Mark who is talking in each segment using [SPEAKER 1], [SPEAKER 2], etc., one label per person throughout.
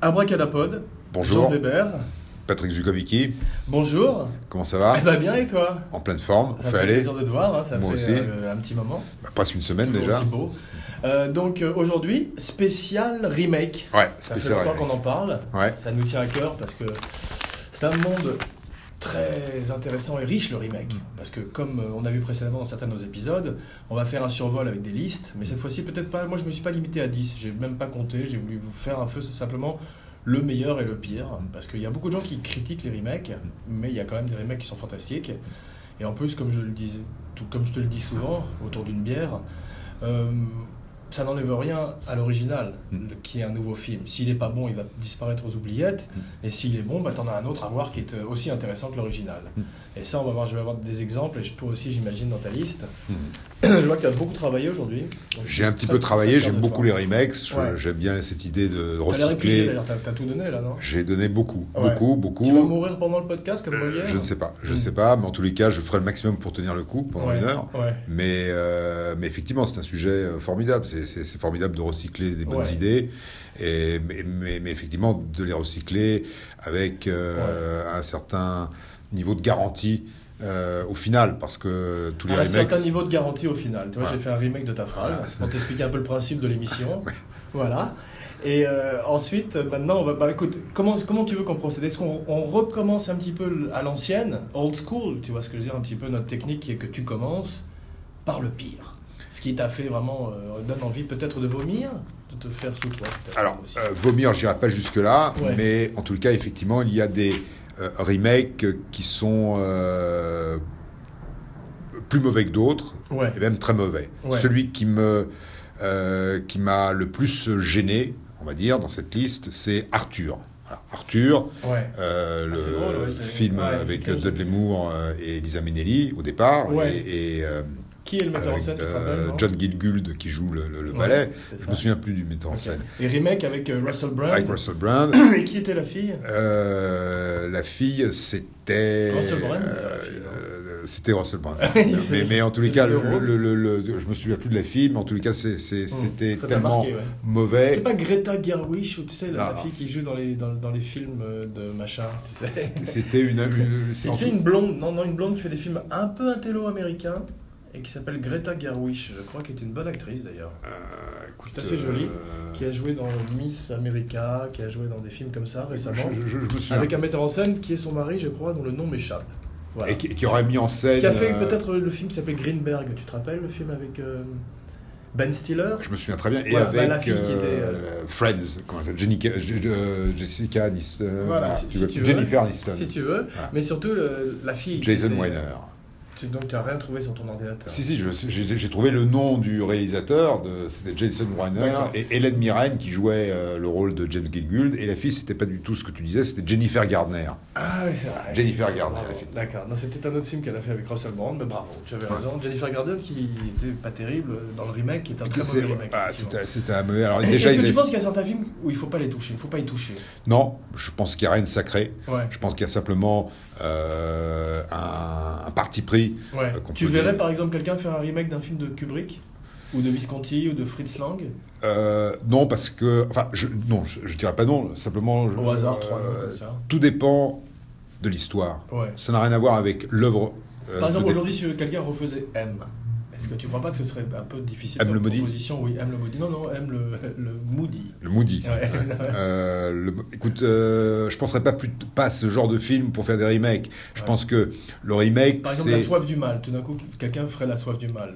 [SPEAKER 1] Abracadapod,
[SPEAKER 2] Bonjour.
[SPEAKER 1] Jean Weber.
[SPEAKER 2] Patrick Zukovicki,
[SPEAKER 1] Bonjour.
[SPEAKER 2] comment ça va
[SPEAKER 1] Eh ben bien et toi
[SPEAKER 2] En pleine
[SPEAKER 1] Ça
[SPEAKER 2] forme, Ah. on
[SPEAKER 1] fait
[SPEAKER 2] fait aller,
[SPEAKER 1] plaisir de te voir, hein, ça
[SPEAKER 2] Moi
[SPEAKER 1] fait
[SPEAKER 2] aussi.
[SPEAKER 1] euh, un petit moment.
[SPEAKER 2] Bah, presque une semaine
[SPEAKER 1] Toujours
[SPEAKER 2] déjà.
[SPEAKER 1] aussi beau. Euh, donc euh, aujourd'hui, spécial remake.
[SPEAKER 2] Ouais,
[SPEAKER 1] Ça
[SPEAKER 2] spécial.
[SPEAKER 1] fait longtemps
[SPEAKER 2] remake.
[SPEAKER 1] qu'on en parle.
[SPEAKER 2] Ouais,
[SPEAKER 1] Ça nous tient à cœur parce que c'est un monde très intéressant et riche le remake. Parce que comme euh, on a vu précédemment dans certains de nos épisodes, on va faire un survol avec des listes, mais cette fois-ci peut-être pas. Moi je me suis pas limité à 10, j'ai même pas compté, j'ai voulu vous faire un peu simplement le meilleur et le pire. Parce qu'il y a beaucoup de gens qui critiquent les remakes, mais il y a quand même des remakes qui sont fantastiques. Et en plus, comme je le dis, tout comme je te le dis souvent autour d'une bière, euh, ça n'enlève rien à l'original,
[SPEAKER 2] Mm.
[SPEAKER 1] le- qui est un nouveau film. S'il n'est pas bon, il va disparaître aux oubliettes.
[SPEAKER 2] Mm.
[SPEAKER 1] Et s'il est bon, bah, tu en as un autre à voir qui est euh, aussi intéressant que l'original.
[SPEAKER 2] Mm.
[SPEAKER 1] Et ça, on va voir, je vais avoir des exemples, et je- toi aussi, j'imagine, dans ta liste.
[SPEAKER 2] Mm.
[SPEAKER 1] je vois que tu as beaucoup travaillé aujourd'hui. Donc,
[SPEAKER 2] j'ai un petit
[SPEAKER 1] très-
[SPEAKER 2] peu
[SPEAKER 1] très
[SPEAKER 2] travaillé,
[SPEAKER 1] fier
[SPEAKER 2] j'aime
[SPEAKER 1] de
[SPEAKER 2] beaucoup
[SPEAKER 1] toi.
[SPEAKER 2] les remakes, je-
[SPEAKER 1] Ouais.
[SPEAKER 2] j'aime bien cette idée de
[SPEAKER 1] T'as l'air épuisé,
[SPEAKER 2] recycler.
[SPEAKER 1] d'ailleurs, t'as t'as tout donné là, non
[SPEAKER 2] J'ai donné beaucoup,
[SPEAKER 1] Ouais.
[SPEAKER 2] beaucoup,
[SPEAKER 1] Tu vas
[SPEAKER 2] beaucoup.
[SPEAKER 1] mourir pendant le podcast comme Molière
[SPEAKER 2] Je ne sais pas, je
[SPEAKER 1] Mm.
[SPEAKER 2] ne sais pas, mais en tous les cas, je ferai le maximum pour tenir le coup pendant
[SPEAKER 1] Ouais,
[SPEAKER 2] une heure.
[SPEAKER 1] ouais.
[SPEAKER 2] Mais, euh, mais effectivement, c'est un sujet euh, formidable. C'est- C'est c'est formidable de recycler des bonnes
[SPEAKER 1] Ouais.
[SPEAKER 2] idées, et, mais, mais- mais effectivement, de les recycler avec euh, un certain niveau de garantie euh, au final, parce que tous les
[SPEAKER 1] à un
[SPEAKER 2] remakes.
[SPEAKER 1] certain niveau de garantie au final. Tu vois,
[SPEAKER 2] Ouais. Ah,
[SPEAKER 1] j'ai fait un remake de ta phrase
[SPEAKER 2] Voilà.
[SPEAKER 1] pour t'expliquer un peu le principe de l'émission. Voilà. Et euh, ensuite, euh, maintenant, on va. Bah, écoute, comment, comment tu veux qu'on procède Est-ce qu'on on recommence un petit peu l- à l'ancienne, old school Tu vois ce que je veux dire Un petit peu notre technique qui est que tu commences par le pire. Ce qui t'a fait vraiment. euh, donne envie peut-être de vomir, de te faire sous toi. peut-être
[SPEAKER 2] Alors,
[SPEAKER 1] aussi.
[SPEAKER 2] euh, vomir, j'irai pas jusque-là,
[SPEAKER 1] Ouais.
[SPEAKER 2] mais en tout cas, effectivement, il y a des euh, remakes qui sont euh, plus mauvais que d'autres,
[SPEAKER 1] ouais.
[SPEAKER 2] et même très mauvais.
[SPEAKER 1] Ouais.
[SPEAKER 2] Celui qui me euh, qui m'a le plus gêné, on va dire, dans cette liste, c'est Arthur. Voilà, Arthur,
[SPEAKER 1] Ouais.
[SPEAKER 2] euh,
[SPEAKER 1] Ah, c'est
[SPEAKER 2] le
[SPEAKER 1] drôle, ouais, je l'avais-
[SPEAKER 2] film
[SPEAKER 1] ouais,
[SPEAKER 2] avec
[SPEAKER 1] effectivement,
[SPEAKER 2] Dudley Moore euh, et Elisa Minnelli au départ,
[SPEAKER 1] Ouais.
[SPEAKER 2] et, et, euh,
[SPEAKER 1] Qui est le metteur en scène tu te
[SPEAKER 2] euh,
[SPEAKER 1] rappelles, non
[SPEAKER 2] John Gilguld qui joue le, le- le
[SPEAKER 1] Ouais,
[SPEAKER 2] valet.
[SPEAKER 1] c'est
[SPEAKER 2] Je
[SPEAKER 1] ça.
[SPEAKER 2] me souviens plus du metteur en
[SPEAKER 1] Ok.
[SPEAKER 2] scène.
[SPEAKER 1] Et remake avec euh, Russell Brand.
[SPEAKER 2] Avec Russell Brand.
[SPEAKER 1] Et qui était la fille
[SPEAKER 2] Euh, la fille, c'était.
[SPEAKER 1] Russell Brand,
[SPEAKER 2] euh,
[SPEAKER 1] la fille, non Ah
[SPEAKER 2] euh, C'était Russell Brand.
[SPEAKER 1] Il
[SPEAKER 2] mais,
[SPEAKER 1] faisait-
[SPEAKER 2] mais en tous les
[SPEAKER 1] c'est
[SPEAKER 2] cas,
[SPEAKER 1] le
[SPEAKER 2] le,
[SPEAKER 1] héros.
[SPEAKER 2] le- le- le- je me souviens plus de la fille, mais en tous les cas, c'est- c'est- c'était
[SPEAKER 1] Ça t'a
[SPEAKER 2] tellement
[SPEAKER 1] Hmm. marqué, ouais. C'est
[SPEAKER 2] mauvais.
[SPEAKER 1] pas Greta Gerwig, ou tu sais, la,
[SPEAKER 2] Non,
[SPEAKER 1] la fille
[SPEAKER 2] non,
[SPEAKER 1] qui
[SPEAKER 2] c'est-
[SPEAKER 1] joue dans les, dans, dans les films euh, de machin, tu sais.
[SPEAKER 2] C'était c'était une. une- c'est-
[SPEAKER 1] C'est c'est une blonde, non, non, une blonde qui fait des films un peu intello américains et qui s'appelle Greta Gerwig, je crois, qui est une bonne actrice d'ailleurs,
[SPEAKER 2] Euh, écoute,
[SPEAKER 1] C'est assez joli.
[SPEAKER 2] euh,
[SPEAKER 1] qui a joué dans Miss America, qui a joué dans des films comme ça récemment,
[SPEAKER 2] je, je- je me souviens.
[SPEAKER 1] avec un metteur en scène qui est son mari, je crois, dont le nom m'échappe. Voilà.
[SPEAKER 2] Et qui, qui aurait mis en scène.
[SPEAKER 1] Qui a fait
[SPEAKER 2] euh,
[SPEAKER 1] peut-être le film qui s'appelait Greenberg, tu te rappelles, le film avec euh, Ben Stiller
[SPEAKER 2] Je me souviens très bien. Et
[SPEAKER 1] Voilà, bah,
[SPEAKER 2] avec
[SPEAKER 1] la fille qui était,
[SPEAKER 2] euh, Friends, comment elle s'appelle Jenica- Je- euh, Jessica Aniston.
[SPEAKER 1] Voilà,
[SPEAKER 2] Ah,
[SPEAKER 1] si-
[SPEAKER 2] tu
[SPEAKER 1] si
[SPEAKER 2] veux-
[SPEAKER 1] tu veux.
[SPEAKER 2] Jennifer Aniston.
[SPEAKER 1] Si tu veux,
[SPEAKER 2] Voilà.
[SPEAKER 1] mais surtout le- la fille. qui
[SPEAKER 2] Jason
[SPEAKER 1] était- euh,
[SPEAKER 2] Weiner.
[SPEAKER 1] Tu- Donc tu n'as rien trouvé sur ton ordinateur.
[SPEAKER 2] Si, si, je sais, j'ai j'ai trouvé le nom du réalisateur, de- c'était Jason Reiner,
[SPEAKER 1] D'accord.
[SPEAKER 2] et Hélène Mirren qui jouait euh, le rôle de James Gilguld, et la fille, c'était pas du tout ce que tu disais, c'était Jennifer Gardner.
[SPEAKER 1] Ah oui, c'est vrai.
[SPEAKER 2] Jennifer Gardner,
[SPEAKER 1] Bravo.
[SPEAKER 2] effectivement.
[SPEAKER 1] D'accord. Non, c'était un autre film qu'elle a fait avec Russell Brand, mais bravo, tu avais
[SPEAKER 2] Ouais.
[SPEAKER 1] raison. Jennifer Gardner qui était pas terrible dans le remake, qui est un très
[SPEAKER 2] C'est-
[SPEAKER 1] mauvais remake.
[SPEAKER 2] ah,
[SPEAKER 1] effectivement.
[SPEAKER 2] C'était c'était un mauvais. Alors,
[SPEAKER 1] Est-ce
[SPEAKER 2] déjà,
[SPEAKER 1] que
[SPEAKER 2] ils
[SPEAKER 1] tu
[SPEAKER 2] avaient-
[SPEAKER 1] penses qu'il y a certains films où il faut pas les toucher, il faut pas y toucher
[SPEAKER 2] Non, je pense qu'il n'y a rien de sacré.
[SPEAKER 1] Ouais.
[SPEAKER 2] Je pense qu'il y a simplement euh, un, un parti pris.
[SPEAKER 1] ouais.
[SPEAKER 2] Euh, qu'on
[SPEAKER 1] Tu
[SPEAKER 2] peut
[SPEAKER 1] verrais
[SPEAKER 2] dire.
[SPEAKER 1] par exemple quelqu'un faire un remake d'un film de Kubrick ou de Visconti ou de Fritz Lang
[SPEAKER 2] Euh, non, parce que. Enfin, je, non, je, je dirais pas non, simplement. je-
[SPEAKER 1] au hasard, trois noms,
[SPEAKER 2] euh,
[SPEAKER 1] tu vois.
[SPEAKER 2] Tout dépend de l'histoire.
[SPEAKER 1] Ouais.
[SPEAKER 2] Ça n'a rien à voir avec l'œuvre. euh,
[SPEAKER 1] Par exemple,
[SPEAKER 2] de-
[SPEAKER 1] aujourd'hui, si quelqu'un refaisait M, est-ce que tu crois pas que ce serait un peu difficile
[SPEAKER 2] M
[SPEAKER 1] comme
[SPEAKER 2] le maudit
[SPEAKER 1] proposition Oui, M le maudit. Non, non, M le, le Moody.
[SPEAKER 2] le Moody.
[SPEAKER 1] Ouais.
[SPEAKER 2] Euh, le- écoute, euh, je penserais pas, plus, pas à ce genre de film pour faire des remakes. Je
[SPEAKER 1] Ouais.
[SPEAKER 2] pense que le remake,
[SPEAKER 1] Par exemple, la
[SPEAKER 2] c'est.
[SPEAKER 1] soif du mal. Tout d'un coup, quelqu'un ferait la soif du mal.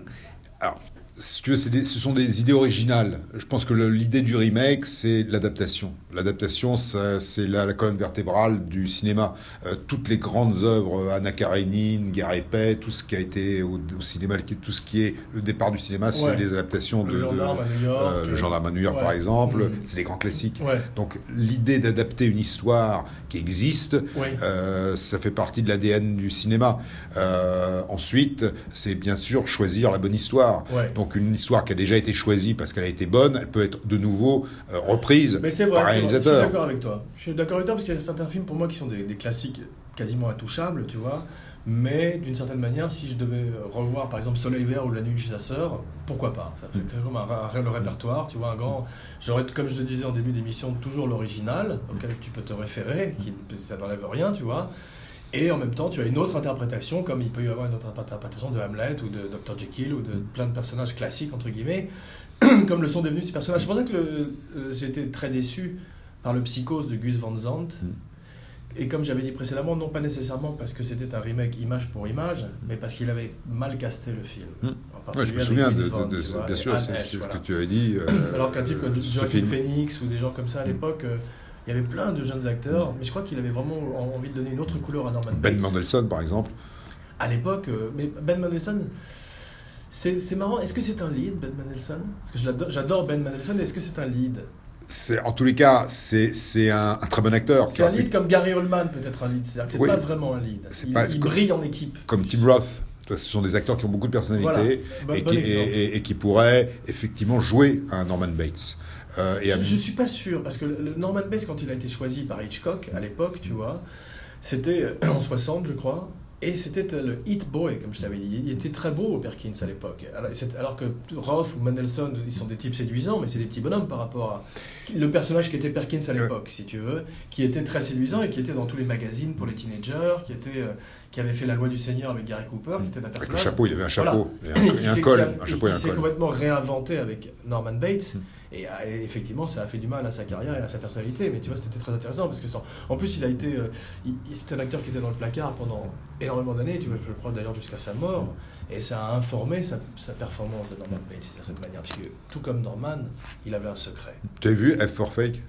[SPEAKER 2] Si tu veux, c'est des- ce sont des idées originales. Je pense que le- l'idée du remake, c'est l'adaptation. L'adaptation, ça- c'est la, la colonne vertébrale du cinéma. Euh, toutes les grandes œuvres, euh, Anna Karénine, Guerre et Paix, tout ce qui a été au, au cinéma, qui- tout ce qui est le départ du cinéma, c'est
[SPEAKER 1] Ouais.
[SPEAKER 2] les adaptations de,
[SPEAKER 1] Le
[SPEAKER 2] de-
[SPEAKER 1] gendarme à New
[SPEAKER 2] euh,
[SPEAKER 1] York.
[SPEAKER 2] le gendarme à New York,
[SPEAKER 1] Ouais.
[SPEAKER 2] par exemple.
[SPEAKER 1] Mhm.
[SPEAKER 2] C'est les grands classiques.
[SPEAKER 1] Ouais,
[SPEAKER 2] Donc l'idée d'adapter une histoire qui existe,
[SPEAKER 1] ouais.
[SPEAKER 2] euh, ça fait partie de l'ADN du cinéma. Euh, ensuite, c'est bien sûr choisir la bonne histoire.
[SPEAKER 1] ouais.
[SPEAKER 2] Donc une histoire qui a déjà été choisie parce qu'elle a été bonne, elle peut être de nouveau euh, reprise.
[SPEAKER 1] Mais c'est vrai,
[SPEAKER 2] par
[SPEAKER 1] c'est vrai, je
[SPEAKER 2] réalisateur.
[SPEAKER 1] suis d'accord avec toi. Je suis d'accord avec toi parce qu'il y a certains films pour moi qui sont des, des classiques quasiment intouchables, tu vois. Mais d'une certaine manière, si je devais revoir par exemple Soleil Vert ou La Nuit de chez sa sœur, pourquoi pas Ça
[SPEAKER 2] Mm.
[SPEAKER 1] fait comme un, un- le répertoire, tu vois, un grand. J'aurais, comme je te disais en début d'émission, toujours l'original auquel tu peux te référer, qui ça n'enlève rien, tu vois. Et en même temps, tu as une autre interprétation, comme il peut y avoir une autre interprétation de Hamlet ou de Dr. Jekyll ou de
[SPEAKER 2] Mm.
[SPEAKER 1] plein de personnages classiques, entre guillemets, comme le sont devenus ces personnages. C'est pour ça que le- euh, j'étais très déçu par le psychose de Gus Van Sant.
[SPEAKER 2] Mm.
[SPEAKER 1] Et comme j'avais dit précédemment, non pas nécessairement parce que c'était un remake image pour image, mais parce qu'il avait mal casté le film.
[SPEAKER 2] Mm.
[SPEAKER 1] En
[SPEAKER 2] Ouais, je
[SPEAKER 1] particulier
[SPEAKER 2] me
[SPEAKER 1] avec
[SPEAKER 2] souviens de,
[SPEAKER 1] Vince Vaughn,
[SPEAKER 2] de- de-
[SPEAKER 1] tu vois,
[SPEAKER 2] bien
[SPEAKER 1] et
[SPEAKER 2] sûr, c'est
[SPEAKER 1] Annette,
[SPEAKER 2] c'est
[SPEAKER 1] voilà.
[SPEAKER 2] ce que tu avais dit. euh,
[SPEAKER 1] Alors qu'un type comme
[SPEAKER 2] euh, ce
[SPEAKER 1] Joaquin
[SPEAKER 2] film. Mm.
[SPEAKER 1] Phoenix ou des gens comme ça à l'époque, euh, il y avait plein de jeunes acteurs, mais je crois qu'il avait vraiment envie de donner une autre couleur à Norman
[SPEAKER 2] Ben
[SPEAKER 1] Bates.
[SPEAKER 2] Mendelsohn, par exemple.
[SPEAKER 1] À l'époque, euh, mais Ben Mendelsohn, c'est c'est marrant. Est-ce que c'est un lead, Ben Mendelsohn Parce que je l'adore- j'adore Ben Mendelsohn, est-ce que c'est un lead
[SPEAKER 2] C'est- En tous les cas, c'est c'est un, un très bon acteur. qui
[SPEAKER 1] C'est un
[SPEAKER 2] aurait pu-
[SPEAKER 1] lead comme Gary Oldman, peut-être un lead. C'est-à-dire que c'est
[SPEAKER 2] Oui.
[SPEAKER 1] pas vraiment un lead.
[SPEAKER 2] C'est
[SPEAKER 1] Il,
[SPEAKER 2] pas-
[SPEAKER 1] il
[SPEAKER 2] c'est-
[SPEAKER 1] brille en équipe.
[SPEAKER 2] Comme Tim Roth. Tu vois, Ce sont des acteurs qui ont beaucoup de
[SPEAKER 1] Voilà.
[SPEAKER 2] personnalité
[SPEAKER 1] Bon-
[SPEAKER 2] et,
[SPEAKER 1] bon
[SPEAKER 2] qui,
[SPEAKER 1] exemple.
[SPEAKER 2] et- et- et qui pourraient effectivement jouer un Norman Bates. Euh, et à-
[SPEAKER 1] Je, je suis pas sûr, parce que le- le Norman Bates, quand il a été choisi par Hitchcock à l'époque, tu vois, c'était euh, en 60, je crois, et c'était euh, le Hit Boy, comme je t'avais dit. Il était très beau, Perkins, à l'époque. Alors, c'est- alors que Roth ou Mendelssohn, ils sont des types séduisants, mais c'est des petits bonhommes par rapport à le personnage qui était Perkins à l'époque, si tu veux, qui était très séduisant et qui était dans tous les magazines pour les teenagers, qui, était, euh, qui avait fait La Loi du Seigneur avec Gary Cooper, qui était un
[SPEAKER 2] avec le
[SPEAKER 1] personnage
[SPEAKER 2] chapeau, il avait un chapeau et un,
[SPEAKER 1] qui
[SPEAKER 2] et un
[SPEAKER 1] s'est-
[SPEAKER 2] col.
[SPEAKER 1] qui a-
[SPEAKER 2] un chapeau et
[SPEAKER 1] qui
[SPEAKER 2] un
[SPEAKER 1] s'est
[SPEAKER 2] col.
[SPEAKER 1] complètement réinventé avec Norman Bates.
[SPEAKER 2] Mm.
[SPEAKER 1] Et, ah, et effectivement, ça a fait du mal à sa carrière et à sa personnalité. Mais tu vois, c'était très intéressant parce que, sans- en plus, il a été. euh, il- il- C'était un acteur qui était dans le placard pendant énormément d'années, tu vois, je crois d'ailleurs jusqu'à sa mort. Et ça a informé sa, sa performance de Norman Bates d'une certaine manière. Puisque, tout comme Norman, il avait un secret.
[SPEAKER 2] Tu as vu F for Fake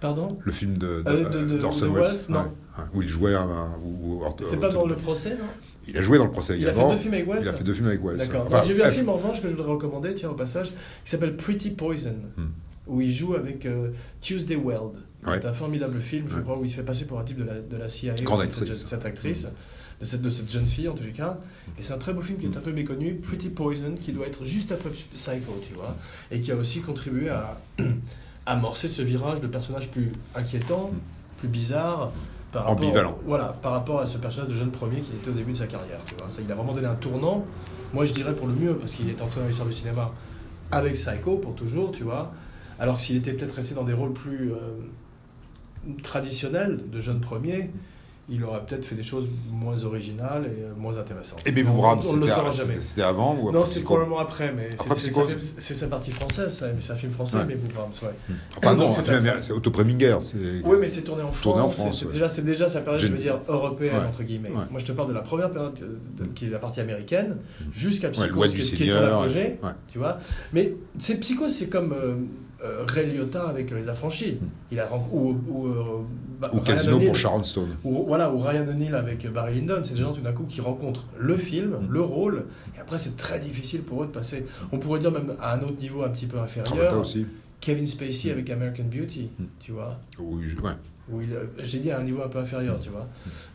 [SPEAKER 1] Pardon
[SPEAKER 2] Le film de, de-
[SPEAKER 1] Euh, de- de-
[SPEAKER 2] d'Orson
[SPEAKER 1] de
[SPEAKER 2] Welles
[SPEAKER 1] Welles Non.
[SPEAKER 2] Ouais, ouais, Où il jouait un. un- où- où-
[SPEAKER 1] C'est pas dans le procès, non
[SPEAKER 2] Il a joué dans le procès
[SPEAKER 1] Il a fait
[SPEAKER 2] Euh, également.
[SPEAKER 1] deux films avec Wells
[SPEAKER 2] Il a fait deux films avec Wells.
[SPEAKER 1] D'accord.
[SPEAKER 2] Enfin,
[SPEAKER 1] J'ai vu un
[SPEAKER 2] F-
[SPEAKER 1] film en revanche que je voudrais recommander, tiens, au passage, qui s'appelle Pretty Poison,
[SPEAKER 2] Hmm.
[SPEAKER 1] où il joue avec euh, Tuesday Weld.
[SPEAKER 2] Ouais.
[SPEAKER 1] C'est un formidable film, je
[SPEAKER 2] Ouais.
[SPEAKER 1] crois, où il se fait passer pour un type de la, de la CIA,
[SPEAKER 2] Grande
[SPEAKER 1] de cette
[SPEAKER 2] actrice.
[SPEAKER 1] jeune- cette actrice, de, cette, de cette jeune fille en tous les cas. Et c'est un très beau film qui est un peu méconnu, Pretty Poison, qui doit être juste après Psycho, tu vois, et qui a aussi contribué à amorcer ce virage de personnage plus inquiétant, plus bizarre. Par rapport,
[SPEAKER 2] Mm. Ambivalent.
[SPEAKER 1] Voilà, par rapport à ce personnage de jeune premier qui était au début de sa carrière. Tu vois. Ça, il a vraiment donné un tournant moi, je dirais pour le mieux, parce qu'il est entré dans l'histoire du cinéma avec Psycho pour toujours, tu vois. Alors que s'il était peut-être resté dans des rôles plus euh, traditionnels de jeune premier, il aurait peut-être fait des choses moins originales et euh, moins intéressantes.
[SPEAKER 2] Aimez Eh vous
[SPEAKER 1] On-
[SPEAKER 2] Brahms,
[SPEAKER 1] On ne le saura
[SPEAKER 2] c'était-
[SPEAKER 1] jamais.
[SPEAKER 2] c'était c'était avant ou après
[SPEAKER 1] Non, c'est
[SPEAKER 2] Psycho
[SPEAKER 1] probablement après, mais c'est-
[SPEAKER 2] Après
[SPEAKER 1] c'est
[SPEAKER 2] Psychose.
[SPEAKER 1] ça fait- c'est sa partie française, ça, mais c'est un film français,
[SPEAKER 2] Ouais.
[SPEAKER 1] mais vous Brahms, ouais.
[SPEAKER 2] Enfin, non,
[SPEAKER 1] Donc,
[SPEAKER 2] c'est
[SPEAKER 1] c'est
[SPEAKER 2] un film
[SPEAKER 1] après.
[SPEAKER 2] américain, c'est Otto Preminger. c'est-
[SPEAKER 1] Oui, mais c'est tourné en France.
[SPEAKER 2] Tourné en
[SPEAKER 1] c'est-
[SPEAKER 2] France,
[SPEAKER 1] c'est
[SPEAKER 2] ouais.
[SPEAKER 1] déjà, c'est déjà sa période, je
[SPEAKER 2] Gen-
[SPEAKER 1] veux dire, européenne,
[SPEAKER 2] Ouais.
[SPEAKER 1] entre guillemets.
[SPEAKER 2] Ouais.
[SPEAKER 1] Moi, je te parle de la première période euh, de- de- qui est la partie américaine, jusqu'à
[SPEAKER 2] Mm-hmm. Ouais,
[SPEAKER 1] Psycho,
[SPEAKER 2] Loi
[SPEAKER 1] qui,
[SPEAKER 2] du
[SPEAKER 1] est- qui est sur
[SPEAKER 2] Seigneur.
[SPEAKER 1] l'apogée,
[SPEAKER 2] ouais.
[SPEAKER 1] tu vois. Mais c'est Psycho, c'est comme euh, euh, Ray Liotta avec Les Affranchis. Il a, ren- ou, ou, euh, bah,
[SPEAKER 2] Mm. Ou
[SPEAKER 1] Ryan
[SPEAKER 2] Casino
[SPEAKER 1] O'Neill.
[SPEAKER 2] pour Sharon Stone.
[SPEAKER 1] Ou, voilà, ou Ryan O'Neill avec Barry Lyndon, c'est des gens tout d'un coup qui rencontrent le film,
[SPEAKER 2] Mm.
[SPEAKER 1] le rôle, et après c'est très difficile pour eux de passer, on pourrait dire même à un autre niveau un petit peu
[SPEAKER 2] Travolta
[SPEAKER 1] inférieur,
[SPEAKER 2] aussi.
[SPEAKER 1] Kevin Spacey avec American Beauty,
[SPEAKER 2] Mm.
[SPEAKER 1] tu vois,
[SPEAKER 2] Ou- ouais.
[SPEAKER 1] où il, euh, j'ai dit à un niveau un peu inférieur, tu vois.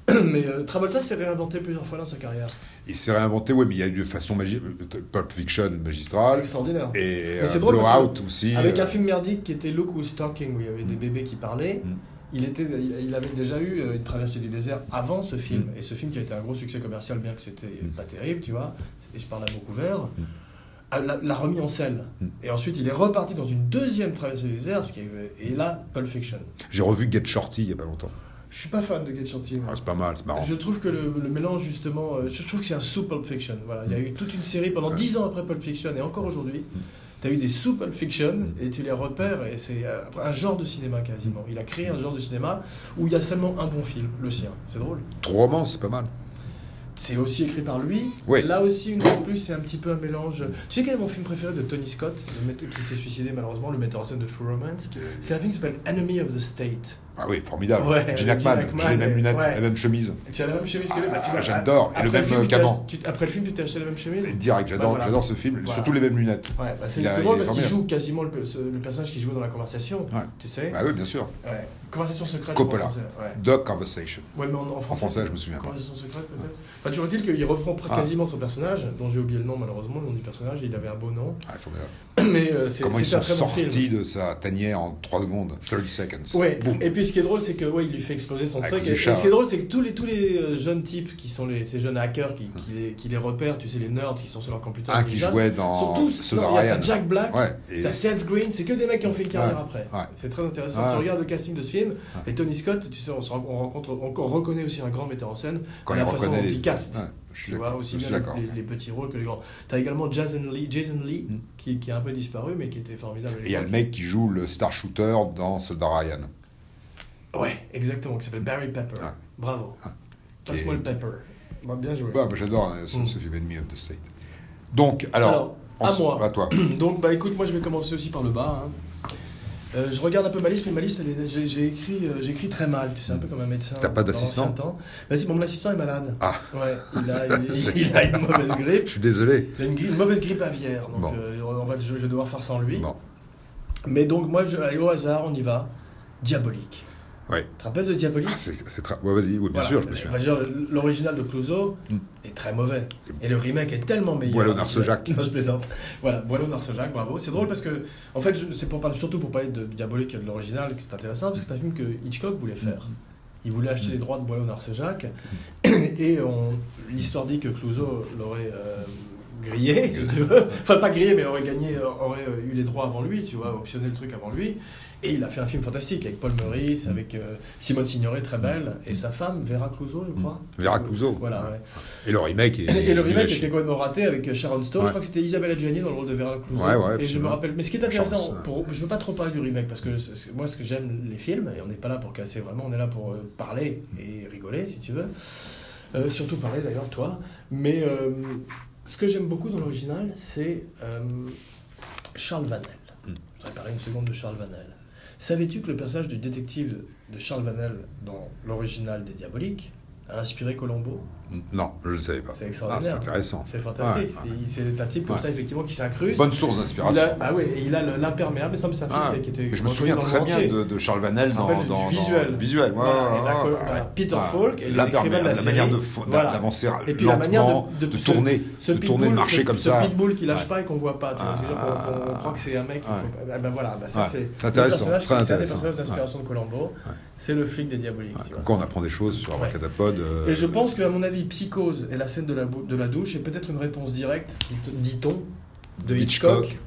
[SPEAKER 1] Mais euh, Travolta s'est réinventé plusieurs fois dans sa carrière.
[SPEAKER 2] Il s'est réinventé, oui, mais il y a eu de façon magique. Pulp Fiction magistrale.
[SPEAKER 1] Extraordinaire.
[SPEAKER 2] Et
[SPEAKER 1] Mais c'est
[SPEAKER 2] euh,
[SPEAKER 1] drôle parce que
[SPEAKER 2] Blowout aussi.
[SPEAKER 1] Avec un
[SPEAKER 2] euh,
[SPEAKER 1] film merdique qui était Look Who's Talking, où il y avait des
[SPEAKER 2] Mm.
[SPEAKER 1] bébés qui parlaient.
[SPEAKER 2] Mm.
[SPEAKER 1] Il, était, il avait déjà eu euh, une traversée du désert avant ce film. Et ce film qui a été un gros succès commercial, bien que c'était
[SPEAKER 2] Mm.
[SPEAKER 1] pas terrible, tu vois, et je parle à beaucoup vert, a- l'a, l'a remis en selle.
[SPEAKER 2] Mm.
[SPEAKER 1] Et ensuite, il est reparti dans une deuxième traversée du désert, ce qui est- et là, Pulp Fiction.
[SPEAKER 2] J'ai revu Get Shorty il n'y a pas longtemps.
[SPEAKER 1] Je suis pas fan de Get Shorty. moi.
[SPEAKER 2] Ah, c'est pas mal, c'est marrant.
[SPEAKER 1] Je trouve que le, le mélange, justement, euh, je trouve que c'est un sous Pulp Fiction. Voilà. Il y a
[SPEAKER 2] Mm.
[SPEAKER 1] eu toute une série pendant 10 ans après Pulp Fiction et encore aujourd'hui. Tu as eu des sous Pulp Fiction
[SPEAKER 2] Mm.
[SPEAKER 1] et tu les repères et c'est euh, un genre de cinéma quasiment. Il a créé un genre de cinéma où il y a seulement un bon film, le sien. C'est drôle.
[SPEAKER 2] Trois romans, c'est pas mal.
[SPEAKER 1] C'est aussi écrit par lui.
[SPEAKER 2] Oui.
[SPEAKER 1] Et Là aussi, une fois de plus, c'est un petit peu un mélange. Tu sais quel est mon film préféré de Tony Scott, le mett- qui s'est suicidé malheureusement, le metteur en scène de True Romance C'est un film qui s'appelle Enemy of the State.
[SPEAKER 2] Ah oui, formidable.
[SPEAKER 1] Ouais,
[SPEAKER 2] Gene
[SPEAKER 1] avec
[SPEAKER 2] Hackman,
[SPEAKER 1] Gene Hackman,
[SPEAKER 2] j'ai les mêmes
[SPEAKER 1] et-
[SPEAKER 2] lunettes,
[SPEAKER 1] ouais.
[SPEAKER 2] la même chemise.
[SPEAKER 1] Et Tu as la même chemise que lui, bah, tu
[SPEAKER 2] Ah,
[SPEAKER 1] vas-
[SPEAKER 2] j'adore. Et le
[SPEAKER 1] après
[SPEAKER 2] même
[SPEAKER 1] film,
[SPEAKER 2] euh,
[SPEAKER 1] tu t'es
[SPEAKER 2] caban.
[SPEAKER 1] ach- tu- Après le film, tu t'es acheté la même chemise
[SPEAKER 2] Direct, j'adore
[SPEAKER 1] Bah, voilà.
[SPEAKER 2] j'adore ce film.
[SPEAKER 1] Voilà.
[SPEAKER 2] Surtout les mêmes lunettes.
[SPEAKER 1] Ouais, bah c'est
[SPEAKER 2] Il a-
[SPEAKER 1] c'est
[SPEAKER 2] il
[SPEAKER 1] drôle
[SPEAKER 2] est
[SPEAKER 1] parce qu'il
[SPEAKER 2] formidable.
[SPEAKER 1] joue quasiment le, pe- ce- le personnage qui jouait dans la conversation,
[SPEAKER 2] Ouais.
[SPEAKER 1] tu sais.
[SPEAKER 2] Bah oui, bien sûr.
[SPEAKER 1] Ouais. Conversation secrète.
[SPEAKER 2] Coppola.
[SPEAKER 1] en français, Ouais.
[SPEAKER 2] Dog Conversation.
[SPEAKER 1] Ouais, mais en, en français.
[SPEAKER 2] En français, je me souviens pas.
[SPEAKER 1] Conversation secrète peut-être. Enfin, toujours est-il qu'il reprend pr-
[SPEAKER 2] Ah.
[SPEAKER 1] quasiment son personnage, dont j'ai oublié le nom malheureusement, le nom du personnage, il avait un beau nom.
[SPEAKER 2] Ah, formidable.
[SPEAKER 1] Mais euh, c'est
[SPEAKER 2] Comment ils
[SPEAKER 1] c'est un
[SPEAKER 2] sont
[SPEAKER 1] très bon film.
[SPEAKER 2] sortis de sa tanière en 3 secondes, 30 seconds.
[SPEAKER 1] Ouais.
[SPEAKER 2] Boum.
[SPEAKER 1] Et puis lui, ce qui est drôle, c'est que ouais, il lui fait exploser son
[SPEAKER 2] À
[SPEAKER 1] truc.
[SPEAKER 2] cause
[SPEAKER 1] Et,
[SPEAKER 2] du
[SPEAKER 1] et
[SPEAKER 2] chat,
[SPEAKER 1] ce qui est drôle, c'est que tous les, tous les euh, jeunes types qui sont les, ces jeunes hackers qui, qui, les, qui les repèrent, tu sais, les nerds qui sont sur leur computer,
[SPEAKER 2] Un
[SPEAKER 1] qui
[SPEAKER 2] Ah, qui
[SPEAKER 1] les chassent,
[SPEAKER 2] jouait
[SPEAKER 1] sont
[SPEAKER 2] dans
[SPEAKER 1] tous.
[SPEAKER 2] Soda
[SPEAKER 1] non, il y a-
[SPEAKER 2] Ryan.
[SPEAKER 1] T'as Jack Black,
[SPEAKER 2] Ouais, et-
[SPEAKER 1] t'as Seth Green, c'est que des mecs qui ont fait une carrière
[SPEAKER 2] Ouais,
[SPEAKER 1] après.
[SPEAKER 2] ouais.
[SPEAKER 1] C'est très intéressant.
[SPEAKER 2] Ouais.
[SPEAKER 1] Tu regardes le casting de ce film, et Tony Scott, tu sais, on, se ren- on rencontre, on, on reconnaît aussi un grand metteur en scène
[SPEAKER 2] quand
[SPEAKER 1] de la
[SPEAKER 2] il
[SPEAKER 1] façon
[SPEAKER 2] reconnaît
[SPEAKER 1] dont
[SPEAKER 2] les.
[SPEAKER 1] il caste.
[SPEAKER 2] Ouais, je suis
[SPEAKER 1] Tu vois
[SPEAKER 2] d'accord. Je
[SPEAKER 1] aussi
[SPEAKER 2] suis
[SPEAKER 1] bien
[SPEAKER 2] d'accord.
[SPEAKER 1] les, les petits rôles que les grands. T'as également Jason Lee, Jason Lee
[SPEAKER 2] Mm.
[SPEAKER 1] qui, qui a un peu disparu, mais qui était formidable. à
[SPEAKER 2] Et il y a le
[SPEAKER 1] l'époque.
[SPEAKER 2] mec qui joue le star shooter dans Soldat Ryan.
[SPEAKER 1] Ouais, exactement, qui s'appelle Barry Pepper.
[SPEAKER 2] Ouais.
[SPEAKER 1] Bravo.
[SPEAKER 2] Ah.
[SPEAKER 1] Passe-moi
[SPEAKER 2] Et-
[SPEAKER 1] le Pepper. Bah, bien joué.
[SPEAKER 2] Ouais, bah, J'adore euh, ce,
[SPEAKER 1] Mm.
[SPEAKER 2] ce film Enemy of the State. Donc, alors.
[SPEAKER 1] Alors, à
[SPEAKER 2] ensuite-
[SPEAKER 1] moi.
[SPEAKER 2] À toi.
[SPEAKER 1] Donc, bah écoute, moi je vais commencer aussi par le bas. hein. Euh, je regarde un peu ma liste, mais ma liste, elle est- j'ai j'ai écrit, euh, j'écris très mal, tu sais, un peu comme un médecin.
[SPEAKER 2] T'as pas
[SPEAKER 1] dans
[SPEAKER 2] d'assistant
[SPEAKER 1] l'ancien temps. Bah si, bon, mon assistant est malade.
[SPEAKER 2] Ah.
[SPEAKER 1] Ouais, il a, il-
[SPEAKER 2] C'est-
[SPEAKER 1] il a une mauvaise grippe.
[SPEAKER 2] Je suis désolé.
[SPEAKER 1] Il a une, gri- une mauvaise grippe aviaire, donc
[SPEAKER 2] Bon.
[SPEAKER 1] euh, on va, je, je vais devoir faire sans lui.
[SPEAKER 2] Bon.
[SPEAKER 1] Mais donc, moi, je, allez, au hasard, on y va. Diabolique.
[SPEAKER 2] Ouais.
[SPEAKER 1] Tu te rappelles de Diabolique
[SPEAKER 2] Ah, c'est c'est très. Ouais, vas-y, oui, bien
[SPEAKER 1] Voilà.
[SPEAKER 2] sûr, je me
[SPEAKER 1] Euh,
[SPEAKER 2] souviens.
[SPEAKER 1] enfin, je veux dire, L'original de Clouseau
[SPEAKER 2] Mm.
[SPEAKER 1] est très mauvais. Et le remake est tellement meilleur.
[SPEAKER 2] Boileau Narcejac.
[SPEAKER 1] Non, je plaisante. Voilà, Boileau Narcejac, bravo. C'est drôle parce que, en fait, je- c'est pour parler, surtout pour parler de Diabolique et de l'original que c'est intéressant parce que c'est un film que Hitchcock voulait faire. Il voulait acheter les droits de Boileau Narcejac
[SPEAKER 2] Mm.
[SPEAKER 1] et on- l'histoire dit que Clouseau l'aurait euh, grillé, si tu veux. Enfin, pas grillé, mais aurait gagné, aurait euh, eu les droits avant lui, tu vois, optionné le truc avant lui. Et il a fait un film fantastique avec Paul
[SPEAKER 2] Mm.
[SPEAKER 1] Meurice, avec euh, Simone Signoret, très belle, et sa femme, Vera Clouseau, je crois.
[SPEAKER 2] Vera Clouseau.
[SPEAKER 1] Voilà, ouais.
[SPEAKER 2] Et le remake. Est,
[SPEAKER 1] Et, et le
[SPEAKER 2] est
[SPEAKER 1] remake
[SPEAKER 2] lâché.
[SPEAKER 1] était complètement raté avec Sharon Stone.
[SPEAKER 2] Ouais.
[SPEAKER 1] Je crois que c'était Isabelle Adjani dans le rôle de Vera Clouseau. et
[SPEAKER 2] Ouais, ouais,
[SPEAKER 1] je me
[SPEAKER 2] absolument.
[SPEAKER 1] rappelle. Mais ce qui est intéressant,
[SPEAKER 2] Chance, ouais.
[SPEAKER 1] pour, je veux pas trop parler du remake parce que c'est- c'est- moi, ce que j'aime les films, et on n'est pas là pour casser vraiment, on est là pour euh, parler et rigoler si tu veux. Euh, surtout parler d'ailleurs, toi. Mais euh, ce que j'aime beaucoup dans l'original, c'est euh, Charles Vanel.
[SPEAKER 2] Hmm.
[SPEAKER 1] Je voudrais parler une seconde de Charles Vanel. Savais-tu que le personnage du détective de Charles Vanel dans l'original des Diaboliques a inspiré Colombo
[SPEAKER 2] Non, je ne le savais pas.
[SPEAKER 1] C'est
[SPEAKER 2] Ah,
[SPEAKER 1] extraordinaire.
[SPEAKER 2] c'est intéressant.
[SPEAKER 1] C'est fantastique.
[SPEAKER 2] Ouais,
[SPEAKER 1] C'est c'est un type comme
[SPEAKER 2] Ouais.
[SPEAKER 1] ça, effectivement, qui s'incruste.
[SPEAKER 2] Bonne source
[SPEAKER 1] Il
[SPEAKER 2] d'inspiration.
[SPEAKER 1] a, ah ouais, et il a le- l'imperméable, ça me semble,
[SPEAKER 2] Ah,
[SPEAKER 1] c'est un film qui était.
[SPEAKER 2] mais je me souviens
[SPEAKER 1] dans le
[SPEAKER 2] très
[SPEAKER 1] monde
[SPEAKER 2] bien
[SPEAKER 1] entier.
[SPEAKER 2] de, de Charles Vanel
[SPEAKER 1] Je me
[SPEAKER 2] dans,
[SPEAKER 1] rappelle du
[SPEAKER 2] dans- dans-
[SPEAKER 1] visuel.
[SPEAKER 2] le visuel. ouais,
[SPEAKER 1] Voilà,
[SPEAKER 2] ouais,
[SPEAKER 1] et la
[SPEAKER 2] ouais,
[SPEAKER 1] col-
[SPEAKER 2] ouais,
[SPEAKER 1] voilà,
[SPEAKER 2] ouais.
[SPEAKER 1] Peter
[SPEAKER 2] Ouais.
[SPEAKER 1] Falk et les
[SPEAKER 2] la,
[SPEAKER 1] écrivains de la
[SPEAKER 2] la
[SPEAKER 1] série.
[SPEAKER 2] manière de fo- d'a-
[SPEAKER 1] Voilà.
[SPEAKER 2] d'avancer
[SPEAKER 1] Et puis la manière
[SPEAKER 2] lentement,
[SPEAKER 1] de-
[SPEAKER 2] de,
[SPEAKER 1] de- ce-
[SPEAKER 2] tourner,
[SPEAKER 1] Ce
[SPEAKER 2] de tourner, de
[SPEAKER 1] pitbull,
[SPEAKER 2] marcher
[SPEAKER 1] ce-
[SPEAKER 2] comme
[SPEAKER 1] ce
[SPEAKER 2] ça.
[SPEAKER 1] pitbull qui lâche
[SPEAKER 2] Ouais.
[SPEAKER 1] pas et qu'on voit pas. tu vois,
[SPEAKER 2] Ah.
[SPEAKER 1] c'est-à-dire qu'on- qu'on- on croit que c'est un mec. il
[SPEAKER 2] Ouais.
[SPEAKER 1] faut- Ah ben voilà, bah ça,
[SPEAKER 2] Ouais.
[SPEAKER 1] c'est.
[SPEAKER 2] C'est intéressant,
[SPEAKER 1] le personnage qui
[SPEAKER 2] très
[SPEAKER 1] est un des
[SPEAKER 2] intéressant.
[SPEAKER 1] personnages d'inspiration de Colombo. C'est le flic des diaboliques. tu vois.
[SPEAKER 2] Comme quoi, on apprend des choses sur
[SPEAKER 1] Ouais.
[SPEAKER 2] Abracadapod. euh,
[SPEAKER 1] Et je pense qu'à mon avis, Psychose et la scène de la, bou- de la douche est peut-être une réponse directe, dit- dit-on, de Hitchcock,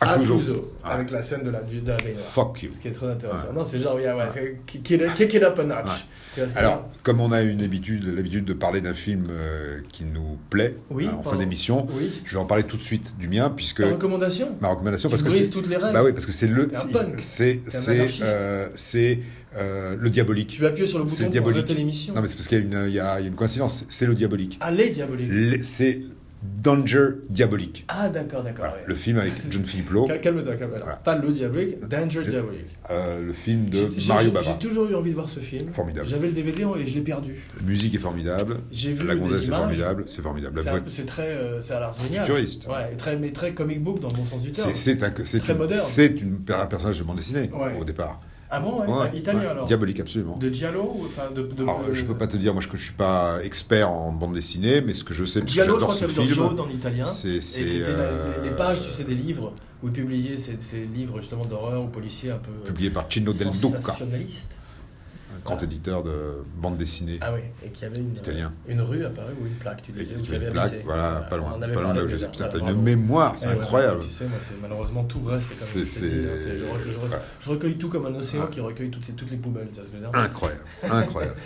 [SPEAKER 1] à
[SPEAKER 2] Akuzo.
[SPEAKER 1] Clouseau,
[SPEAKER 2] Ouais.
[SPEAKER 1] avec la scène de la, du- de la baignoire.
[SPEAKER 2] Fuck you.
[SPEAKER 1] Ce qui est très intéressant. Non, c'est genre, oui, ah ouais, c'est kick it- kick it up a notch. Tu vois ce que
[SPEAKER 2] Alors, comme on a une habitude, l'habitude de parler d'un film euh, qui nous plaît
[SPEAKER 1] Oui,
[SPEAKER 2] hein, en fin
[SPEAKER 1] pardon.
[SPEAKER 2] d'émission,
[SPEAKER 1] je veux dire oui.
[SPEAKER 2] je vais en parler tout de suite du mien, puisque
[SPEAKER 1] Ta recommandation
[SPEAKER 2] ma recommandation, parce
[SPEAKER 1] Tu
[SPEAKER 2] que
[SPEAKER 1] brises
[SPEAKER 2] c'est-
[SPEAKER 1] toutes les règles.
[SPEAKER 2] Bah oui, parce que c'est le,
[SPEAKER 1] T'es un punk.
[SPEAKER 2] c'est,
[SPEAKER 1] T'es un
[SPEAKER 2] c'est,
[SPEAKER 1] anarchiste.
[SPEAKER 2] euh, c'est euh, le diabolique.
[SPEAKER 1] Tu veux appuyer sur le bouton
[SPEAKER 2] C'est
[SPEAKER 1] pour
[SPEAKER 2] diabolique.
[SPEAKER 1] arrêter l'émission.
[SPEAKER 2] Non, mais c'est parce qu'il y a une, il y a- il y a une coïncidence. C'est le diabolique.
[SPEAKER 1] Allez, diabolique.
[SPEAKER 2] Les- C'est Danger Diabolique.
[SPEAKER 1] Ah, d'accord, d'accord.
[SPEAKER 2] Voilà,
[SPEAKER 1] ouais.
[SPEAKER 2] le film avec John Philippe Lowe,
[SPEAKER 1] Cal- Calme-toi, calme-toi.
[SPEAKER 2] Voilà.
[SPEAKER 1] Pas le diabolique, Danger
[SPEAKER 2] J'ai-
[SPEAKER 1] Diabolique.
[SPEAKER 2] euh, le film de
[SPEAKER 1] J'ai- j'ai-
[SPEAKER 2] Mario
[SPEAKER 1] j'ai-
[SPEAKER 2] Baba.
[SPEAKER 1] J'ai toujours eu envie de voir ce film.
[SPEAKER 2] Formidable.
[SPEAKER 1] J'avais le DVD et je l'ai perdu.
[SPEAKER 2] La musique est formidable.
[SPEAKER 1] J'ai vu
[SPEAKER 2] La
[SPEAKER 1] des
[SPEAKER 2] gonzesse est
[SPEAKER 1] images.
[SPEAKER 2] formidable. C'est formidable. La
[SPEAKER 1] C'est un
[SPEAKER 2] voix-
[SPEAKER 1] peu- C'est très, euh, c'est à l'art génial.
[SPEAKER 2] Futuriste.
[SPEAKER 1] Ouais, et très, mais très comic book dans le bon sens du terme.
[SPEAKER 2] C'est c'est un, c'est
[SPEAKER 1] Très
[SPEAKER 2] une-
[SPEAKER 1] moderne.
[SPEAKER 2] c'est une- un personnage de bande dessinée
[SPEAKER 1] Ouais.
[SPEAKER 2] au départ.
[SPEAKER 1] Ah bon, ouais,
[SPEAKER 2] Ouais,
[SPEAKER 1] italien
[SPEAKER 2] ouais.
[SPEAKER 1] alors.
[SPEAKER 2] Diabolique, absolument.
[SPEAKER 1] De Giallo ou enfin de, de-
[SPEAKER 2] Alors,
[SPEAKER 1] de-
[SPEAKER 2] je peux pas te dire, moi, je, je suis pas expert en bande dessinée, mais ce que je sais, parce que
[SPEAKER 1] Giallo, je
[SPEAKER 2] j'adore
[SPEAKER 1] crois que ça
[SPEAKER 2] ce
[SPEAKER 1] veut dire jaune
[SPEAKER 2] film,
[SPEAKER 1] en italien.
[SPEAKER 2] c'est
[SPEAKER 1] Et
[SPEAKER 2] c'est,
[SPEAKER 1] c'était la-
[SPEAKER 2] euh,
[SPEAKER 1] les, les pages, tu sais, des livres où ils publiaient ces, ces livres justement d'horreur ou policiers un peu euh,
[SPEAKER 2] publié par Cino Del Duca,
[SPEAKER 1] sensationnalistes.
[SPEAKER 2] un grand éditeur de bande dessinée.
[SPEAKER 1] Ah oui, et qu'il y avait une, euh,
[SPEAKER 2] Italien.
[SPEAKER 1] une rue apparue ou une plaque, tu
[SPEAKER 2] Et
[SPEAKER 1] disais, où
[SPEAKER 2] qui
[SPEAKER 1] tu
[SPEAKER 2] avait
[SPEAKER 1] avais
[SPEAKER 2] une plaque,
[SPEAKER 1] habité.
[SPEAKER 2] voilà, pas
[SPEAKER 1] on
[SPEAKER 2] loin,
[SPEAKER 1] en
[SPEAKER 2] pas
[SPEAKER 1] avait
[SPEAKER 2] loin de
[SPEAKER 1] parlé
[SPEAKER 2] là où j'ai
[SPEAKER 1] déjà.
[SPEAKER 2] Putain,
[SPEAKER 1] Ouais,
[SPEAKER 2] t'as une
[SPEAKER 1] bravo.
[SPEAKER 2] mémoire, c'est
[SPEAKER 1] Eh ouais,
[SPEAKER 2] incroyable.
[SPEAKER 1] Tu sais, moi, c'est- malheureusement, tout reste.
[SPEAKER 2] C'est-
[SPEAKER 1] comme je t'ai dit, hein, c'est- je, re- je re-
[SPEAKER 2] Ouais.
[SPEAKER 1] je recueille tout comme un océan
[SPEAKER 2] Ouais.
[SPEAKER 1] qui recueille toutes, ces- toutes les poubelles. tu vois ce que je veux dire
[SPEAKER 2] Incroyable, incroyable.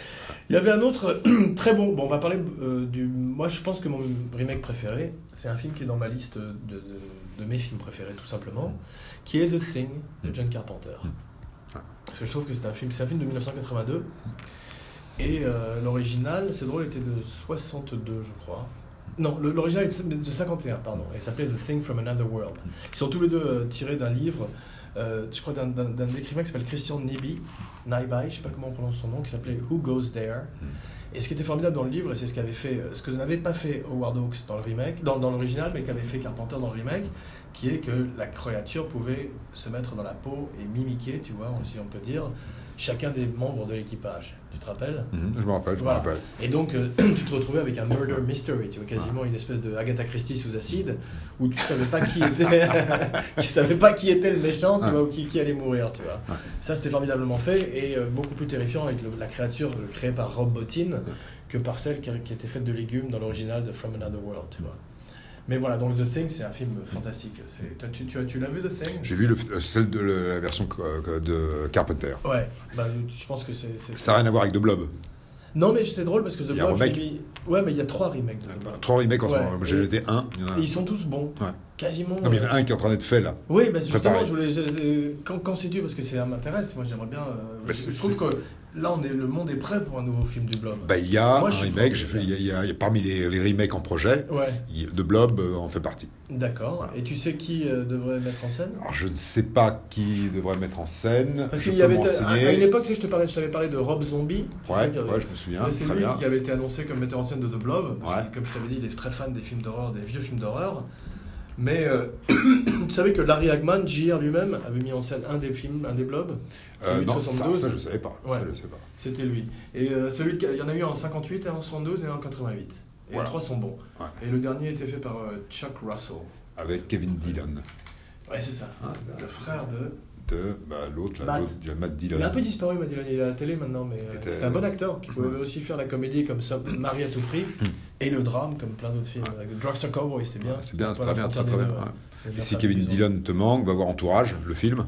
[SPEAKER 1] Il y avait un autre très bon. Bon, on va parler euh, du. Moi, je pense que mon remake préféré, c'est un film qui est dans ma liste de, de- de mes films préférés, tout simplement, qui est The Thing de John Carpenter. Parce que je trouve que c'est un film, c'est un film de 1982. Et euh, l'original, c'est drôle, était de 62, je crois. Non, le- l'original est de 51, pardon. Et s'appelait The Thing from Another World. Ils sont tous les deux euh, tirés d'un livre, euh, je crois, d'un- d'un d'un écrivain qui s'appelle Christian Nibi, Naibai, je sais pas comment on prononce son nom, qui s'appelait Who Goes There. Et ce qui était formidable dans le livre, et c'est ce qu'avait fait, euh, ce que n'avait pas fait Howard Hawks dans le remake, dans, dans l'original, mais qu'avait fait Carpenter dans le remake, qui est que la créature pouvait se mettre dans la peau et mimiquer, tu vois, si on peut dire, chacun des membres de l'équipage. Tu te rappelles
[SPEAKER 2] Mhm, je me rappelle, je
[SPEAKER 1] Voilà.
[SPEAKER 2] me rappelle.
[SPEAKER 1] Et donc, euh, tu te retrouvais avec un murder mystery, tu vois, quasiment une espèce de Agatha Christie sous acide, où tu savais pas qui était, tu savais pas qui était le méchant, tu
[SPEAKER 2] Ouais.
[SPEAKER 1] vois, ou qui, qui allait mourir, tu vois.
[SPEAKER 2] Ouais.
[SPEAKER 1] Ça, c'était formidablement fait et euh, beaucoup plus terrifiant avec le- la créature créée par Rob Bottin que par celle qui, qui était faite de légumes dans l'original de From Another World, tu vois. Mais voilà, donc The Thing, c'est un film fantastique. C'est- toi, tu, tu as- tu l'as vu, The Thing
[SPEAKER 2] J'ai vu le- euh, celle de la version euh, de Carpenter.
[SPEAKER 1] Ouais, bah, je pense que c'est... c'est-
[SPEAKER 2] Ça n'a rien à voir avec The Blob.
[SPEAKER 1] Non, mais c'est drôle parce que The
[SPEAKER 2] Il y a un
[SPEAKER 1] Blob, je
[SPEAKER 2] remake.
[SPEAKER 1] l'ai mis- Ouais, mais il y a trois remakes. de The Blob.
[SPEAKER 2] Trois remakes en ce
[SPEAKER 1] Ouais.
[SPEAKER 2] moment. J'ai
[SPEAKER 1] Et-
[SPEAKER 2] noté un. Il y en a un.
[SPEAKER 1] Et ils sont tous bons.
[SPEAKER 2] Ouais.
[SPEAKER 1] Quasiment.
[SPEAKER 2] Non, mais il y
[SPEAKER 1] euh,
[SPEAKER 2] en a un qui est en train d'être fait là.
[SPEAKER 1] Oui, bah justement,
[SPEAKER 2] Préparé.
[SPEAKER 1] je voulais, je- euh, quand, quand c'est tu Parce que ça m'intéresse, moi j'aimerais bien... euh,
[SPEAKER 2] Bah,
[SPEAKER 1] je
[SPEAKER 2] c'est-
[SPEAKER 1] je trouve que là, on est, le monde est prêt pour un nouveau film du Blob.
[SPEAKER 2] Bah, il y a
[SPEAKER 1] Moi,
[SPEAKER 2] un
[SPEAKER 1] je suis
[SPEAKER 2] remake,
[SPEAKER 1] content
[SPEAKER 2] j'ai
[SPEAKER 1] de
[SPEAKER 2] fait-
[SPEAKER 1] le
[SPEAKER 2] il y a, il y a- il y a parmi les, les remakes en projet,
[SPEAKER 1] Ouais,
[SPEAKER 2] il- The Blob euh, en fait partie.
[SPEAKER 1] d'accord.
[SPEAKER 2] Voilà.
[SPEAKER 1] Et tu sais qui euh, devrait mettre en scène
[SPEAKER 2] Alors je ne sais pas qui devrait le mettre en scène,
[SPEAKER 1] Parce
[SPEAKER 2] je
[SPEAKER 1] qu'il y
[SPEAKER 2] peux
[SPEAKER 1] avait...
[SPEAKER 2] m'en
[SPEAKER 1] À, à une
[SPEAKER 2] renseigner.
[SPEAKER 1] époque, tu sais, je te parlais, je t'avais parlé de Rob Zombie. tu sais,
[SPEAKER 2] Ouais,
[SPEAKER 1] qui avait-
[SPEAKER 2] ouais, je me souviens,
[SPEAKER 1] c'est
[SPEAKER 2] très
[SPEAKER 1] lui
[SPEAKER 2] bien.
[SPEAKER 1] qui avait été annoncé comme metteur en scène de The Blob. parce
[SPEAKER 2] Ouais.
[SPEAKER 1] que, comme je t'avais dit, il est très fan des films d'horreur, des vieux films d'horreur. Mais euh, tu savais que Larry Hagman, JR lui-même, avait mis en scène un des films, un des Blobs.
[SPEAKER 2] Euh,
[SPEAKER 1] celui de
[SPEAKER 2] non, ça,
[SPEAKER 1] 72.
[SPEAKER 2] ça je ne savais pas.
[SPEAKER 1] Ouais.
[SPEAKER 2] Ça, je savais pas.
[SPEAKER 1] C'était lui. Et euh, celui de- il y en a eu en 58, un en 72 et un en 88. Et
[SPEAKER 2] Voilà.
[SPEAKER 1] les trois sont bons.
[SPEAKER 2] Ouais.
[SPEAKER 1] Et le dernier était fait par euh, Chuck Russell.
[SPEAKER 2] Avec Kevin Dillon,
[SPEAKER 1] Ouais, c'est ça.
[SPEAKER 2] Ah,
[SPEAKER 1] le frère de.
[SPEAKER 2] de bah, l'autre, là,
[SPEAKER 1] Matt.
[SPEAKER 2] l'autre, de Matt Dillon.
[SPEAKER 1] Il a un peu disparu, Matt Dillon. Il est à la télé maintenant, mais euh,
[SPEAKER 2] Était-
[SPEAKER 1] c'était un bon acteur qui pouvait aussi faire la comédie comme ça, Marie à tout prix, et le drame comme plein d'autres films. Avec Drugstore Cowboy, c'était bien.
[SPEAKER 2] Hmm. Ouais, c'est bien, c'est
[SPEAKER 1] Voilà,
[SPEAKER 2] très bien,
[SPEAKER 1] Frontier
[SPEAKER 2] très, très
[SPEAKER 1] des
[SPEAKER 2] bien.
[SPEAKER 1] Deux,
[SPEAKER 2] ouais.
[SPEAKER 1] ouais.
[SPEAKER 2] Et si Kevin Dillon te manque, va voir Entourage, le film.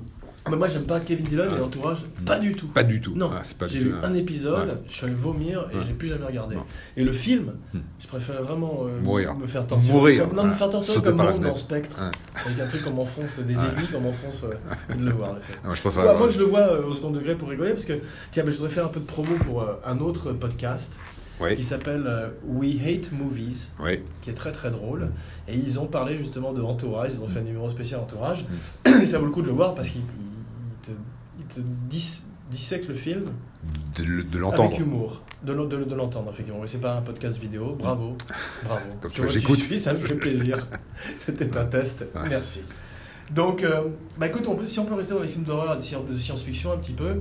[SPEAKER 1] Mais moi, j'aime pas Kevin Dillon et l'entourage, pas du tout.
[SPEAKER 2] Hmm. Pas du tout.
[SPEAKER 1] Non,
[SPEAKER 2] Ah, c'est pas
[SPEAKER 1] j'ai
[SPEAKER 2] du
[SPEAKER 1] vu
[SPEAKER 2] tout.
[SPEAKER 1] un épisode,
[SPEAKER 2] Ouais.
[SPEAKER 1] je suis allé vomir et
[SPEAKER 2] Ouais.
[SPEAKER 1] je l'ai plus jamais regardé.
[SPEAKER 2] Non.
[SPEAKER 1] Et le film,
[SPEAKER 2] Hmm.
[SPEAKER 1] je préfère vraiment euh,
[SPEAKER 2] Mourir.
[SPEAKER 1] me faire torturer.
[SPEAKER 2] Mourir,
[SPEAKER 1] Comme, non,
[SPEAKER 2] voilà.
[SPEAKER 1] me faire torturer
[SPEAKER 2] Sauter
[SPEAKER 1] comme
[SPEAKER 2] par la
[SPEAKER 1] on dans
[SPEAKER 2] fenêtre.
[SPEAKER 1] Spectre.
[SPEAKER 2] Ouais.
[SPEAKER 1] Avec un truc comme on fonce des aiguilles, comme on fonce euh, de le voir. le film.
[SPEAKER 2] Ah, moi, je
[SPEAKER 1] Ouais,
[SPEAKER 2] préfère.
[SPEAKER 1] moi, je le vois euh, au second degré pour rigoler parce que tiens, mais je voudrais faire un peu de promo pour euh, un autre podcast
[SPEAKER 2] Ouais.
[SPEAKER 1] qui s'appelle euh, We Hate Movies
[SPEAKER 2] Ouais.
[SPEAKER 1] qui est très très drôle.
[SPEAKER 2] Hmm.
[SPEAKER 1] Et ils ont parlé justement de Entourage, ils ont fait un numéro spécial Entourage.
[SPEAKER 2] Hmm.
[SPEAKER 1] Et ça vaut le coup de le voir parce qu'ils ils te, ils te dis- dissèquent le film
[SPEAKER 2] De, le- de
[SPEAKER 1] avec
[SPEAKER 2] l'entendre.
[SPEAKER 1] humour. De, l'en- de, de l'entendre, effectivement. Mais c'est pas un podcast vidéo. Bravo. Bravo.
[SPEAKER 2] Comme
[SPEAKER 1] Tu
[SPEAKER 2] ça,
[SPEAKER 1] vois, tu
[SPEAKER 2] j'écoute.
[SPEAKER 1] suis, ça me fait plaisir. C'était un test.
[SPEAKER 2] Ouais.
[SPEAKER 1] Merci. Donc, euh, bah écoute, on peut, si on peut rester dans les films d'horreur et de sci- de science-fiction un petit peu,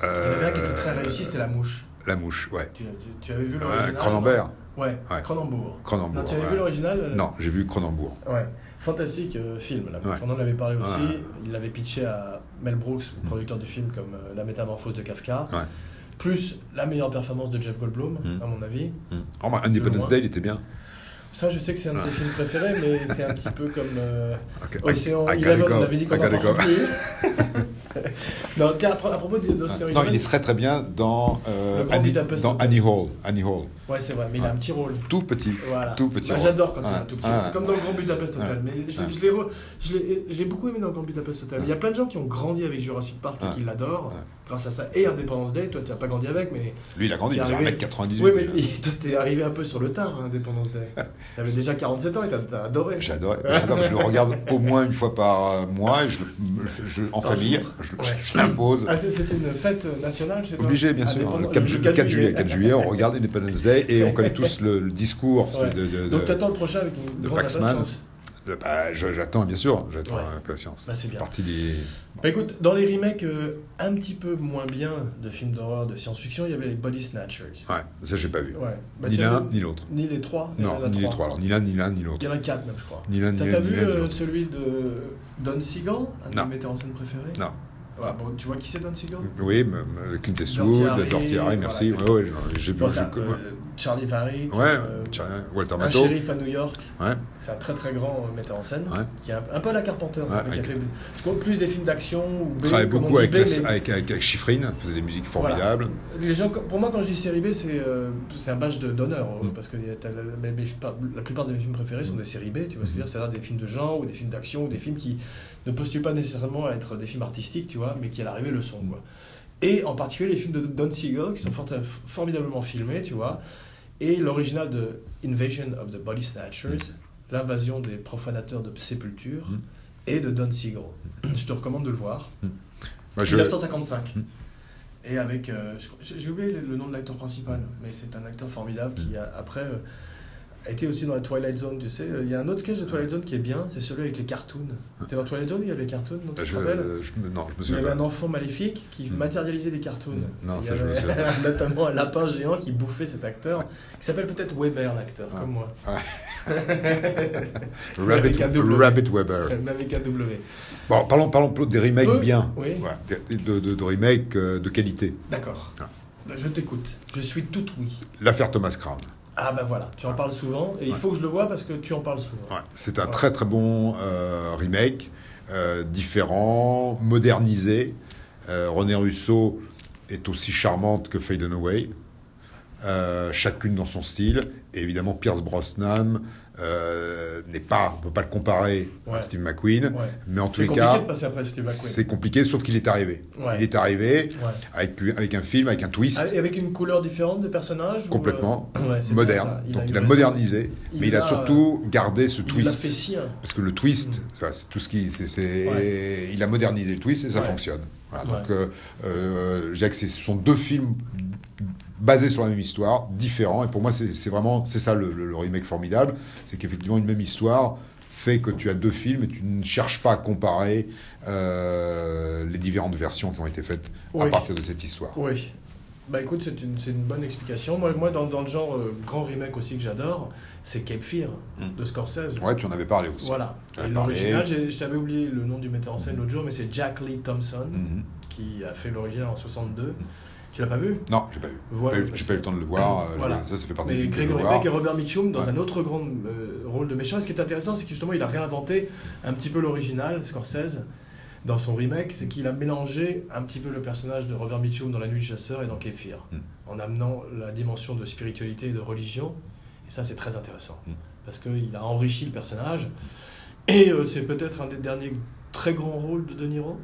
[SPEAKER 1] il y en avait un qui était très réussi, c'était La Mouche.
[SPEAKER 2] Euh, La mouche, ouais.
[SPEAKER 1] Tu, tu- tu avais vu
[SPEAKER 2] Euh,
[SPEAKER 1] l'original
[SPEAKER 2] Cronenberg.
[SPEAKER 1] non Ouais,
[SPEAKER 2] Ouais.
[SPEAKER 1] Cronenbourg. Non,
[SPEAKER 2] Cronenbourg.
[SPEAKER 1] tu avais
[SPEAKER 2] ouais.
[SPEAKER 1] vu l'original euh,
[SPEAKER 2] Non, j'ai vu Cronenbourg.
[SPEAKER 1] Ouais. Fantastique euh, film, La Mouche.
[SPEAKER 2] Ouais.
[SPEAKER 1] On en avait parlé aussi.
[SPEAKER 2] Ouais.
[SPEAKER 1] Il l'avait pitché à Mel Brooks, producteur du film, comme euh, La Métamorphose de Kafka.
[SPEAKER 2] Ouais.
[SPEAKER 1] Plus la meilleure performance de Jeff Goldblum,
[SPEAKER 2] Mm.
[SPEAKER 1] à mon avis.
[SPEAKER 2] Hmm. Oh, bah, Independence
[SPEAKER 1] loin.
[SPEAKER 2] Day, il était bien.
[SPEAKER 1] Ça, je sais que c'est un
[SPEAKER 2] Ah.
[SPEAKER 1] de tes films préférés, mais c'est un petit peu comme euh,
[SPEAKER 2] Ok, Ah, I-
[SPEAKER 1] Océan.
[SPEAKER 2] I
[SPEAKER 1] Il
[SPEAKER 2] gotta
[SPEAKER 1] avait,
[SPEAKER 2] go,
[SPEAKER 1] on avait dit qu'on
[SPEAKER 2] I gotta
[SPEAKER 1] en
[SPEAKER 2] go.
[SPEAKER 1] parlait. Non, tiens, à pro- à propos de- d'Océan
[SPEAKER 2] Ah, Non, il
[SPEAKER 1] Eleven-
[SPEAKER 2] est très très bien dans, euh,
[SPEAKER 1] Le Grand
[SPEAKER 2] Annie,
[SPEAKER 1] Budapest
[SPEAKER 2] dans
[SPEAKER 1] Hotel.
[SPEAKER 2] Annie Hall. Annie Hall.
[SPEAKER 1] Ouais, c'est vrai, mais il a un petit rôle.
[SPEAKER 2] Tout petit.
[SPEAKER 1] Voilà.
[SPEAKER 2] Ah. Tout petit
[SPEAKER 1] Bah,
[SPEAKER 2] rôle.
[SPEAKER 1] J'adore quand il a
[SPEAKER 2] Ah,
[SPEAKER 1] un tout petit
[SPEAKER 2] ah,
[SPEAKER 1] rôle, Comme dans le Grand Budapest Hotel.
[SPEAKER 2] ah,
[SPEAKER 1] mais je,
[SPEAKER 2] ah.
[SPEAKER 1] je l'ai re- je l'ai- je l'ai beaucoup aimé dans le Grand Budapest Hotel. Il y a plein de gens qui ont grandi avec Jurassic Park
[SPEAKER 2] Ah.
[SPEAKER 1] et qui l'adorent
[SPEAKER 2] Ah.
[SPEAKER 1] grâce à ça. Et Independence Day, toi tu n'as pas grandi avec, mais.
[SPEAKER 2] Lui, il a grandi,
[SPEAKER 1] Qui est
[SPEAKER 2] il faisait
[SPEAKER 1] arrivé-
[SPEAKER 2] 1m98.
[SPEAKER 1] oui, mais
[SPEAKER 2] déjà.
[SPEAKER 1] lui, toi t'es arrivé un peu sur le tard, hein, Independence Day. T'avais déjà 47 ans et t'as- t'as adoré.
[SPEAKER 2] J'adorais. J'adore. je le regarde au moins une fois par euh, mois et je, le- je- en
[SPEAKER 1] Par
[SPEAKER 2] famille,
[SPEAKER 1] jour.
[SPEAKER 2] je,
[SPEAKER 1] Ouais.
[SPEAKER 2] je l'impose.
[SPEAKER 1] Ah, c'est c'est une fête nationale Ah, chez toi
[SPEAKER 2] Obligé, bien sûr.
[SPEAKER 1] Indépendance-
[SPEAKER 2] Le 4, ju- le 4 juillet, 4 juillet, on regarde Independence Day et on connaît tous le, le discours.
[SPEAKER 1] Ouais.
[SPEAKER 2] de- de- de-
[SPEAKER 1] Donc t'attends le prochain avec une
[SPEAKER 2] de
[SPEAKER 1] grande
[SPEAKER 2] Paxman.
[SPEAKER 1] impatience.
[SPEAKER 2] de- bah, je- j'attends, bien sûr. J'attends
[SPEAKER 1] Ouais.
[SPEAKER 2] avec patience.
[SPEAKER 1] Bah, c'est bien.
[SPEAKER 2] Partie des.
[SPEAKER 1] Bah écoute, dans les remakes euh, un petit peu moins bien de films d'horreur, de science-fiction, il y avait les Body Snatchers.
[SPEAKER 2] Ouais, ça, j'ai pas vu.
[SPEAKER 1] Ouais. Bah,
[SPEAKER 2] ni
[SPEAKER 1] tu as
[SPEAKER 2] l'un,
[SPEAKER 1] vu
[SPEAKER 2] ni l'autre.
[SPEAKER 1] Ni les trois il y en a
[SPEAKER 2] Non, ni les
[SPEAKER 1] trois.
[SPEAKER 2] trois. Alors, ni l'un, ni l'un, ni
[SPEAKER 1] Il y
[SPEAKER 2] l'autre.
[SPEAKER 1] en a quatre, même, je crois.
[SPEAKER 2] Ni l'un, ni
[SPEAKER 1] T'as
[SPEAKER 2] l'un,
[SPEAKER 1] pas
[SPEAKER 2] ni
[SPEAKER 1] vu
[SPEAKER 2] l'un, ni
[SPEAKER 1] euh,
[SPEAKER 2] l'autre.
[SPEAKER 1] celui de Don Siegel, un de
[SPEAKER 2] Non.
[SPEAKER 1] mes metteurs en scène préférés
[SPEAKER 2] Non.
[SPEAKER 1] Ah, bon, tu vois qui c'est Don Siegel
[SPEAKER 2] Oui, m- m- Clint
[SPEAKER 1] Dirty
[SPEAKER 2] Eastwood,
[SPEAKER 1] Harry,
[SPEAKER 2] Dirty Harry, merci.
[SPEAKER 1] voilà.
[SPEAKER 2] Ouais, ouais, j'ai vu.
[SPEAKER 1] Bon,
[SPEAKER 2] j'ai-
[SPEAKER 1] ça,
[SPEAKER 2] ouais.
[SPEAKER 1] euh, Charlie Varick,
[SPEAKER 2] Ouais,
[SPEAKER 1] euh,
[SPEAKER 2] tiens, Walter
[SPEAKER 1] un
[SPEAKER 2] Matthau.
[SPEAKER 1] shérif à New York.
[SPEAKER 2] Ouais.
[SPEAKER 1] C'est un très très grand euh, metteur en scène,
[SPEAKER 2] Ouais.
[SPEAKER 1] qui est un, un peu à la Carpenter.
[SPEAKER 2] Ouais,
[SPEAKER 1] mais qui a
[SPEAKER 2] avec-
[SPEAKER 1] fait- parce qu'en plus des films d'action ou B,
[SPEAKER 2] Il travaillait
[SPEAKER 1] comme on
[SPEAKER 2] beaucoup
[SPEAKER 1] dit
[SPEAKER 2] avec,
[SPEAKER 1] B,
[SPEAKER 2] la-
[SPEAKER 1] mais
[SPEAKER 2] avec, avec, avec Schifrin, il faisait des musiques
[SPEAKER 1] Voilà.
[SPEAKER 2] formidables.
[SPEAKER 1] les gens, pour moi, quand je dis série B, c'est euh, c'est un badge de- d'honneur. euh,
[SPEAKER 2] Mm.
[SPEAKER 1] Parce que y a- t'as la, mais- mais pas- la plupart de mes films préférés sont des séries B, tu vois ce que je veux dire C'est-à-dire des films de genre ou des films d'action ou des films qui ne postulent pas nécessairement à être des films artistiques, tu vois, mais qui à l'arrivée le sont. quoi. Et en particulier les films de Don Siegel qui sont fort- euh, formidablement filmés, tu vois. Et l'original de Invasion of the Body Snatchers, l'invasion des profanateurs de sépulture,
[SPEAKER 2] Mm. Bah,
[SPEAKER 1] et de Don Siegel. Je te recommande de le voir.
[SPEAKER 2] Moi, je,
[SPEAKER 1] 1955. Et avec. euh, J'ai j'ai oublié le, le nom de l'acteur principal, mais c'est un acteur formidable
[SPEAKER 2] Hmm.
[SPEAKER 1] qui, a- après, euh, a été aussi dans la Twilight Zone, tu sais. Euh, Il y a un autre sketch de Twilight Zone qui est bien, c'est celui avec les cartoons. C'était dans Twilight Zone, il y avait les cartoons, non, tu te
[SPEAKER 2] Ah, Je,
[SPEAKER 1] rappelles
[SPEAKER 2] je me- non, je me
[SPEAKER 1] Il y
[SPEAKER 2] souviens
[SPEAKER 1] avait
[SPEAKER 2] pas.
[SPEAKER 1] un enfant maléfique qui
[SPEAKER 2] Mm.
[SPEAKER 1] matérialisait des cartoons.
[SPEAKER 2] Mm. Non,
[SPEAKER 1] Il y
[SPEAKER 2] ça, je me
[SPEAKER 1] avait
[SPEAKER 2] souviens
[SPEAKER 1] Notamment un lapin géant qui bouffait cet acteur, qui s'appelle peut-être Weber, l'acteur,
[SPEAKER 2] Ah.
[SPEAKER 1] comme moi.
[SPEAKER 2] Rabbit,
[SPEAKER 1] Avec un double.
[SPEAKER 2] Rabbit Weber.
[SPEAKER 1] Même avec un W.
[SPEAKER 2] Bon, parlons, parlons plutôt des remakes
[SPEAKER 1] Eux,
[SPEAKER 2] bien.
[SPEAKER 1] oui.
[SPEAKER 2] Voilà, des- de, de- de remakes euh, de qualité.
[SPEAKER 1] D'accord.
[SPEAKER 2] Ah.
[SPEAKER 1] Ben, Je t'écoute. Je suis tout oui.
[SPEAKER 2] L'affaire Thomas Crown.
[SPEAKER 1] Ah bah voilà, tu en parles souvent et il
[SPEAKER 2] Ouais.
[SPEAKER 1] faut que je le vois parce que tu en parles souvent.
[SPEAKER 2] Ouais, c'est un
[SPEAKER 1] Ouais.
[SPEAKER 2] très très bon euh, remake, euh, différent, modernisé. Euh, René Russo est aussi charmante que Faye Dunaway, euh, chacune dans son style. Et évidemment, Pierce Brosnan euh, n'est pas, on peut pas le comparer à
[SPEAKER 1] Ouais.
[SPEAKER 2] Steve McQueen,
[SPEAKER 1] Ouais.
[SPEAKER 2] mais en tous
[SPEAKER 1] C'est
[SPEAKER 2] les
[SPEAKER 1] compliqué
[SPEAKER 2] cas,
[SPEAKER 1] de passer après Steve McQueen.
[SPEAKER 2] c'est compliqué, sauf qu'il est arrivé.
[SPEAKER 1] Ouais.
[SPEAKER 2] Il est arrivé
[SPEAKER 1] Ouais.
[SPEAKER 2] avec, avec un film, avec un twist.
[SPEAKER 1] Ah, et Avec une couleur différente de personnage ou,
[SPEAKER 2] Complètement
[SPEAKER 1] euh, ouais, c'est bien
[SPEAKER 2] moderne.
[SPEAKER 1] ça.
[SPEAKER 2] Donc il
[SPEAKER 1] une
[SPEAKER 2] a
[SPEAKER 1] vraie-
[SPEAKER 2] modernisé,
[SPEAKER 1] il
[SPEAKER 2] mais il a
[SPEAKER 1] a, euh,
[SPEAKER 2] surtout gardé ce
[SPEAKER 1] Il l'a
[SPEAKER 2] twist.
[SPEAKER 1] fait hein. sien.
[SPEAKER 2] Parce que le twist, voilà, c'est tout ce qui. c'est- c'est- Il a modernisé le twist et ça
[SPEAKER 1] Ouais.
[SPEAKER 2] fonctionne. Voilà,
[SPEAKER 1] Ouais.
[SPEAKER 2] Donc, euh, euh, je dirais que c'est- ce sont deux films basés sur la même histoire, différents. Et pour moi, c'est c'est vraiment. C'est ça le, le- le remake formidable. C'est qu'effectivement, une même histoire fait que tu as deux films et tu ne cherches pas à comparer euh, les différentes versions qui ont été faites à
[SPEAKER 1] Oui.
[SPEAKER 2] partir de cette histoire.
[SPEAKER 1] Oui. Bah écoute, c'est une, c'est une bonne explication. Moi, moi dans, dans le genre euh, grand remake aussi que j'adore, c'est Cape Fear
[SPEAKER 2] Mm.
[SPEAKER 1] de Scorsese.
[SPEAKER 2] Ouais, tu en avais parlé aussi.
[SPEAKER 1] Voilà.
[SPEAKER 2] On a
[SPEAKER 1] Et
[SPEAKER 2] parlé.
[SPEAKER 1] l'original, j'ai- je t'avais oublié le nom du metteur en
[SPEAKER 2] Mm.
[SPEAKER 1] scène l'autre jour, mais c'est Jack Lee Thompson
[SPEAKER 2] Mhm.
[SPEAKER 1] qui a fait l'original en 62. Tu l'as pas vu
[SPEAKER 2] Non, j'ai pas eu.
[SPEAKER 1] Voilà.
[SPEAKER 2] J'ai pas eu- J'ai pas eu le temps de le voir. euh,
[SPEAKER 1] Voilà.
[SPEAKER 2] Ça, ça fait partie
[SPEAKER 1] Mais
[SPEAKER 2] du
[SPEAKER 1] Gregory
[SPEAKER 2] devoir.
[SPEAKER 1] Peck et Robert Mitchum dans
[SPEAKER 2] Ouais.
[SPEAKER 1] un autre grand euh, rôle de méchant. Et ce qui est intéressant, c'est que justement, il a réinventé un petit peu l'original, Scorsese, dans son remake. C'est qu'il a mélangé un petit peu le personnage de Robert Mitchum dans La Nuit du Chasseur et dans Cape Fear,
[SPEAKER 2] Mm.
[SPEAKER 1] en amenant la dimension de spiritualité et de religion. Et ça, c'est très intéressant,
[SPEAKER 2] Mm.
[SPEAKER 1] parce qu'il a enrichi le personnage. Et euh, c'est peut-être un des derniers très grands rôles de De Niro.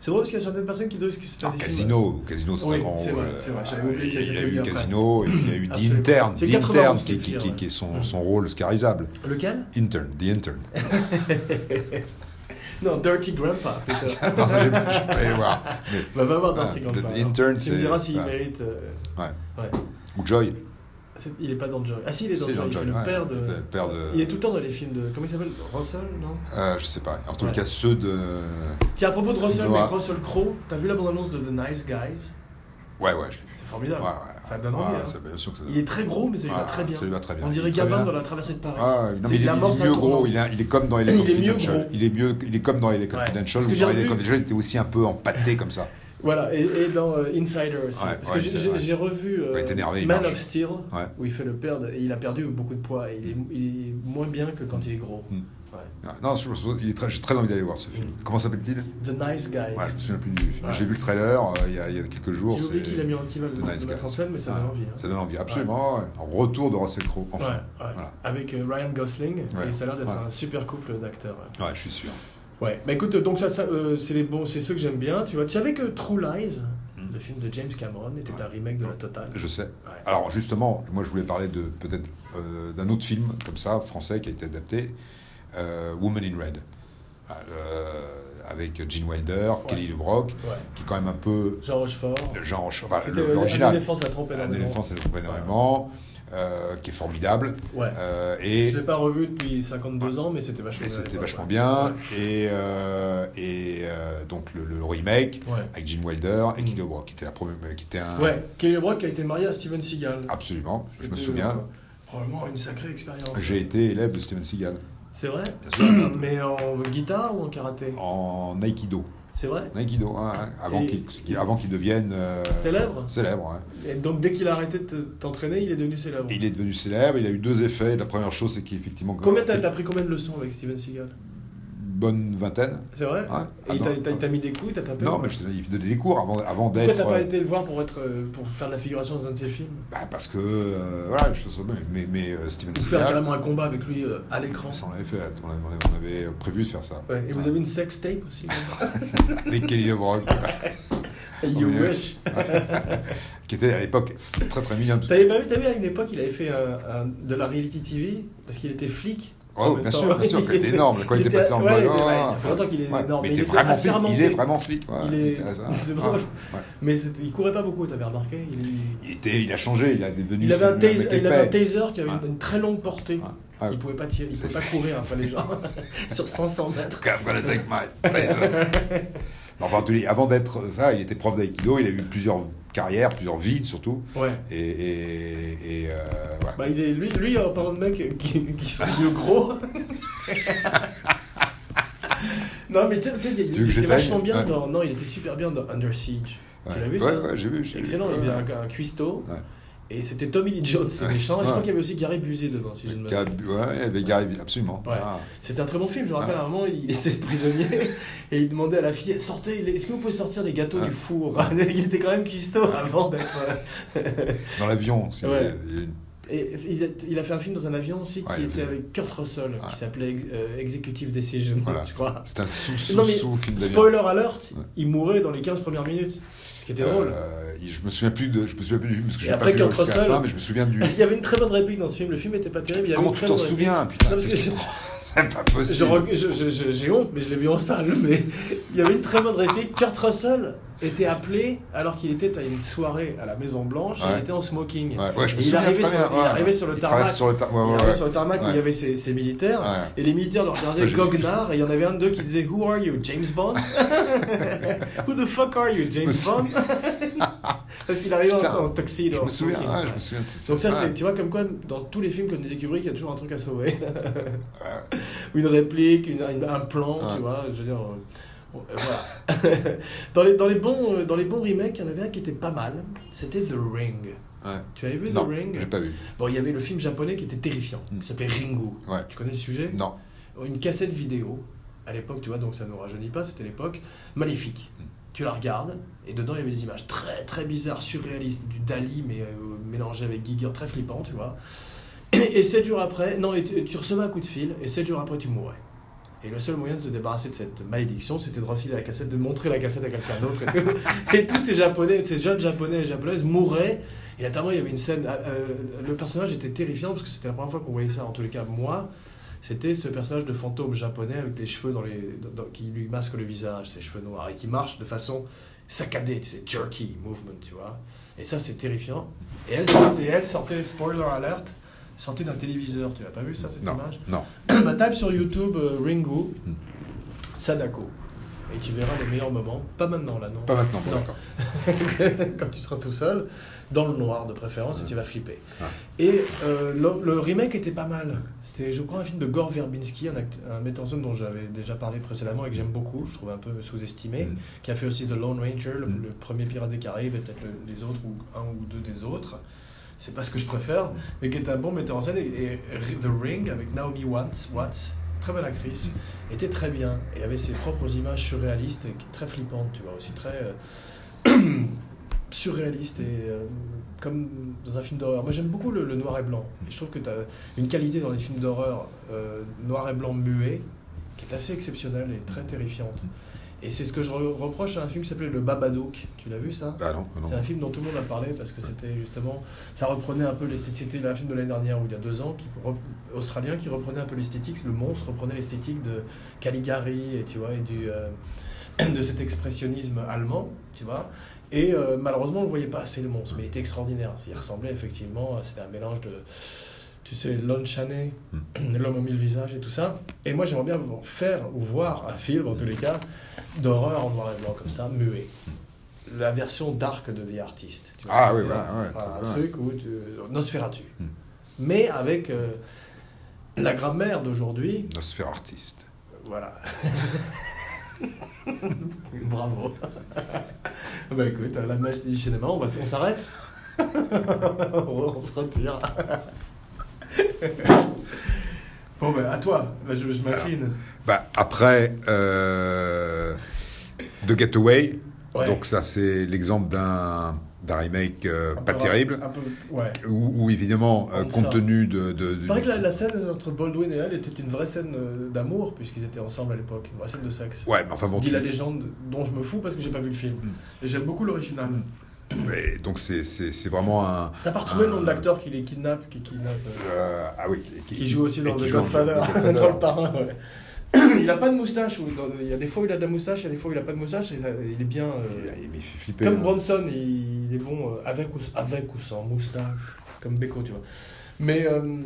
[SPEAKER 1] C'est drôle parce qu'il y a certaines personnes qui disent que c'est un
[SPEAKER 2] Alors,
[SPEAKER 1] des films-
[SPEAKER 2] Ah, Casino, Casino, c'est
[SPEAKER 1] Oui,
[SPEAKER 2] un grand
[SPEAKER 1] c'est
[SPEAKER 2] rôle.
[SPEAKER 1] vrai, c'est vrai, j'avais oublié
[SPEAKER 2] Il y a-
[SPEAKER 1] que c'était
[SPEAKER 2] il y a
[SPEAKER 1] lui
[SPEAKER 2] eu
[SPEAKER 1] après.
[SPEAKER 2] Casino, et puis il y a eu The
[SPEAKER 1] Absolument.
[SPEAKER 2] Intern,
[SPEAKER 1] C'est
[SPEAKER 2] The
[SPEAKER 1] 91
[SPEAKER 2] Intern
[SPEAKER 1] qui
[SPEAKER 2] qui,
[SPEAKER 1] le
[SPEAKER 2] qui,
[SPEAKER 1] fait,
[SPEAKER 2] qui-
[SPEAKER 1] ouais.
[SPEAKER 2] qui est son,
[SPEAKER 1] Mm.
[SPEAKER 2] son rôle scarisable.
[SPEAKER 1] Lequel
[SPEAKER 2] Intern, The Intern.
[SPEAKER 1] Non, Dirty Grandpa. plutôt.
[SPEAKER 2] non, ça, j'ai pas, j'ai pas allé voir. Mais-
[SPEAKER 1] Bah, va voir
[SPEAKER 2] Ah,
[SPEAKER 1] Dirty Grandpa.
[SPEAKER 2] The
[SPEAKER 1] alors. Tu
[SPEAKER 2] Intern,
[SPEAKER 1] me
[SPEAKER 2] c'est- ah.
[SPEAKER 1] diras s'il
[SPEAKER 2] ouais.
[SPEAKER 1] mérite. euh,
[SPEAKER 2] ouais.
[SPEAKER 1] Ouais.
[SPEAKER 2] Ou Joy.
[SPEAKER 1] c'est- Il est pas dans Joy. Ah si, il est dans
[SPEAKER 2] Si, dans
[SPEAKER 1] Joy. il
[SPEAKER 2] Joy,
[SPEAKER 1] fait
[SPEAKER 2] ouais, euh.
[SPEAKER 1] le père de...
[SPEAKER 2] le père de-
[SPEAKER 1] Il est tout le temps dans les films de. Comment il s'appelle Russell, non
[SPEAKER 2] Euh, je sais pas. En tout
[SPEAKER 1] Ouais.
[SPEAKER 2] cas, ceux de.
[SPEAKER 1] Tiens, à propos de Russell,
[SPEAKER 2] Ouais.
[SPEAKER 1] mec, Russell Crowe, t'as vu la bande-annonce de The Nice Guys
[SPEAKER 2] Ouais, ouais, je l'ai vu.
[SPEAKER 1] C'est
[SPEAKER 2] Ouais,
[SPEAKER 1] formidable.
[SPEAKER 2] ouais.
[SPEAKER 1] Ça donne
[SPEAKER 2] Ouais,
[SPEAKER 1] envie, hein.
[SPEAKER 2] ça- bien sûr que ça donne
[SPEAKER 1] Il est très gros, mais ça lui va
[SPEAKER 2] Ouais,
[SPEAKER 1] très bien.
[SPEAKER 2] Ça lui va très bien.
[SPEAKER 1] On
[SPEAKER 2] Il est
[SPEAKER 1] dirait
[SPEAKER 2] très
[SPEAKER 1] Gabin
[SPEAKER 2] bien.
[SPEAKER 1] dans la traversée de Paris.
[SPEAKER 2] Ah, non, mais
[SPEAKER 1] C'est
[SPEAKER 2] il,
[SPEAKER 1] de
[SPEAKER 2] est,
[SPEAKER 1] la
[SPEAKER 2] il est
[SPEAKER 1] mort, c'est un
[SPEAKER 2] mieux
[SPEAKER 1] tournant.
[SPEAKER 2] gros, il, a- il est comme dans les
[SPEAKER 1] Il est mieux
[SPEAKER 2] Confidential.
[SPEAKER 1] gros.
[SPEAKER 2] Il est, mieux, il est comme dans les
[SPEAKER 1] Parce
[SPEAKER 2] Confidential,
[SPEAKER 1] que
[SPEAKER 2] où
[SPEAKER 1] j'ai
[SPEAKER 2] dans les
[SPEAKER 1] revu-
[SPEAKER 2] Confidential, il était aussi un peu empâté comme ça.
[SPEAKER 1] Voilà, et, et dans euh, Insider aussi.
[SPEAKER 2] Ouais,
[SPEAKER 1] Parce
[SPEAKER 2] ouais,
[SPEAKER 1] que j'ai-
[SPEAKER 2] c'est
[SPEAKER 1] j'ai
[SPEAKER 2] vrai.
[SPEAKER 1] j'ai revu euh,
[SPEAKER 2] Ouais, il est énervé, il
[SPEAKER 1] Man
[SPEAKER 2] marche.
[SPEAKER 1] of Steel,
[SPEAKER 2] Ouais.
[SPEAKER 1] où il fait le père, de- et il a perdu beaucoup de poids. et il, est, il est moins bien que quand il est gros.
[SPEAKER 2] Mm.
[SPEAKER 1] Ouais.
[SPEAKER 2] Ah, Non, je- je- il est très- j'ai très envie d'aller voir ce film. Comment s'appelle-t-il
[SPEAKER 1] The Nice Guys.
[SPEAKER 2] Ouais, je me souviens plus du film.
[SPEAKER 1] Ouais.
[SPEAKER 2] J'ai vu le trailer euh, il y, a, il y a quelques jours.
[SPEAKER 1] J'ai oublié
[SPEAKER 2] c'est-
[SPEAKER 1] qu'il a mis en qui va le
[SPEAKER 2] The Nice
[SPEAKER 1] mettre
[SPEAKER 2] Guys.
[SPEAKER 1] en scène, mais ça donne
[SPEAKER 2] Ouais,
[SPEAKER 1] envie. hein.
[SPEAKER 2] Ça donne envie, absolument. ouais. Un retour de Russell Crowe, enfin.
[SPEAKER 1] Ouais, ouais.
[SPEAKER 2] Voilà.
[SPEAKER 1] Avec euh, Ryan Gosling,
[SPEAKER 2] Ouais,
[SPEAKER 1] et ça a l'air d'être
[SPEAKER 2] ouais.
[SPEAKER 1] un super couple d'acteurs. ouais.
[SPEAKER 2] Ouais, je suis sûr.
[SPEAKER 1] Ouais, bah écoute, donc ça, ça, euh, c'est les bons, c'est ceux que j'aime bien. Tu vois, tu savais que True Lies,
[SPEAKER 2] Mm.
[SPEAKER 1] le film de James Cameron, était
[SPEAKER 2] Ouais.
[SPEAKER 1] un remake de la totale.
[SPEAKER 2] Je sais.
[SPEAKER 1] Ouais.
[SPEAKER 2] Alors justement, moi je voulais parler de peut-être euh, d'un autre film comme ça, français, qui a été adapté, euh, Woman in Red, Ah, le- avec Gene Wilder, Kelly LeBrock,
[SPEAKER 1] Ouais.
[SPEAKER 2] qui est quand même un peu
[SPEAKER 1] Jean Rochefort.
[SPEAKER 2] le genre, enfin,
[SPEAKER 1] C'était,
[SPEAKER 2] le-
[SPEAKER 1] euh, Un
[SPEAKER 2] l'original. Ah,
[SPEAKER 1] éléphant, ça trompe
[SPEAKER 2] Un
[SPEAKER 1] énormément.
[SPEAKER 2] éléphant, c'est énormément, euh, qui est formidable.
[SPEAKER 1] Ouais.
[SPEAKER 2] euh,
[SPEAKER 1] Je
[SPEAKER 2] et
[SPEAKER 1] l'ai pas revu depuis 52 ans, mais c'était vachement
[SPEAKER 2] et
[SPEAKER 1] bien à
[SPEAKER 2] c'était
[SPEAKER 1] l'époque,
[SPEAKER 2] vachement
[SPEAKER 1] ouais.
[SPEAKER 2] bien. Et, euh, et euh, donc le, le remake
[SPEAKER 1] Ouais.
[SPEAKER 2] avec Gene Wilder et
[SPEAKER 1] Mm.
[SPEAKER 2] Kelly LeBrock, qui était la première, qui était un
[SPEAKER 1] Ouais, Kelly Brock a été marié à Steven Seagal.
[SPEAKER 2] absolument. Ah. Je me
[SPEAKER 1] C'était,
[SPEAKER 2] souviens.
[SPEAKER 1] euh, Probablement une sacrée expérience.
[SPEAKER 2] J'ai été élève de Steven Seagal.
[SPEAKER 1] C'est vrai
[SPEAKER 2] Bien Oh. sûr,
[SPEAKER 1] Mais en guitare ou en karaté
[SPEAKER 2] en Aikido.
[SPEAKER 1] C'est vrai
[SPEAKER 2] Aikido, hein, hein, avant
[SPEAKER 1] Et-
[SPEAKER 2] qu'il qu'il- avant qu'il devienne euh,
[SPEAKER 1] Célèbre
[SPEAKER 2] Célèbre. hein.
[SPEAKER 1] Et donc dès qu'il a arrêté de te- t'entraîner, il est devenu célèbre.
[SPEAKER 2] Et il est devenu célèbre. Il a eu deux effets. La première chose, c'est qu'effectivement,
[SPEAKER 1] Combien t'as t'as pris combien de leçons avec Steven Seagal
[SPEAKER 2] une bonne vingtaine.
[SPEAKER 1] C'est vrai
[SPEAKER 2] Ouais. Ah
[SPEAKER 1] Et il
[SPEAKER 2] non,
[SPEAKER 1] t'a- t'a-
[SPEAKER 2] non.
[SPEAKER 1] il t'a mis des coups, il t'a tapé
[SPEAKER 2] Non, mais je euh, te dis, il donnait des cours avant, avant
[SPEAKER 1] Pourquoi
[SPEAKER 2] d'être.
[SPEAKER 1] t'as pas été le voir pour, être, euh, pour faire de la figuration dans un de ses films
[SPEAKER 2] bah, parce que euh, voilà, je sais pas, mais, mais euh, Steven
[SPEAKER 1] Ou faire
[SPEAKER 2] Seagal.
[SPEAKER 1] carrément un combat avec lui euh, à l'écran
[SPEAKER 2] Ça, on l'avait fait, on l'avait- on l'avait- on avait euh, prévu de faire ça.
[SPEAKER 1] Ouais, Et vous
[SPEAKER 2] Ouais.
[SPEAKER 1] avez une sex tape aussi non
[SPEAKER 2] Avec Kelly LeBrock,
[SPEAKER 1] You
[SPEAKER 2] Oui.
[SPEAKER 1] wish
[SPEAKER 2] qui était à l'époque très très mignon.
[SPEAKER 1] euh, T'avais pas vu, t'as vu, à une époque, il avait fait un- un- de la reality TV parce qu'il était flic En
[SPEAKER 2] Oh,
[SPEAKER 1] même
[SPEAKER 2] bien
[SPEAKER 1] temps,
[SPEAKER 2] sûr, bien sûr, qu'il était énorme. Quand il était passé en
[SPEAKER 1] ouais,
[SPEAKER 2] mode.
[SPEAKER 1] il était- ouais,
[SPEAKER 2] ah,
[SPEAKER 1] ça fait longtemps qu'il est
[SPEAKER 2] ouais,
[SPEAKER 1] énorme.
[SPEAKER 2] mais
[SPEAKER 1] mais
[SPEAKER 2] t'es
[SPEAKER 1] il était
[SPEAKER 2] vraiment
[SPEAKER 1] assez
[SPEAKER 2] flic, il est
[SPEAKER 1] remonté.
[SPEAKER 2] vraiment flic. ouais,
[SPEAKER 1] Il
[SPEAKER 2] il
[SPEAKER 1] est-
[SPEAKER 2] était assez-
[SPEAKER 1] c'est
[SPEAKER 2] ah,
[SPEAKER 1] drôle.
[SPEAKER 2] ouais.
[SPEAKER 1] Mais c'était- il courait pas beaucoup, t'avais remarqué il,
[SPEAKER 2] Il, était, il a changé, il a devenu.
[SPEAKER 1] il avait un
[SPEAKER 2] Samuel
[SPEAKER 1] taser, il
[SPEAKER 2] Metépé.
[SPEAKER 1] avait un taser qui avait
[SPEAKER 2] Ouais.
[SPEAKER 1] une très longue portée.
[SPEAKER 2] Ah,
[SPEAKER 1] Il pouvait pas tirer, il
[SPEAKER 2] C'est-
[SPEAKER 1] pouvait pas courir après les gens sur 500 mètres.
[SPEAKER 2] I'm gonna take my taser. Non, enfin, en tous les- avant d'être ça, il était prof d'aïkido, il a eu plusieurs carrières, plusieurs vies surtout.
[SPEAKER 1] Ouais.
[SPEAKER 2] Et, et- et, euh, voilà.
[SPEAKER 1] Bah, il est, lui, lui, en parlant de mec qui, qui sont vieux gros. non, mais tu sais- tu sais, il,
[SPEAKER 2] Tu veux
[SPEAKER 1] il
[SPEAKER 2] que je
[SPEAKER 1] était vachement
[SPEAKER 2] t'aille
[SPEAKER 1] bien
[SPEAKER 2] Ouais.
[SPEAKER 1] dans. Non, il était super bien dans Under Siege.
[SPEAKER 2] Ouais.
[SPEAKER 1] Tu l'as vu
[SPEAKER 2] Ouais,
[SPEAKER 1] ça
[SPEAKER 2] ouais, j'ai vu. j'ai vu.
[SPEAKER 1] Excellent,
[SPEAKER 2] Ouais,
[SPEAKER 1] il
[SPEAKER 2] ouais.
[SPEAKER 1] avait un, un cuistot.
[SPEAKER 2] Ouais.
[SPEAKER 1] Et c'était Tommy Lee Jones, le méchant. Et je
[SPEAKER 2] Ouais.
[SPEAKER 1] crois qu'il y avait aussi Gary Busey devant, si je ne me trompe.
[SPEAKER 2] Cab- ouais, il avait Gary- absolument.
[SPEAKER 1] Ouais.
[SPEAKER 2] Ah.
[SPEAKER 1] C'était un très bon film, je me rappelle à un moment, il était prisonnier et il demandait à la fille Sortez, les- est-ce que vous pouvez sortir les gâteaux
[SPEAKER 2] Ouais.
[SPEAKER 1] du four Il était quand même cuistot avant d'être. euh,
[SPEAKER 2] Dans l'avion, c'est-
[SPEAKER 1] Ouais.
[SPEAKER 2] il y a une-
[SPEAKER 1] Et il a, il a fait un film dans un avion aussi qui
[SPEAKER 2] Ouais, il a
[SPEAKER 1] était
[SPEAKER 2] fait-
[SPEAKER 1] avec Kurt Russell,
[SPEAKER 2] Ouais.
[SPEAKER 1] qui s'appelait euh, Executive Decision,
[SPEAKER 2] Voilà.
[SPEAKER 1] je crois.
[SPEAKER 2] c'est un sous
[SPEAKER 1] Non,
[SPEAKER 2] sous
[SPEAKER 1] mais
[SPEAKER 2] sous film d'avion.
[SPEAKER 1] Spoiler alert,
[SPEAKER 2] Ouais.
[SPEAKER 1] il mourait dans les 15 premières minutes, ce qui était drôle.
[SPEAKER 2] Euh, il- je me souviens plus de, je me souviens plus du film parce que
[SPEAKER 1] Et
[SPEAKER 2] j'ai pas
[SPEAKER 1] après,
[SPEAKER 2] vu
[SPEAKER 1] Kurt
[SPEAKER 2] jusqu'à la
[SPEAKER 1] Russell-
[SPEAKER 2] fin, mais je me souviens du.
[SPEAKER 1] Il y avait une très bonne réplique dans ce film, le film était pas terrible. il y avait
[SPEAKER 2] Comment
[SPEAKER 1] une
[SPEAKER 2] tu
[SPEAKER 1] très
[SPEAKER 2] t'en
[SPEAKER 1] bonne réplique.
[SPEAKER 2] souviens
[SPEAKER 1] Non,
[SPEAKER 2] Putain,
[SPEAKER 1] parce que
[SPEAKER 2] qu'est-ce
[SPEAKER 1] je-
[SPEAKER 2] que- c'est pas
[SPEAKER 1] Je
[SPEAKER 2] possible.
[SPEAKER 1] rec- je- je- je- J'ai honte, mais je l'ai vu en salle, mais il y avait une très bonne réplique. Kurt Russell était appelé alors qu'il était à une soirée à la Maison Blanche,
[SPEAKER 2] Ouais.
[SPEAKER 1] il était en smoking.
[SPEAKER 2] Ouais, ouais, je
[SPEAKER 1] Et il
[SPEAKER 2] me
[SPEAKER 1] est
[SPEAKER 2] souviens
[SPEAKER 1] arrivé
[SPEAKER 2] très
[SPEAKER 1] sur-
[SPEAKER 2] bien.
[SPEAKER 1] il est
[SPEAKER 2] ouais.
[SPEAKER 1] arrivé sur le
[SPEAKER 2] Il
[SPEAKER 1] tarmac.
[SPEAKER 2] traverse sur le tar-
[SPEAKER 1] Il
[SPEAKER 2] ouais, ouais,
[SPEAKER 1] arrivait
[SPEAKER 2] ouais.
[SPEAKER 1] sur le tarmac où
[SPEAKER 2] Ouais.
[SPEAKER 1] il y avait ses, ses militaires,
[SPEAKER 2] Ouais.
[SPEAKER 1] et les militaires le regardaient
[SPEAKER 2] Ça, j'ai
[SPEAKER 1] goguenard, et il y en avait un d'eux qui disait Who are you, James Bond Who the fuck are you, James
[SPEAKER 2] Je me
[SPEAKER 1] Bond Parce qu'il arrivait
[SPEAKER 2] Putain,
[SPEAKER 1] en, en tuxedo.
[SPEAKER 2] Je
[SPEAKER 1] en
[SPEAKER 2] me souviens,
[SPEAKER 1] smoking,
[SPEAKER 2] ouais, je
[SPEAKER 1] ouais.
[SPEAKER 2] me souviens de cette
[SPEAKER 1] Donc ça,
[SPEAKER 2] scène.
[SPEAKER 1] c'est, tu vois, comme quoi, dans tous les films, comme disait Kubrick, il y a toujours un truc à sauver.
[SPEAKER 2] Ah.
[SPEAKER 1] une réplique, une- une- un plan,
[SPEAKER 2] Ouais.
[SPEAKER 1] tu vois, je veux dire... euh, bon, euh, voilà. dans, les, dans, les bons, euh, dans les bons remakes, il y en avait un qui était pas mal, c'était The Ring.
[SPEAKER 2] Ouais.
[SPEAKER 1] Tu avais vu
[SPEAKER 2] Non,
[SPEAKER 1] The Ring
[SPEAKER 2] j'ai pas vu.
[SPEAKER 1] Bon, il y avait le film japonais qui était terrifiant,
[SPEAKER 2] Mm.
[SPEAKER 1] qui s'appelait Ringu.
[SPEAKER 2] Ouais.
[SPEAKER 1] Tu connais le sujet
[SPEAKER 2] Non.
[SPEAKER 1] Une cassette vidéo, à l'époque, tu vois, donc ça ne nous rajeunit pas, c'était l'époque, maléfique.
[SPEAKER 2] Mm.
[SPEAKER 1] Tu la regardes, et dedans, il y avait des images très, très bizarres, surréalistes, du Dali, mais euh, mélangé avec Giger, très flippant, tu vois. Et 7 jours après, non, et tu, tu recevais un coup de fil, et 7 jours après, tu mourais. Et le seul moyen de se débarrasser de cette malédiction, c'était de refiler la cassette, de montrer la cassette à quelqu'un d'autre. et tout. Et tous ces japonais, ces jeunes japonais et japonaises mouraient. Et notamment, il y avait une scène. euh, le personnage était terrifiant parce que c'était la première fois qu'on voyait ça, en tous les cas, moi. C'était ce personnage de fantôme japonais avec les cheveux dans les, dans- dans- qui lui masque le visage, ses cheveux noirs, et qui marche de façon saccadée, tu sais, jerky movement, tu vois. Et ça, c'est terrifiant. Et elle, sort- et elle sortait, spoiler alert, sortait d'un téléviseur. Tu l'as pas vu ça, cette
[SPEAKER 2] Non.
[SPEAKER 1] image
[SPEAKER 2] Non.
[SPEAKER 1] bah, tape sur YouTube euh, Ringo
[SPEAKER 2] Hmm.
[SPEAKER 1] Sadako et tu verras les meilleurs moments. Pas maintenant là, non.
[SPEAKER 2] Pas maintenant. bon,
[SPEAKER 1] Non.
[SPEAKER 2] D'accord.
[SPEAKER 1] Quand tu seras tout seul, dans le noir de préférence, et tu vas flipper.
[SPEAKER 2] Ah.
[SPEAKER 1] Et euh, le, le remake était pas mal. C'était, je crois, un film de Gore Verbinski, un, act- un metteur en scène dont j'avais déjà parlé précédemment et que j'aime beaucoup. Je trouvais un peu sous-estimé.
[SPEAKER 2] Mm.
[SPEAKER 1] Qui a fait aussi The Lone Ranger, le,
[SPEAKER 2] Mm.
[SPEAKER 1] le premier Pirate des Caraïbes, et peut-être le- les autres ou un ou deux des autres. C'est pas ce que je préfère, mais qui est un bon metteur en scène. Et, et The Ring avec Naomi Watts, Watts, très bonne actrice, était très bien et avait ses propres images surréalistes et très flippantes, tu vois, aussi très euh, surréaliste et euh, comme dans un film d'horreur. Moi j'aime beaucoup le, le noir et blanc. Et je trouve que tu as une qualité dans les films d'horreur euh, noir et blanc muet qui est assez exceptionnelle et très terrifiante. Et c'est ce que je re- reproche à un film qui s'appelait Le Babadook. Tu l'as vu ça
[SPEAKER 2] Bah non. non.
[SPEAKER 1] c'est un film dont tout le monde a parlé parce que c'était justement. Ça reprenait un peu l'esthétique. C'était un film de l'année dernière ou il y a deux ans, qui, re- australien, qui reprenait un peu l'esthétique. Le monstre reprenait l'esthétique de Caligari et, tu vois, et du, euh, de cet expressionnisme allemand, tu vois. Et euh, malheureusement, on ne voyait pas assez le monstre, mais il était extraordinaire. Il ressemblait effectivement. à- C'était un mélange de. Tu sais, Lon Chaney,
[SPEAKER 2] Hmm.
[SPEAKER 1] L'homme aux mille visages et tout ça. Et moi, j'aimerais bien faire ou voir un film, en tous les cas, d'horreur en noir et blanc, comme ça, muet la version dark de The Artist. tu vois.
[SPEAKER 2] Hmm. Ah oui,
[SPEAKER 1] C'est
[SPEAKER 2] voilà,
[SPEAKER 1] un-
[SPEAKER 2] ouais,
[SPEAKER 1] voilà,
[SPEAKER 2] ouais.
[SPEAKER 1] un truc où tu... Nosferatu.
[SPEAKER 2] Hmm.
[SPEAKER 1] Mais avec euh, la grammaire d'aujourd'hui,
[SPEAKER 2] Nosphère artiste.
[SPEAKER 1] voilà. Bravo. bah écoute, à la magie du cinéma, on, va, on s'arrête On se retire. bon, bah à toi, Là, je, je m'incline.
[SPEAKER 2] Bah après euh, The Getaway.
[SPEAKER 1] Ouais.
[SPEAKER 2] Donc ça c'est l'exemple d'un d'un remake euh,
[SPEAKER 1] Un peu
[SPEAKER 2] pas
[SPEAKER 1] ra-
[SPEAKER 2] terrible.
[SPEAKER 1] un peu- ouais.
[SPEAKER 2] Où, où, évidemment, euh,
[SPEAKER 1] On
[SPEAKER 2] compte
[SPEAKER 1] sort.
[SPEAKER 2] tenu de, de-
[SPEAKER 1] Il
[SPEAKER 2] du-
[SPEAKER 1] paraît que la, la scène entre Baldwin et elle était une vraie scène euh, d'amour, puisqu'ils étaient ensemble à l'époque, une vraie scène de sexe.
[SPEAKER 2] Ouais, mais enfin bon.
[SPEAKER 1] Dit
[SPEAKER 2] tu-
[SPEAKER 1] la légende dont je me fous parce que j'ai pas vu le film.
[SPEAKER 2] Mm.
[SPEAKER 1] Et j'aime beaucoup l'original.
[SPEAKER 2] Mm. Et donc c'est- c'est c'est vraiment un.
[SPEAKER 1] T'as pas retrouvé le nom de
[SPEAKER 2] un-
[SPEAKER 1] l'acteur qui les kidnappe, qui kidnappe euh,
[SPEAKER 2] Ah. euh, ah oui, et
[SPEAKER 1] qui joue aussi
[SPEAKER 2] et
[SPEAKER 1] dans
[SPEAKER 2] qui
[SPEAKER 1] The
[SPEAKER 2] joue
[SPEAKER 1] Godfather,
[SPEAKER 2] Godfather.
[SPEAKER 1] dans le parrain. ouais. Il a pas de moustache. ou dans- Il y a des fois où il a de la moustache, il y a des fois où il a pas de moustache. et là, Il est bien. euh,
[SPEAKER 2] Il, il m'est fait flipper.
[SPEAKER 1] Comme
[SPEAKER 2] là.
[SPEAKER 1] Bronson, il il est bon euh, avec ou, avec ou sans moustache, comme Beko, tu vois. Mais euh,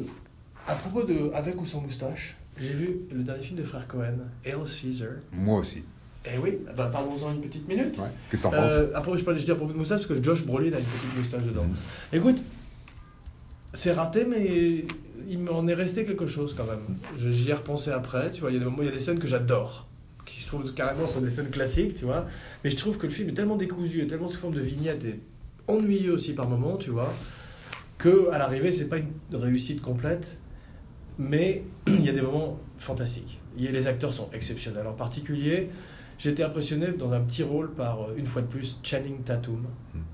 [SPEAKER 1] à propos de avec ou sans moustache, j'ai vu le dernier film des frères Cohen, Hail Caesar.
[SPEAKER 2] Moi aussi.
[SPEAKER 1] Eh oui, bah parlons-en une petite minute.
[SPEAKER 2] Ouais. Qu'est-ce que t'en penses
[SPEAKER 1] Euh, après, je peux dire à propos de moustache parce que Josh Brolin a une petite moustache dedans.
[SPEAKER 2] Mhm.
[SPEAKER 1] Écoute, c'est raté, mais il m'en est resté quelque chose quand même. Je- J'y ai repensé après, tu vois. Il y a des moments, il y a des scènes que j'adore, qui je trouve carrément sont des scènes classiques, tu vois. Mais je trouve que le film est tellement décousu et tellement sous forme de vignettes et ennuyeux aussi par moments, tu vois, que à l'arrivée, c'est pas une réussite complète, mais il y a des moments fantastiques. Il y a- les acteurs sont exceptionnels. En particulier, j'ai été impressionné dans un petit rôle par, euh, une fois de plus, Channing Tatum.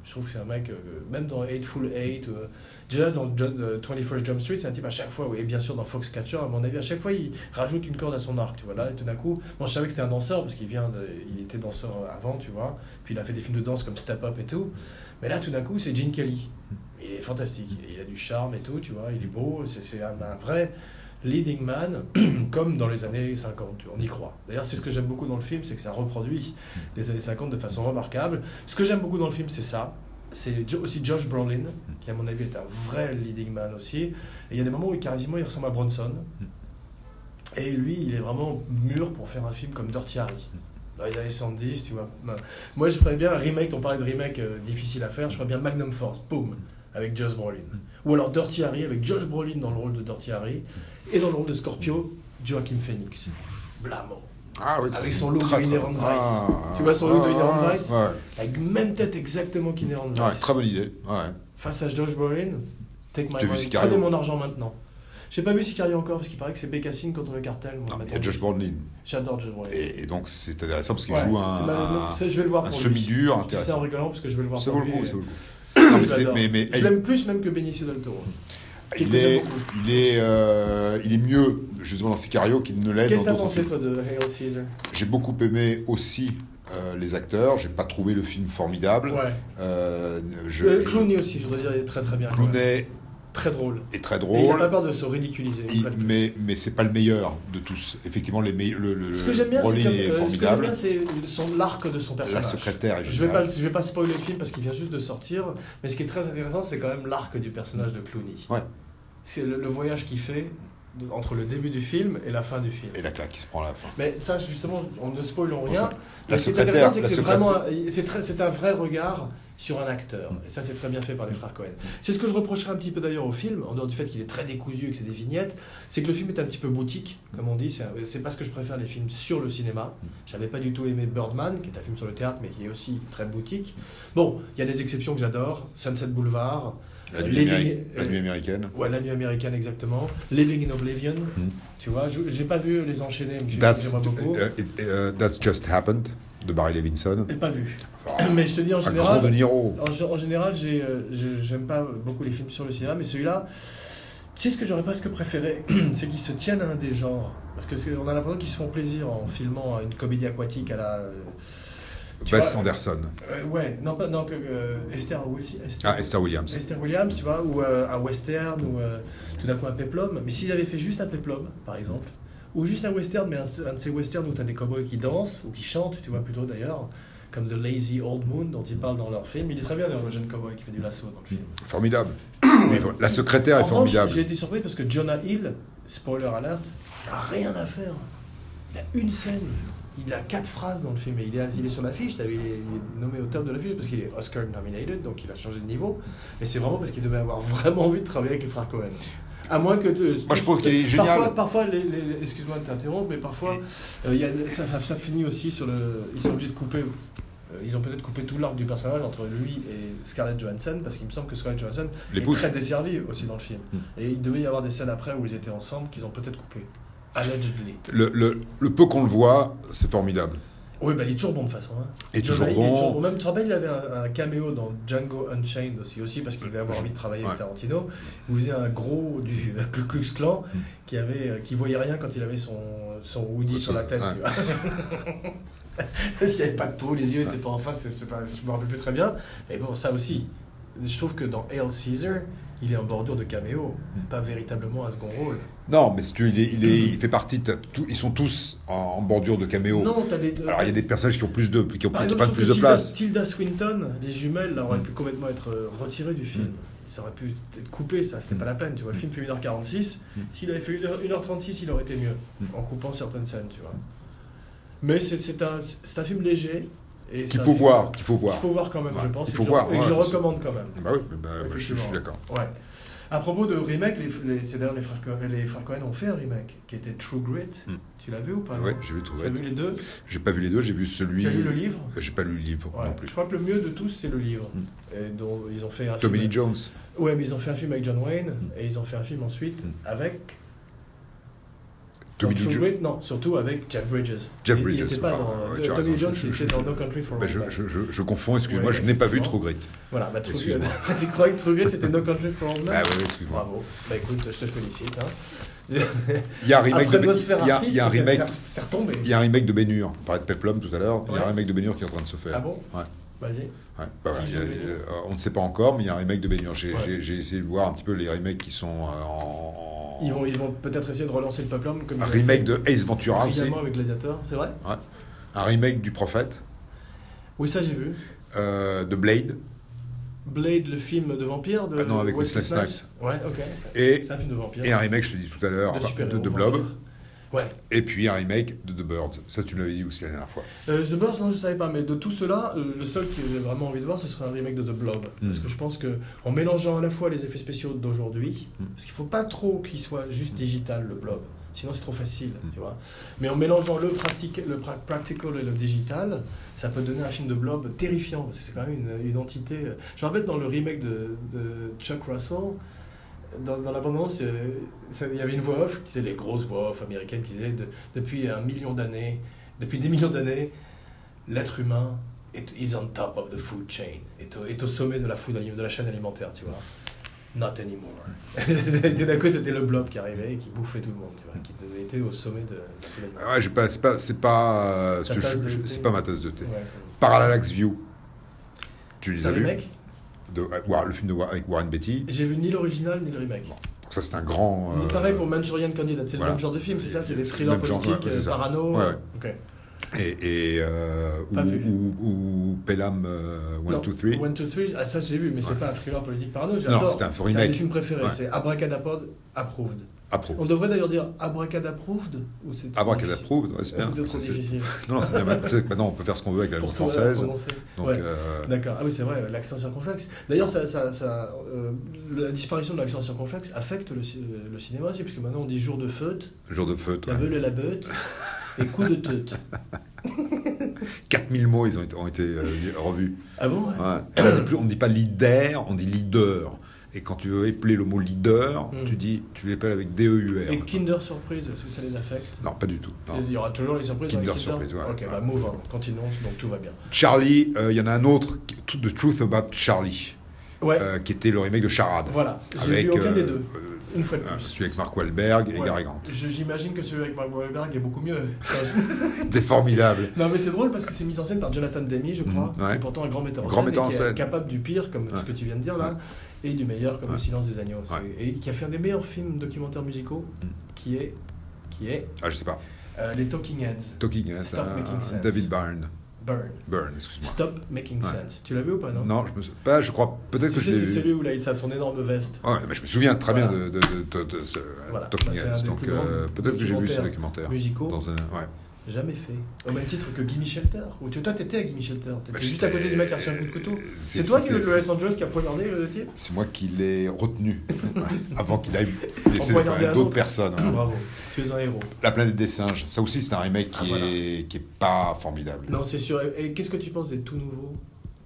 [SPEAKER 1] Je trouve que c'est un mec, euh, même dans Hateful Eight, euh, déjà dans John, euh, 21st Jump Street, c'est un type à chaque fois, oui, et bien sûr dans Foxcatcher, à mon avis, à chaque fois il rajoute une corde à son arc, tu vois. Là, et tout d'un coup, bon, je savais que c'était un danseur parce qu'il vient, de- il était danseur avant, tu vois, puis il a fait des films de danse comme Step Up et tout, mais là, tout d'un coup, c'est Gene Kelly. Il est fantastique, il a du charme et tout, tu vois, il est beau, c'est- c'est un, un vrai leading man, comme dans les années 50, tu vois, on y croit. D'ailleurs, c'est ce que j'aime beaucoup dans le film, c'est que ça reproduit les années 50 de façon remarquable. Ce que j'aime beaucoup dans le film, c'est ça. C'est Jo- aussi Josh Brolin, qui à mon avis est un vrai leading man aussi. Et il y a des moments où quasiment il ressemble à Bronson. Et lui, il est vraiment mûr pour faire un film comme Dirty Harry. Dans les années 70, tu vois. Ben, Moi, je ferais bien un remake, on parlait de remake euh, difficile à faire, je ferais bien Magnum Force, boum, avec Josh Brolin. Ou alors Dirty Harry, avec Josh Brolin dans le rôle de Dirty Harry, et dans le rôle de Scorpio, Joaquin Phoenix. Blamo.
[SPEAKER 2] Ah oui, ça,
[SPEAKER 1] avec
[SPEAKER 2] c'est
[SPEAKER 1] son look de
[SPEAKER 2] très, très-
[SPEAKER 1] Inherent Vice.
[SPEAKER 2] Ah,
[SPEAKER 1] Tu vois son look de Inherent
[SPEAKER 2] ah,
[SPEAKER 1] Vice
[SPEAKER 2] Ouais,
[SPEAKER 1] Avec même tête exactement qu'Inherent Vice.
[SPEAKER 2] Ouais, très bonne idée. Ouais.
[SPEAKER 1] Face à Josh Brolin, take my
[SPEAKER 2] T'as vu
[SPEAKER 1] money.
[SPEAKER 2] Sicario
[SPEAKER 1] Prenez mon argent maintenant. J'ai pas vu Sicario encore parce qu'il paraît que c'est Bécassine contre le cartel. moi,
[SPEAKER 2] Non, mais il y a
[SPEAKER 1] maintenant.
[SPEAKER 2] Josh Brolin.
[SPEAKER 1] J'adore Josh Brolin.
[SPEAKER 2] Et, et donc c'est intéressant parce qu'il
[SPEAKER 1] Ouais,
[SPEAKER 2] joue
[SPEAKER 1] c'est ma-
[SPEAKER 2] un,
[SPEAKER 1] ça, je vais le voir
[SPEAKER 2] un
[SPEAKER 1] pour lui.
[SPEAKER 2] semi-dur
[SPEAKER 1] Je dis ça en
[SPEAKER 2] intéressant.
[SPEAKER 1] rigolant parce que je vais le voir
[SPEAKER 2] Ça
[SPEAKER 1] pour
[SPEAKER 2] vaut le
[SPEAKER 1] lui,
[SPEAKER 2] coup,
[SPEAKER 1] et-
[SPEAKER 2] ça vaut le coup. Non, mais,
[SPEAKER 1] je
[SPEAKER 2] c'est-
[SPEAKER 1] l'adore.
[SPEAKER 2] mais, mais-
[SPEAKER 1] Je l'aime plus même que Benicio del Toro. que
[SPEAKER 2] il,
[SPEAKER 1] j'aime
[SPEAKER 2] est,
[SPEAKER 1] beaucoup.
[SPEAKER 2] il, est, euh, il est mieux justement dans Sicario qu'il ne l'est
[SPEAKER 1] Qu'est-ce que
[SPEAKER 2] Eh, dans
[SPEAKER 1] t'as
[SPEAKER 2] d'autres
[SPEAKER 1] pensé
[SPEAKER 2] films.
[SPEAKER 1] toi de Hail Caesar
[SPEAKER 2] J'ai beaucoup aimé aussi euh, les acteurs. J'ai pas trouvé le film formidable.
[SPEAKER 1] Ouais.
[SPEAKER 2] Euh, je,
[SPEAKER 1] Euh,
[SPEAKER 2] je-
[SPEAKER 1] Clooney aussi, je dois dire, il est très très bien. quand même.
[SPEAKER 2] Clooney
[SPEAKER 1] Très drôle.
[SPEAKER 2] est très
[SPEAKER 1] Et il n'a pas
[SPEAKER 2] drôle.
[SPEAKER 1] peur de se ridiculiser.
[SPEAKER 2] Il-
[SPEAKER 1] en fait.
[SPEAKER 2] mais mais c'est pas le meilleur de tous. Effectivement, les meilleurs- le, le,
[SPEAKER 1] Ce que j'aime bien,
[SPEAKER 2] Brolin
[SPEAKER 1] c'est comme-
[SPEAKER 2] est
[SPEAKER 1] euh, ce que j'aime
[SPEAKER 2] formidable.
[SPEAKER 1] bien, c'est son- l'arc de son
[SPEAKER 2] La
[SPEAKER 1] personnage.
[SPEAKER 2] secrétaire est
[SPEAKER 1] Je vais pas,
[SPEAKER 2] géniale.
[SPEAKER 1] je vais pas spoiler le film parce qu'il vient juste de sortir, mais ce qui est très intéressant, c'est quand même l'arc du personnage de Clooney.
[SPEAKER 2] Ouais.
[SPEAKER 1] C'est le, le voyage qu'il fait de- entre le début du film et la fin du film.
[SPEAKER 2] Et la claque qui se prend à la fin.
[SPEAKER 1] Mais ça, justement, on ne spoil en
[SPEAKER 2] se
[SPEAKER 1] rien.
[SPEAKER 2] spoil.
[SPEAKER 1] Mais
[SPEAKER 2] La
[SPEAKER 1] ce qui est
[SPEAKER 2] secrétaire,
[SPEAKER 1] intéressant, c'est que
[SPEAKER 2] la
[SPEAKER 1] c'est
[SPEAKER 2] secrétaire.
[SPEAKER 1] vraiment un- c'est très- c'est un vrai regard sur un acteur. Et ça, c'est très bien fait par les frères Cohen. C'est ce que je reprocherais un petit peu d'ailleurs au film, en dehors du fait qu'il est très décousu et que c'est des vignettes, c'est que le film est un petit peu boutique, comme on dit. C'est un- C'est parce que je préfère les films sur le cinéma. J'avais pas du tout aimé Birdman, qui est un film sur le théâtre, mais qui est aussi très boutique. Bon, il y a des exceptions que j'adore. Sunset Boulevard,
[SPEAKER 2] La
[SPEAKER 1] Les
[SPEAKER 2] nuit, américaine-
[SPEAKER 1] vignes-
[SPEAKER 2] la nuit américaine.
[SPEAKER 1] ouais, La Nuit Américaine exactement, Living in Oblivion. Tu vois, je- j'ai pas vu Les Enchaînés, mais j'ai-
[SPEAKER 2] Mm. That's,
[SPEAKER 1] j'aimerais beaucoup.
[SPEAKER 2] euh, it- euh, that's Just Happened de Barry Levinson.
[SPEAKER 1] J'ai pas vu.
[SPEAKER 2] Enfin,
[SPEAKER 1] Mais je te dis en
[SPEAKER 2] un grand
[SPEAKER 1] général,
[SPEAKER 2] De Niro.
[SPEAKER 1] En, gé- en général, j'ai, euh, je- j'aime pas beaucoup les films sur le cinéma, mais celui-là, tu sais ce que j'aurais presque préféré C'est qu'ils se tiennent à un des genres. Parce que c'est- on a l'impression qu'ils se font plaisir en filmant une comédie aquatique à la. euh, tu
[SPEAKER 2] Wes
[SPEAKER 1] vois,
[SPEAKER 2] Anderson.
[SPEAKER 1] euh, ouais, non, pas. Non, que, euh, Esther Wilson. Esther-
[SPEAKER 2] Ah, Esther Williams.
[SPEAKER 1] Esther Williams, tu vois, ou euh, un western, ou euh, tout d'un coup un peplum. Mais s'ils avaient fait juste un peplum, par exemple, ou juste un western, mais un, un de ces westerns où t'as des cowboys qui dansent, ou qui chantent, tu vois, plutôt d'ailleurs, comme The Lazy Old Moon, dont ils parlent dans leur film. Il est très bien d'ailleurs, le jeune cowboy qui fait du lasso dans le film.
[SPEAKER 2] Formidable. Oui, for- la secrétaire est
[SPEAKER 1] En revanche,
[SPEAKER 2] formidable.
[SPEAKER 1] j'ai été surpris parce que Jonah Hill, spoiler alert, a rien à faire. Il a une scène. Il a quatre phrases dans le film et il est, il est sur l'affiche. t'as vu, Il, est- il est nommé au top de l'affiche parce qu'il est Oscar nominated, donc il a changé de niveau. Mais c'est vraiment parce qu'il devait avoir vraiment envie de travailler avec les frères Cohen. À moins que. de-
[SPEAKER 2] Moi, je trouve qu'il est génial.
[SPEAKER 1] Parfois, parfois les- les- les- excuse-moi de t'interrompre, mais parfois, euh, il y a- ça, ça- ça finit aussi sur le. Ils sont obligés de couper. euh, Ils ont peut-être coupé tout l'arc du personnage entre lui et Scarlett Johansson, parce qu'il me semble que Scarlett Johansson est
[SPEAKER 2] L'épouse.
[SPEAKER 1] très desservie aussi dans le film. Et il devait y avoir des scènes après où ils étaient ensemble qu'ils ont peut-être coupé. Allegedly.
[SPEAKER 2] Le, le- le peu qu'on le voit, c'est formidable.
[SPEAKER 1] Oui, bah il est toujours bon de toute façon. Hein.
[SPEAKER 2] Et
[SPEAKER 1] John
[SPEAKER 2] toujours
[SPEAKER 1] Wayne, il est
[SPEAKER 2] bon.
[SPEAKER 1] Même tu te rappelles, il avait un, un caméo dans Django Unchained aussi, aussi parce qu'il devait avoir envie de travailler avec
[SPEAKER 2] Ouais.
[SPEAKER 1] Tarantino. Où il faisait un gros du euh, Ku Klux Klan qui, avait, euh, qui voyait rien quand il avait son, son Woody
[SPEAKER 2] Mm. Ouais,
[SPEAKER 1] sur la tête.
[SPEAKER 2] ouais.
[SPEAKER 1] tu vois. Parce qu'il n'y avait pas de peau, les yeux n'étaient pas en face, c'est- c'est pas- je ne me rappelle plus très bien. Mais bon, ça aussi, je trouve que dans Hail Caesar, il est en bordure de caméo,
[SPEAKER 2] Mm.
[SPEAKER 1] pas véritablement un second rôle.
[SPEAKER 2] Non, mais si tu veux, il, est- il, est- il fait partie. t'as tout- ils sont tous en, en bordure de caméo.
[SPEAKER 1] Non, t'as des.
[SPEAKER 2] Oh. Alors il y a des personnages qui ont plus de, qui ont
[SPEAKER 1] Par
[SPEAKER 2] plus- qui
[SPEAKER 1] exemple,
[SPEAKER 2] prennent
[SPEAKER 1] je trouve
[SPEAKER 2] plus
[SPEAKER 1] que
[SPEAKER 2] de place.
[SPEAKER 1] Tilda, Tilda Swinton, les jumelles, là, auraient
[SPEAKER 2] Mm.
[SPEAKER 1] pu complètement être euh, retirées du film.
[SPEAKER 2] Mm.
[SPEAKER 1] Ça aurait pu être coupé, ça, c'était
[SPEAKER 2] Mm.
[SPEAKER 1] pas la peine, tu vois. Le film fait 1h46.
[SPEAKER 2] Mm.
[SPEAKER 1] S'il avait fait 1h, 1h36, il aurait été mieux,
[SPEAKER 2] Mm.
[SPEAKER 1] en coupant certaines scènes, tu vois. Mais c'est c'est un, c'est un film léger. et c'est
[SPEAKER 2] Qu'il
[SPEAKER 1] un
[SPEAKER 2] faut
[SPEAKER 1] film
[SPEAKER 2] voir, qu'il faut voir.
[SPEAKER 1] Qu'il faut voir quand même,
[SPEAKER 2] Ouais,
[SPEAKER 1] je pense.
[SPEAKER 2] il
[SPEAKER 1] et
[SPEAKER 2] faut
[SPEAKER 1] que je- Et
[SPEAKER 2] voir,
[SPEAKER 1] que
[SPEAKER 2] ouais,
[SPEAKER 1] je
[SPEAKER 2] c'est-
[SPEAKER 1] recommande quand même.
[SPEAKER 2] Bah oui, bah, bah, je, je suis
[SPEAKER 1] Effectivement.
[SPEAKER 2] d'accord.
[SPEAKER 1] Ouais. À propos de remake, les, les- c'est d'ailleurs les frères, Coen- les frères Cohen ont fait un remake qui était True Grit.
[SPEAKER 2] Mm.
[SPEAKER 1] Tu l'as vu ou pas
[SPEAKER 2] Ouais,
[SPEAKER 1] non
[SPEAKER 2] j'ai vu
[SPEAKER 1] Tu as
[SPEAKER 2] Trouvette.
[SPEAKER 1] vu les deux
[SPEAKER 2] J'ai pas vu les deux, j'ai vu celui. Euh,
[SPEAKER 1] Tu as lu le livre
[SPEAKER 2] J'ai pas lu le livre
[SPEAKER 1] Ouais,
[SPEAKER 2] non plus.
[SPEAKER 1] Je crois que le mieux de tous, c'est le livre.
[SPEAKER 2] Mm.
[SPEAKER 1] Et dont ils ont fait un
[SPEAKER 2] Tommy
[SPEAKER 1] film.
[SPEAKER 2] Lee Jones.
[SPEAKER 1] Ouais, mais ils ont fait un film avec John Wayne et ils ont fait un film ensuite
[SPEAKER 2] Mm.
[SPEAKER 1] avec.
[SPEAKER 2] Tommy
[SPEAKER 1] dans
[SPEAKER 2] Lee
[SPEAKER 1] True
[SPEAKER 2] Jones.
[SPEAKER 1] Grit, Non, surtout avec Jeff Bridges.
[SPEAKER 2] Jeff
[SPEAKER 1] Il-
[SPEAKER 2] Bridges,
[SPEAKER 1] Il était pas
[SPEAKER 2] pardon,
[SPEAKER 1] dans. euh,
[SPEAKER 2] ouais, tu as
[SPEAKER 1] Tommy
[SPEAKER 2] raison,
[SPEAKER 1] Lee Jones,
[SPEAKER 2] je-
[SPEAKER 1] il
[SPEAKER 2] je-
[SPEAKER 1] était dans
[SPEAKER 2] je-
[SPEAKER 1] No Country for
[SPEAKER 2] Bah,
[SPEAKER 1] Old
[SPEAKER 2] je,
[SPEAKER 1] Men.
[SPEAKER 2] je- je- je confonds, excuse-moi,
[SPEAKER 1] Ouais,
[SPEAKER 2] je n'ai pas vu
[SPEAKER 1] effectivement.
[SPEAKER 2] True Grit.
[SPEAKER 1] Voilà, bah, True Grit.
[SPEAKER 2] Excuse-moi.
[SPEAKER 1] Tu croyais que True Grit c'était No Country for Old Men
[SPEAKER 2] Ah ouais, ouais, excuse-moi.
[SPEAKER 1] Bravo. Bah écoute, je te félicite. Hein.
[SPEAKER 2] Il y a un remake
[SPEAKER 1] Après
[SPEAKER 2] de Ben-
[SPEAKER 1] Nosferatu,
[SPEAKER 2] il y a- il y a un
[SPEAKER 1] c'est-
[SPEAKER 2] remake.
[SPEAKER 1] c'est- C'est retombé.
[SPEAKER 2] Il y a un remake de Bénur. On parlait de Peplum tout à l'heure. Il y
[SPEAKER 1] Ouais.
[SPEAKER 2] a un remake de Bénur qui est en train de se faire.
[SPEAKER 1] Ah bon
[SPEAKER 2] Ouais.
[SPEAKER 1] Vas-y.
[SPEAKER 2] Ouais, bah ouais,
[SPEAKER 1] Qui
[SPEAKER 2] il y a-
[SPEAKER 1] joue Bénur
[SPEAKER 2] euh, on ne sait pas encore, mais il y a un remake de Bénur. J'ai
[SPEAKER 1] Ah, Ouais.
[SPEAKER 2] j'ai- j'ai essayé de voir un petit peu les remakes qui sont euh, en.
[SPEAKER 1] Ils vont, ils vont peut-être essayer de relancer le peplum comme
[SPEAKER 2] Un
[SPEAKER 1] ils l'ont
[SPEAKER 2] remake
[SPEAKER 1] fait
[SPEAKER 2] de Ace Ventura aussi.
[SPEAKER 1] brillamment avec Gladiator, c'est vrai
[SPEAKER 2] Un remake du Prophète,
[SPEAKER 1] Oui, ça j'ai vu.
[SPEAKER 2] euh, de Blade.
[SPEAKER 1] Blade, le film de vampire de
[SPEAKER 2] Ah non, avec
[SPEAKER 1] Wesley
[SPEAKER 2] Wesley
[SPEAKER 1] Snipes. Ouais, ok.
[SPEAKER 2] Et,
[SPEAKER 1] C'est un film de vampire.
[SPEAKER 2] et un remake, je te dis tout à l'heure, enfin, de,
[SPEAKER 1] super-héros,
[SPEAKER 2] de Blob.
[SPEAKER 1] vampire. Ouais.
[SPEAKER 2] Et puis un remake de The Birds. Ça, tu me l'avais dit aussi la dernière fois.
[SPEAKER 1] Euh, The Birds, non, je savais pas, mais de tout cela, euh, le seul que j'ai vraiment envie de voir, ce serait un remake de The Blob.
[SPEAKER 2] Mm.
[SPEAKER 1] Parce que je pense que en mélangeant à la fois les effets spéciaux d'aujourd'hui,
[SPEAKER 2] Mm.
[SPEAKER 1] parce qu'il faut pas trop qu'il soit
[SPEAKER 2] Hmm.
[SPEAKER 1] juste digital le Blob, sinon c'est trop facile,
[SPEAKER 2] Mm.
[SPEAKER 1] tu vois. Mais en mélangeant le, pratique, le pra- practical et le digital, ça peut donner un film de Blob terrifiant, parce que c'est quand même une, une entité. euh. Je me rappelle dans le remake de, de Chuck Russell. Dans, dans l'abondance, il y avait une voix off, qui disait les grosses voix off américaines qui disaient de- depuis un million d'années, depuis des millions d'années, l'être humain est is on top of the food chain, est au, est au sommet de la, food, alim- de la chaîne alimentaire, tu vois. Not anymore. Tout d'un coup, c'était le blob qui arrivait et qui bouffait tout le monde, tu vois, qui devait- était au sommet de la food alimentaire.
[SPEAKER 2] Ah Ouais, j'ai pas, c'est pas, c'est pas, euh,
[SPEAKER 1] Ta
[SPEAKER 2] ce que je-
[SPEAKER 1] tasse de
[SPEAKER 2] je-
[SPEAKER 1] thé.
[SPEAKER 2] c'est pas ma tasse de thé.
[SPEAKER 1] Ouais.
[SPEAKER 2] Parallax View. Tu les
[SPEAKER 1] C'est
[SPEAKER 2] as
[SPEAKER 1] un
[SPEAKER 2] vus
[SPEAKER 1] remake
[SPEAKER 2] de, euh, War- Le film de, War- avec Warren Beatty.
[SPEAKER 1] J'ai vu ni l'original ni le remake.
[SPEAKER 2] Donc ça, c'est un grand.
[SPEAKER 1] Ni
[SPEAKER 2] euh,
[SPEAKER 1] pareil pour Manchurian Candidate, c'est
[SPEAKER 2] voilà.
[SPEAKER 1] le même genre de film, c'est ça C'est des
[SPEAKER 2] C'est le
[SPEAKER 1] thrillers
[SPEAKER 2] même genre,
[SPEAKER 1] politiques,
[SPEAKER 2] ouais, c'est
[SPEAKER 1] euh,
[SPEAKER 2] ça.
[SPEAKER 1] parano
[SPEAKER 2] Ouais, ouais.
[SPEAKER 1] Ok.
[SPEAKER 2] Et, et euh, ou,
[SPEAKER 1] Pas vu.
[SPEAKER 2] ou, ou Pelham euh,
[SPEAKER 1] Non,
[SPEAKER 2] 1, 2, 3.
[SPEAKER 1] One, Two, Three, ah, ça j'ai vu, mais c'est
[SPEAKER 2] Ouais.
[SPEAKER 1] pas un thriller politique parano,
[SPEAKER 2] Non,
[SPEAKER 1] j'adore.
[SPEAKER 2] c'est un
[SPEAKER 1] C'est un
[SPEAKER 2] remake.
[SPEAKER 1] des films préférés,
[SPEAKER 2] Ouais.
[SPEAKER 1] c'est Abracadapod Approved.
[SPEAKER 2] Approuve.
[SPEAKER 1] On devrait d'ailleurs dire Abracadapproved ou c'est trop
[SPEAKER 2] Abracad
[SPEAKER 1] difficile
[SPEAKER 2] approuve, ouais, c'est bien.
[SPEAKER 1] C'est trop
[SPEAKER 2] C'est-
[SPEAKER 1] difficile.
[SPEAKER 2] Non, non, c'est bien. Tu sais que maintenant, on peut faire ce qu'on veut avec la langue
[SPEAKER 1] Pour toi,
[SPEAKER 2] française.
[SPEAKER 1] prononcer.
[SPEAKER 2] Donc,
[SPEAKER 1] Ouais,
[SPEAKER 2] euh,
[SPEAKER 1] D'accord. Ah oui, c'est vrai, l'accent circonflexe. D'ailleurs, ça, ça, ça, euh, la disparition de l'accent circonflexe affecte le, ci- euh, le cinéma aussi, parce que maintenant on dit jour de feute,
[SPEAKER 2] jour de feu, toi.
[SPEAKER 1] la veule et la beute, et coup de teute.
[SPEAKER 2] 4000 mots, ils ont été, ont été euh, revus.
[SPEAKER 1] Ah bon ouais.
[SPEAKER 2] Ouais. Et on dit plus- on ne dit pas leader, on dit leader. Et quand tu veux épeler le mot leader,
[SPEAKER 1] Mm.
[SPEAKER 2] tu dis, tu l'épelles avec D-E-U-R.
[SPEAKER 1] Ah, Et Kinder Surprise, est-ce que ça les affecte
[SPEAKER 2] Non, pas du tout. non.
[SPEAKER 1] Il y aura toujours les surprises dans les
[SPEAKER 2] Kinder Surprise, ouais.
[SPEAKER 1] Ok,
[SPEAKER 2] Ouais,
[SPEAKER 1] bah move on, continuons, donc tout va bien.
[SPEAKER 2] Charlie, euh, il y en a un autre, qui- The Truth About Charlie,
[SPEAKER 1] Ouais,
[SPEAKER 2] euh, qui était le remake de Charade.
[SPEAKER 1] voilà. J'ai vu aucun
[SPEAKER 2] euh,
[SPEAKER 1] des deux,
[SPEAKER 2] euh,
[SPEAKER 1] une fois de
[SPEAKER 2] euh,
[SPEAKER 1] plus.
[SPEAKER 2] celui avec Mark Wahlberg et
[SPEAKER 1] Ouais.
[SPEAKER 2] Gary Grant.
[SPEAKER 1] Je- J'imagine que celui avec Mark Wahlberg est beaucoup mieux.
[SPEAKER 2] C'était formidable.
[SPEAKER 1] Non mais c'est drôle parce que c'est mis en scène par Jonathan Demi, je crois,
[SPEAKER 2] Mhm, ouais.
[SPEAKER 1] qui est pourtant un grand metteur en
[SPEAKER 2] Grand
[SPEAKER 1] scène,
[SPEAKER 2] metteur
[SPEAKER 1] et
[SPEAKER 2] en
[SPEAKER 1] qui
[SPEAKER 2] scène.
[SPEAKER 1] est capable du pire comme
[SPEAKER 2] Ouais.
[SPEAKER 1] ce que tu viens de dire là, et du meilleur comme
[SPEAKER 2] Ouais.
[SPEAKER 1] Le Silence des agneaux, C'est-
[SPEAKER 2] Ouais.
[SPEAKER 1] et qui a fait un des meilleurs films documentaires musicaux,
[SPEAKER 2] Mhm.
[SPEAKER 1] qui est qui est
[SPEAKER 2] Ah, je sais pas.
[SPEAKER 1] euh, les Talking Heads,
[SPEAKER 2] Talking, hein, c'est
[SPEAKER 1] Stop
[SPEAKER 2] un-
[SPEAKER 1] making
[SPEAKER 2] un
[SPEAKER 1] sense.
[SPEAKER 2] David Byrne.
[SPEAKER 1] Burn,
[SPEAKER 2] Byrne, excuse-moi.
[SPEAKER 1] Stop Making
[SPEAKER 2] Ouais.
[SPEAKER 1] Sense. Tu l'as vu ou pas Ah, non
[SPEAKER 2] Non, je me sou- pas, je crois. Peut-être
[SPEAKER 1] Tu
[SPEAKER 2] que je
[SPEAKER 1] sais
[SPEAKER 2] l'ai
[SPEAKER 1] c'est
[SPEAKER 2] vu. Oh,
[SPEAKER 1] celui où là il a son énorme veste.
[SPEAKER 2] Ouais, mais je me souviens très bien
[SPEAKER 1] Voilà.
[SPEAKER 2] de, de, de- de- de ce euh,
[SPEAKER 1] Voilà.
[SPEAKER 2] Talking
[SPEAKER 1] Bah, c'est un
[SPEAKER 2] Heads.
[SPEAKER 1] des
[SPEAKER 2] Donc,
[SPEAKER 1] plus grands
[SPEAKER 2] euh, peut-être que j'ai vu ce documentaire.
[SPEAKER 1] Musicaux,
[SPEAKER 2] Dans un, ouais.
[SPEAKER 1] jamais fait. Au même titre que Gimme Shelter. Ou tu- toi, t'étais à Gimme Shelter. T'étais
[SPEAKER 2] Bah, euh,
[SPEAKER 1] juste à côté du mec qui a reçu un coup de couteau. C'est toi qui
[SPEAKER 2] c'était-
[SPEAKER 1] le Los Angeles qui a poignardé le type
[SPEAKER 2] C'est moi qui l'ai retenu ouais, avant qu'il aille laisser
[SPEAKER 1] poignardait un
[SPEAKER 2] d'autres
[SPEAKER 1] autre.
[SPEAKER 2] personnes. ouais.
[SPEAKER 1] Bravo, tu es un héros.
[SPEAKER 2] La planète des singes, ça aussi c'est un remake qui,
[SPEAKER 1] Ah, voilà.
[SPEAKER 2] est, qui est pas formidable.
[SPEAKER 1] Non, c'est sûr. Et et qu'est-ce que tu penses des tout nouveaux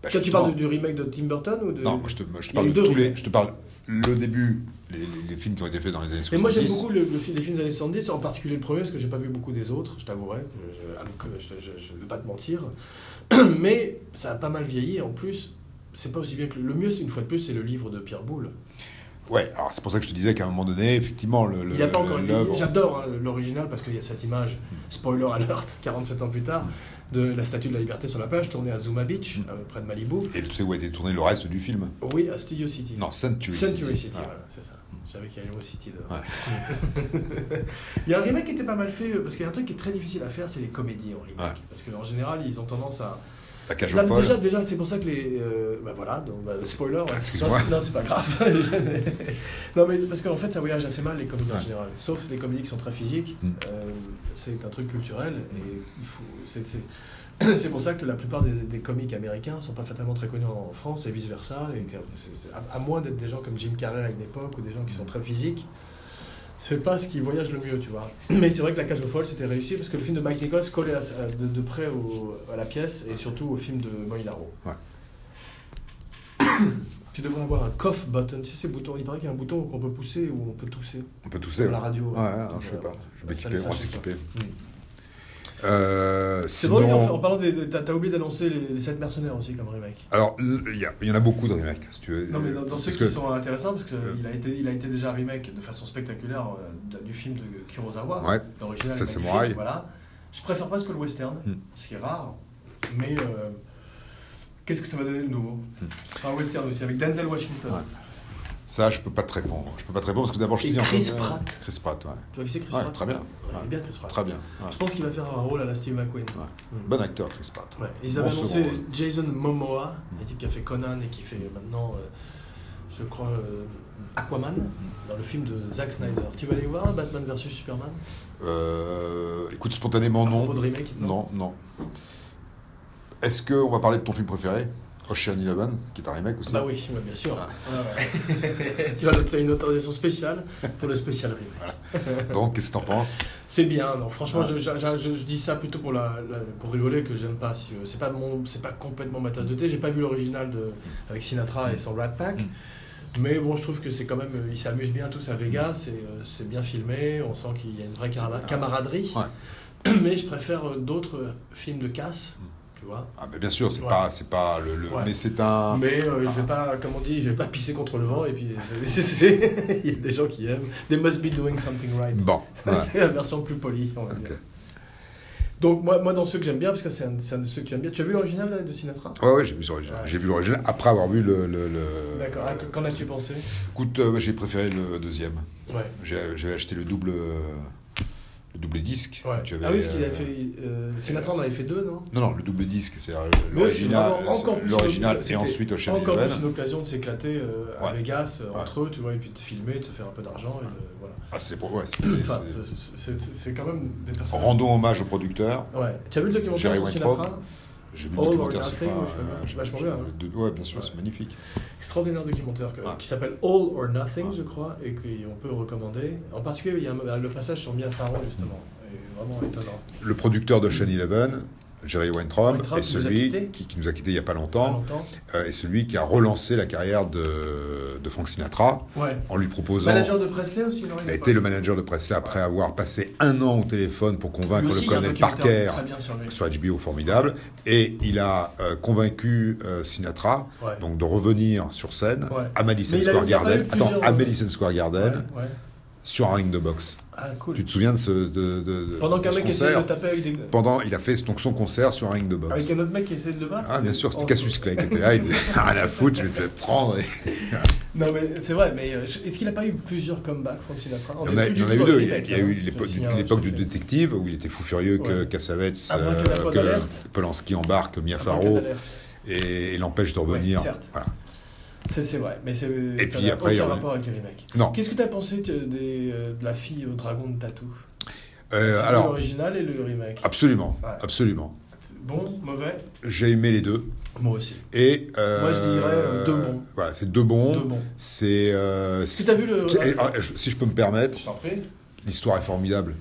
[SPEAKER 2] Bah,
[SPEAKER 1] Toi, tu
[SPEAKER 2] justement,
[SPEAKER 1] parles du remake de Tim Burton ou de...
[SPEAKER 2] Non, moi, je te, moi, je te
[SPEAKER 1] Il y a eu
[SPEAKER 2] parle de
[SPEAKER 1] Euh, deux
[SPEAKER 2] tous les.
[SPEAKER 1] remakes.
[SPEAKER 2] Je te parle le début, les, les- les films qui ont été faits dans les années 70.
[SPEAKER 1] Mais moi, j'aime beaucoup le, le fi- les films des années 70, en particulier le premier, parce que j'ai pas vu beaucoup des autres, je t'avouerai. Je- Je avoue que je- je- je ne vais pas te mentir. Mais ça a pas mal vieilli, et en plus, c'est pas aussi bien que... Le mieux, c'est une fois de plus, c'est le livre de Pierre Boulle.
[SPEAKER 2] Ouais, alors c'est pour ça que je te disais qu'à un moment donné, effectivement, le.
[SPEAKER 1] Il
[SPEAKER 2] le-
[SPEAKER 1] n'a pas encore
[SPEAKER 2] le-
[SPEAKER 1] été-
[SPEAKER 2] l'œuvre-
[SPEAKER 1] J'adore hein, l'original parce qu'il y a cette image, spoiler alert, 47 ans plus tard, de la statue de la liberté sur la plage tournée à Zuma Beach, euh, près de Malibu.
[SPEAKER 2] Mm. Et tu sais où a été tourné le reste du film
[SPEAKER 1] Oui, à Studio City.
[SPEAKER 2] Non, Century
[SPEAKER 1] Century City,
[SPEAKER 2] Voilà.
[SPEAKER 1] voilà, c'est ça. Je savais qu'il y avait le mot City dedans.
[SPEAKER 2] Ouais.
[SPEAKER 1] il y a un remake qui était pas mal fait, euh, parce qu'il y a un truc qui est très difficile à faire, c'est les comédies en remake.
[SPEAKER 2] Ouais.
[SPEAKER 1] Parce qu'en général, ils ont tendance à.
[SPEAKER 2] La cage
[SPEAKER 1] Là,
[SPEAKER 2] aux folles.
[SPEAKER 1] déjà, déjà c'est pour ça que les. euh, bah voilà, donc, bah, spoiler. ouais.
[SPEAKER 2] Ah, Excuse-moi.
[SPEAKER 1] Non, c'est- Non, c'est pas grave. non, mais parce qu'en fait, ça voyage assez mal, les comédies en
[SPEAKER 2] Ouais.
[SPEAKER 1] général. Sauf les comédies qui sont très physiques.
[SPEAKER 2] Mm.
[SPEAKER 1] Euh, c'est un truc culturel. Et il faut. c'est- c'est- C'est pour ça que la plupart des, des comiques américains sont pas fatalement très connus en France et vice versa. Et que c'est- c'est- à, à moins d'être des gens comme Jim Carrey à une époque ou des gens qui sont très physiques, c'est pas ce qui voyage le mieux, tu vois. Mais c'est vrai que La Cage aux Folles c'était réussi parce que le film de Mike Nichols collait à- à- de, de près au- à la pièce et surtout au film de Moïlaro.
[SPEAKER 2] Ouais.
[SPEAKER 1] tu devrais avoir un cough button, tu sais, ces boutons. Il paraît qu'il y a un bouton qu'on peut pousser ou on peut tousser.
[SPEAKER 2] On peut tousser.
[SPEAKER 1] Sur la
[SPEAKER 2] ouais.
[SPEAKER 1] radio. euh,
[SPEAKER 2] Ouais, ouais, non, je sais pas. Je vais
[SPEAKER 1] Ça,
[SPEAKER 2] m'équiper,
[SPEAKER 1] ça,
[SPEAKER 2] on va
[SPEAKER 1] je sais pas.
[SPEAKER 2] s'équiper.
[SPEAKER 1] Mm.
[SPEAKER 2] Euh,
[SPEAKER 1] C'est
[SPEAKER 2] sinon-
[SPEAKER 1] drôle, en, en parlant des. des- T'as t'as oublié d'annoncer les, les 7 mercenaires aussi comme remake.
[SPEAKER 2] Alors, il y, a- il y en a beaucoup de remakes, si tu veux. Euh,
[SPEAKER 1] Non, mais dans, dans
[SPEAKER 2] Parce
[SPEAKER 1] ceux qui
[SPEAKER 2] que- Euh.
[SPEAKER 1] sont intéressants, parce qu'il a, été, il a été déjà remake de façon spectaculaire euh, du film de Kurosawa.
[SPEAKER 2] Ouais,
[SPEAKER 1] L'original
[SPEAKER 2] Sept
[SPEAKER 1] est magnifique,
[SPEAKER 2] Samouraïs.
[SPEAKER 1] Voilà. Je préfère presque le western,
[SPEAKER 2] Hmm.
[SPEAKER 1] ce qui est rare. Mais euh, qu'est-ce que ça va donner de nouveau Ce sera un western aussi, avec Denzel Washington.
[SPEAKER 2] Hmm. Ouais. ça, je peux pas te répondre. Je peux pas te répondre parce que d'abord, je
[SPEAKER 1] Et
[SPEAKER 2] te dis. en
[SPEAKER 1] Chris
[SPEAKER 2] fait, euh,
[SPEAKER 1] Pratt.
[SPEAKER 2] Chris Pratt, ouais.
[SPEAKER 1] Tu vois qui c'est Chris
[SPEAKER 2] Ouais,
[SPEAKER 1] Pratt
[SPEAKER 2] très bien.
[SPEAKER 1] Ouais, il est
[SPEAKER 2] Ouais.
[SPEAKER 1] bien Chris Pratt.
[SPEAKER 2] Très bien. ouais.
[SPEAKER 1] Je pense qu'il va faire un rôle à la Steve McQueen.
[SPEAKER 2] Ouais.
[SPEAKER 1] Mm.
[SPEAKER 2] Bon acteur, Chris Pratt.
[SPEAKER 1] Ouais, et ils avaient
[SPEAKER 2] Bon
[SPEAKER 1] annoncé
[SPEAKER 2] second rôle.
[SPEAKER 1] Jason Momoa, le type qui a fait Conan et qui fait maintenant, euh, je crois, euh, Aquaman, dans le film de Zack Snyder. Tu vas aller voir Batman vs Superman
[SPEAKER 2] Euh, écoute, spontanément,
[SPEAKER 1] À propos de
[SPEAKER 2] non.
[SPEAKER 1] remake non.
[SPEAKER 2] Non, non. Est-ce qu'on va parler de ton film préféré Ocean Eleven, qui est un remake aussi
[SPEAKER 1] Bah oui, ouais, bien sûr.
[SPEAKER 2] Ah.
[SPEAKER 1] Ouais, ouais. tu vas obtenir une autorisation spéciale pour le spécial remake.
[SPEAKER 2] Donc, qu'est-ce que t'en penses
[SPEAKER 1] C'est bien, non. Franchement,
[SPEAKER 2] Ah.
[SPEAKER 1] je, je- je- je- je dis ça plutôt pour, la, la- pour rigoler que j'aime pas. si, euh, c'est pas mon, c'est pas complètement ma tasse de thé. J'ai pas vu l'original de avec Sinatra et son Rat Pack, mais bon, je trouve que c'est quand même, euh, ils s'amusent bien tous à Vegas. C'est, euh, c'est bien filmé. On sent qu'il y a une vraie cara- camaraderie. Mais je préfère euh, d'autres euh, films de casse, tu vois.
[SPEAKER 2] Ah, ben, bien sûr, c'est
[SPEAKER 1] Ouais.
[SPEAKER 2] pas, c'est pas le, le-
[SPEAKER 1] Ouais.
[SPEAKER 2] mais c'est un.
[SPEAKER 1] Mais euh, je vais pas, comme on dit, je vais pas pisser contre le vent. Et puis, c'est- c'est- il y a des gens qui aiment. They must be doing something right.
[SPEAKER 2] Bon.
[SPEAKER 1] Ça,
[SPEAKER 2] ouais.
[SPEAKER 1] C'est la version plus polie, on va
[SPEAKER 2] Ok.
[SPEAKER 1] dire. Donc, moi, moi, dans ceux que j'aime bien, parce que c'est un, c'est un de ceux que j'aime bien. Tu as vu l'original là, de Sinatra
[SPEAKER 2] Ouais, ouais, j'ai vu l'original.
[SPEAKER 1] Ouais.
[SPEAKER 2] J'ai vu l'original après avoir vu le. le- le-
[SPEAKER 1] D'accord. Ah, Qu'en as-tu pensé
[SPEAKER 2] Écoute, euh, j'ai préféré le deuxième.
[SPEAKER 1] Ouais.
[SPEAKER 2] J'ai- J'avais acheté le double, euh, le double disque.
[SPEAKER 1] ouais.
[SPEAKER 2] Tu avais,
[SPEAKER 1] ah oui, parce qu'il
[SPEAKER 2] euh,
[SPEAKER 1] avait fait. euh, Sinatra en avait fait deux, non
[SPEAKER 2] Non, non, le double disque, c'est
[SPEAKER 1] Mais ouais, c'est
[SPEAKER 2] l'original,
[SPEAKER 1] vraiment encore plus-
[SPEAKER 2] l'original
[SPEAKER 1] c'était
[SPEAKER 2] et ensuite Ocean
[SPEAKER 1] Encore
[SPEAKER 2] Eleven.
[SPEAKER 1] plus une occasion de s'éclater euh, à
[SPEAKER 2] Ouais.
[SPEAKER 1] Vegas, euh,
[SPEAKER 2] Ouais.
[SPEAKER 1] entre eux, tu vois, et puis de filmer, de se faire un peu d'argent. et de- voilà.
[SPEAKER 2] Ah, c'est pour ouais, c'est-
[SPEAKER 1] Enfin,
[SPEAKER 2] c'est-
[SPEAKER 1] c'est- c'est- c'est quand même des personnes.
[SPEAKER 2] Rendons hommage au producteur.
[SPEAKER 1] Ouais. Tu as vu le documentaire
[SPEAKER 2] Jerry
[SPEAKER 1] sur
[SPEAKER 2] Weintraub.
[SPEAKER 1] Sinatra
[SPEAKER 2] J'ai vu le
[SPEAKER 1] Oh,
[SPEAKER 2] documentaire
[SPEAKER 1] Roger
[SPEAKER 2] c'est
[SPEAKER 1] Raffray,
[SPEAKER 2] pas, euh,
[SPEAKER 1] oui, je-
[SPEAKER 2] j'ai-
[SPEAKER 1] vachement
[SPEAKER 2] j'ai-
[SPEAKER 1] bien, hein.
[SPEAKER 2] de- Ouais, bien sûr,
[SPEAKER 1] Ouais.
[SPEAKER 2] c'est magnifique.
[SPEAKER 1] extraordinaire documentaire que-
[SPEAKER 2] Ouais.
[SPEAKER 1] qui s'appelle All or Nothing,
[SPEAKER 2] Ouais.
[SPEAKER 1] je crois, et qu'on peut recommander. En particulier, il y a un- le passage sur Mia Farrow, justement,
[SPEAKER 2] Mm.
[SPEAKER 1] est vraiment étonnant.
[SPEAKER 2] Le producteur d'Ocean Eleven, Jerry Weintraub,
[SPEAKER 1] Mm. Weintraub,
[SPEAKER 2] est
[SPEAKER 1] qui nous a
[SPEAKER 2] celui
[SPEAKER 1] quittés. Ah
[SPEAKER 2] qui, qui nous a quittés il n'y a pas
[SPEAKER 1] Pas
[SPEAKER 2] longtemps,
[SPEAKER 1] longtemps.
[SPEAKER 2] euh, est celui qui a relancé la carrière de, de Frank Sinatra
[SPEAKER 1] Ouais.
[SPEAKER 2] en lui proposant.
[SPEAKER 1] Manager de Presley aussi, non
[SPEAKER 2] Il a été le manager de Presley après avoir passé un an au téléphone pour
[SPEAKER 1] Lui
[SPEAKER 2] convaincre
[SPEAKER 1] aussi,
[SPEAKER 2] le
[SPEAKER 1] il y a un
[SPEAKER 2] colonel
[SPEAKER 1] documentaire
[SPEAKER 2] Parker
[SPEAKER 1] Très bien sur lui.
[SPEAKER 2] sur HBO formidable et il a euh, convaincu euh, Sinatra
[SPEAKER 1] Ouais.
[SPEAKER 2] donc de revenir sur scène
[SPEAKER 1] Ouais.
[SPEAKER 2] à Madison
[SPEAKER 1] Mais il a eu-
[SPEAKER 2] Square
[SPEAKER 1] il a pas eu
[SPEAKER 2] Garden
[SPEAKER 1] plusieurs-
[SPEAKER 2] attends à Madison Square Garden
[SPEAKER 1] Ouais, ouais.
[SPEAKER 2] sur un ring de boxe
[SPEAKER 1] Ah, cool.
[SPEAKER 2] tu te souviens de ce de, de- de-
[SPEAKER 1] Pendant
[SPEAKER 2] de
[SPEAKER 1] qu'un
[SPEAKER 2] ce
[SPEAKER 1] mec essaie de
[SPEAKER 2] concert
[SPEAKER 1] le taper avec des.
[SPEAKER 2] pendant il a fait donc son concert sur un ring de boxe
[SPEAKER 1] Avec un autre mec qui essaie de le battre Oh,
[SPEAKER 2] ah bien sûr c'était
[SPEAKER 1] En-
[SPEAKER 2] Cassius Clay qui était là il disait rien à foutre je vais te le prendre Et
[SPEAKER 1] Non, mais c'est vrai, mais euh, je- est-ce qu'il n'a pas eu plusieurs comebacks, Frank Sinatra On
[SPEAKER 2] il y en a,
[SPEAKER 1] est plus
[SPEAKER 2] il y en
[SPEAKER 1] du
[SPEAKER 2] a eu
[SPEAKER 1] tout
[SPEAKER 2] deux
[SPEAKER 1] à
[SPEAKER 2] il y a, il y a
[SPEAKER 1] hein,
[SPEAKER 2] eu
[SPEAKER 1] je te
[SPEAKER 2] l'époque du-
[SPEAKER 1] signale,
[SPEAKER 2] l'époque
[SPEAKER 1] je
[SPEAKER 2] du
[SPEAKER 1] te fais.
[SPEAKER 2] détective où il était fou furieux que
[SPEAKER 1] Ouais.
[SPEAKER 2] Cassavetes euh,
[SPEAKER 1] Abracadabra
[SPEAKER 2] que
[SPEAKER 1] d'alerte.
[SPEAKER 2] Polanski embarque Mia
[SPEAKER 1] Un
[SPEAKER 2] Farrow
[SPEAKER 1] Bacadalère.
[SPEAKER 2] et, et l'empêche de
[SPEAKER 1] Ouais,
[SPEAKER 2] revenir
[SPEAKER 1] certes.
[SPEAKER 2] Voilà.
[SPEAKER 1] C'est c'est vrai, mais c'est. Et
[SPEAKER 2] puis après, il y
[SPEAKER 1] aucun
[SPEAKER 2] en a-
[SPEAKER 1] rapport avec les mecs.
[SPEAKER 2] non
[SPEAKER 1] Qu'est-ce que tu as pensé que des, euh, de la fille au dragon de tatou
[SPEAKER 2] Euh, alors Ah.
[SPEAKER 1] L'original et le remake.
[SPEAKER 2] Absolument,
[SPEAKER 1] Ouais.
[SPEAKER 2] absolument.
[SPEAKER 1] Bon, mauvais
[SPEAKER 2] J'ai aimé les deux.
[SPEAKER 1] Moi aussi.
[SPEAKER 2] Et, euh,
[SPEAKER 1] Moi, je dirais, euh, deux bons.
[SPEAKER 2] Voilà, c'est deux bons.
[SPEAKER 1] Deux bons.
[SPEAKER 2] C'est. euh,
[SPEAKER 1] Si
[SPEAKER 2] c'est-
[SPEAKER 1] t'as vu le.
[SPEAKER 2] et, ah, je- si je peux me permettre,
[SPEAKER 1] Je t'en prie.
[SPEAKER 2] l'histoire est formidable.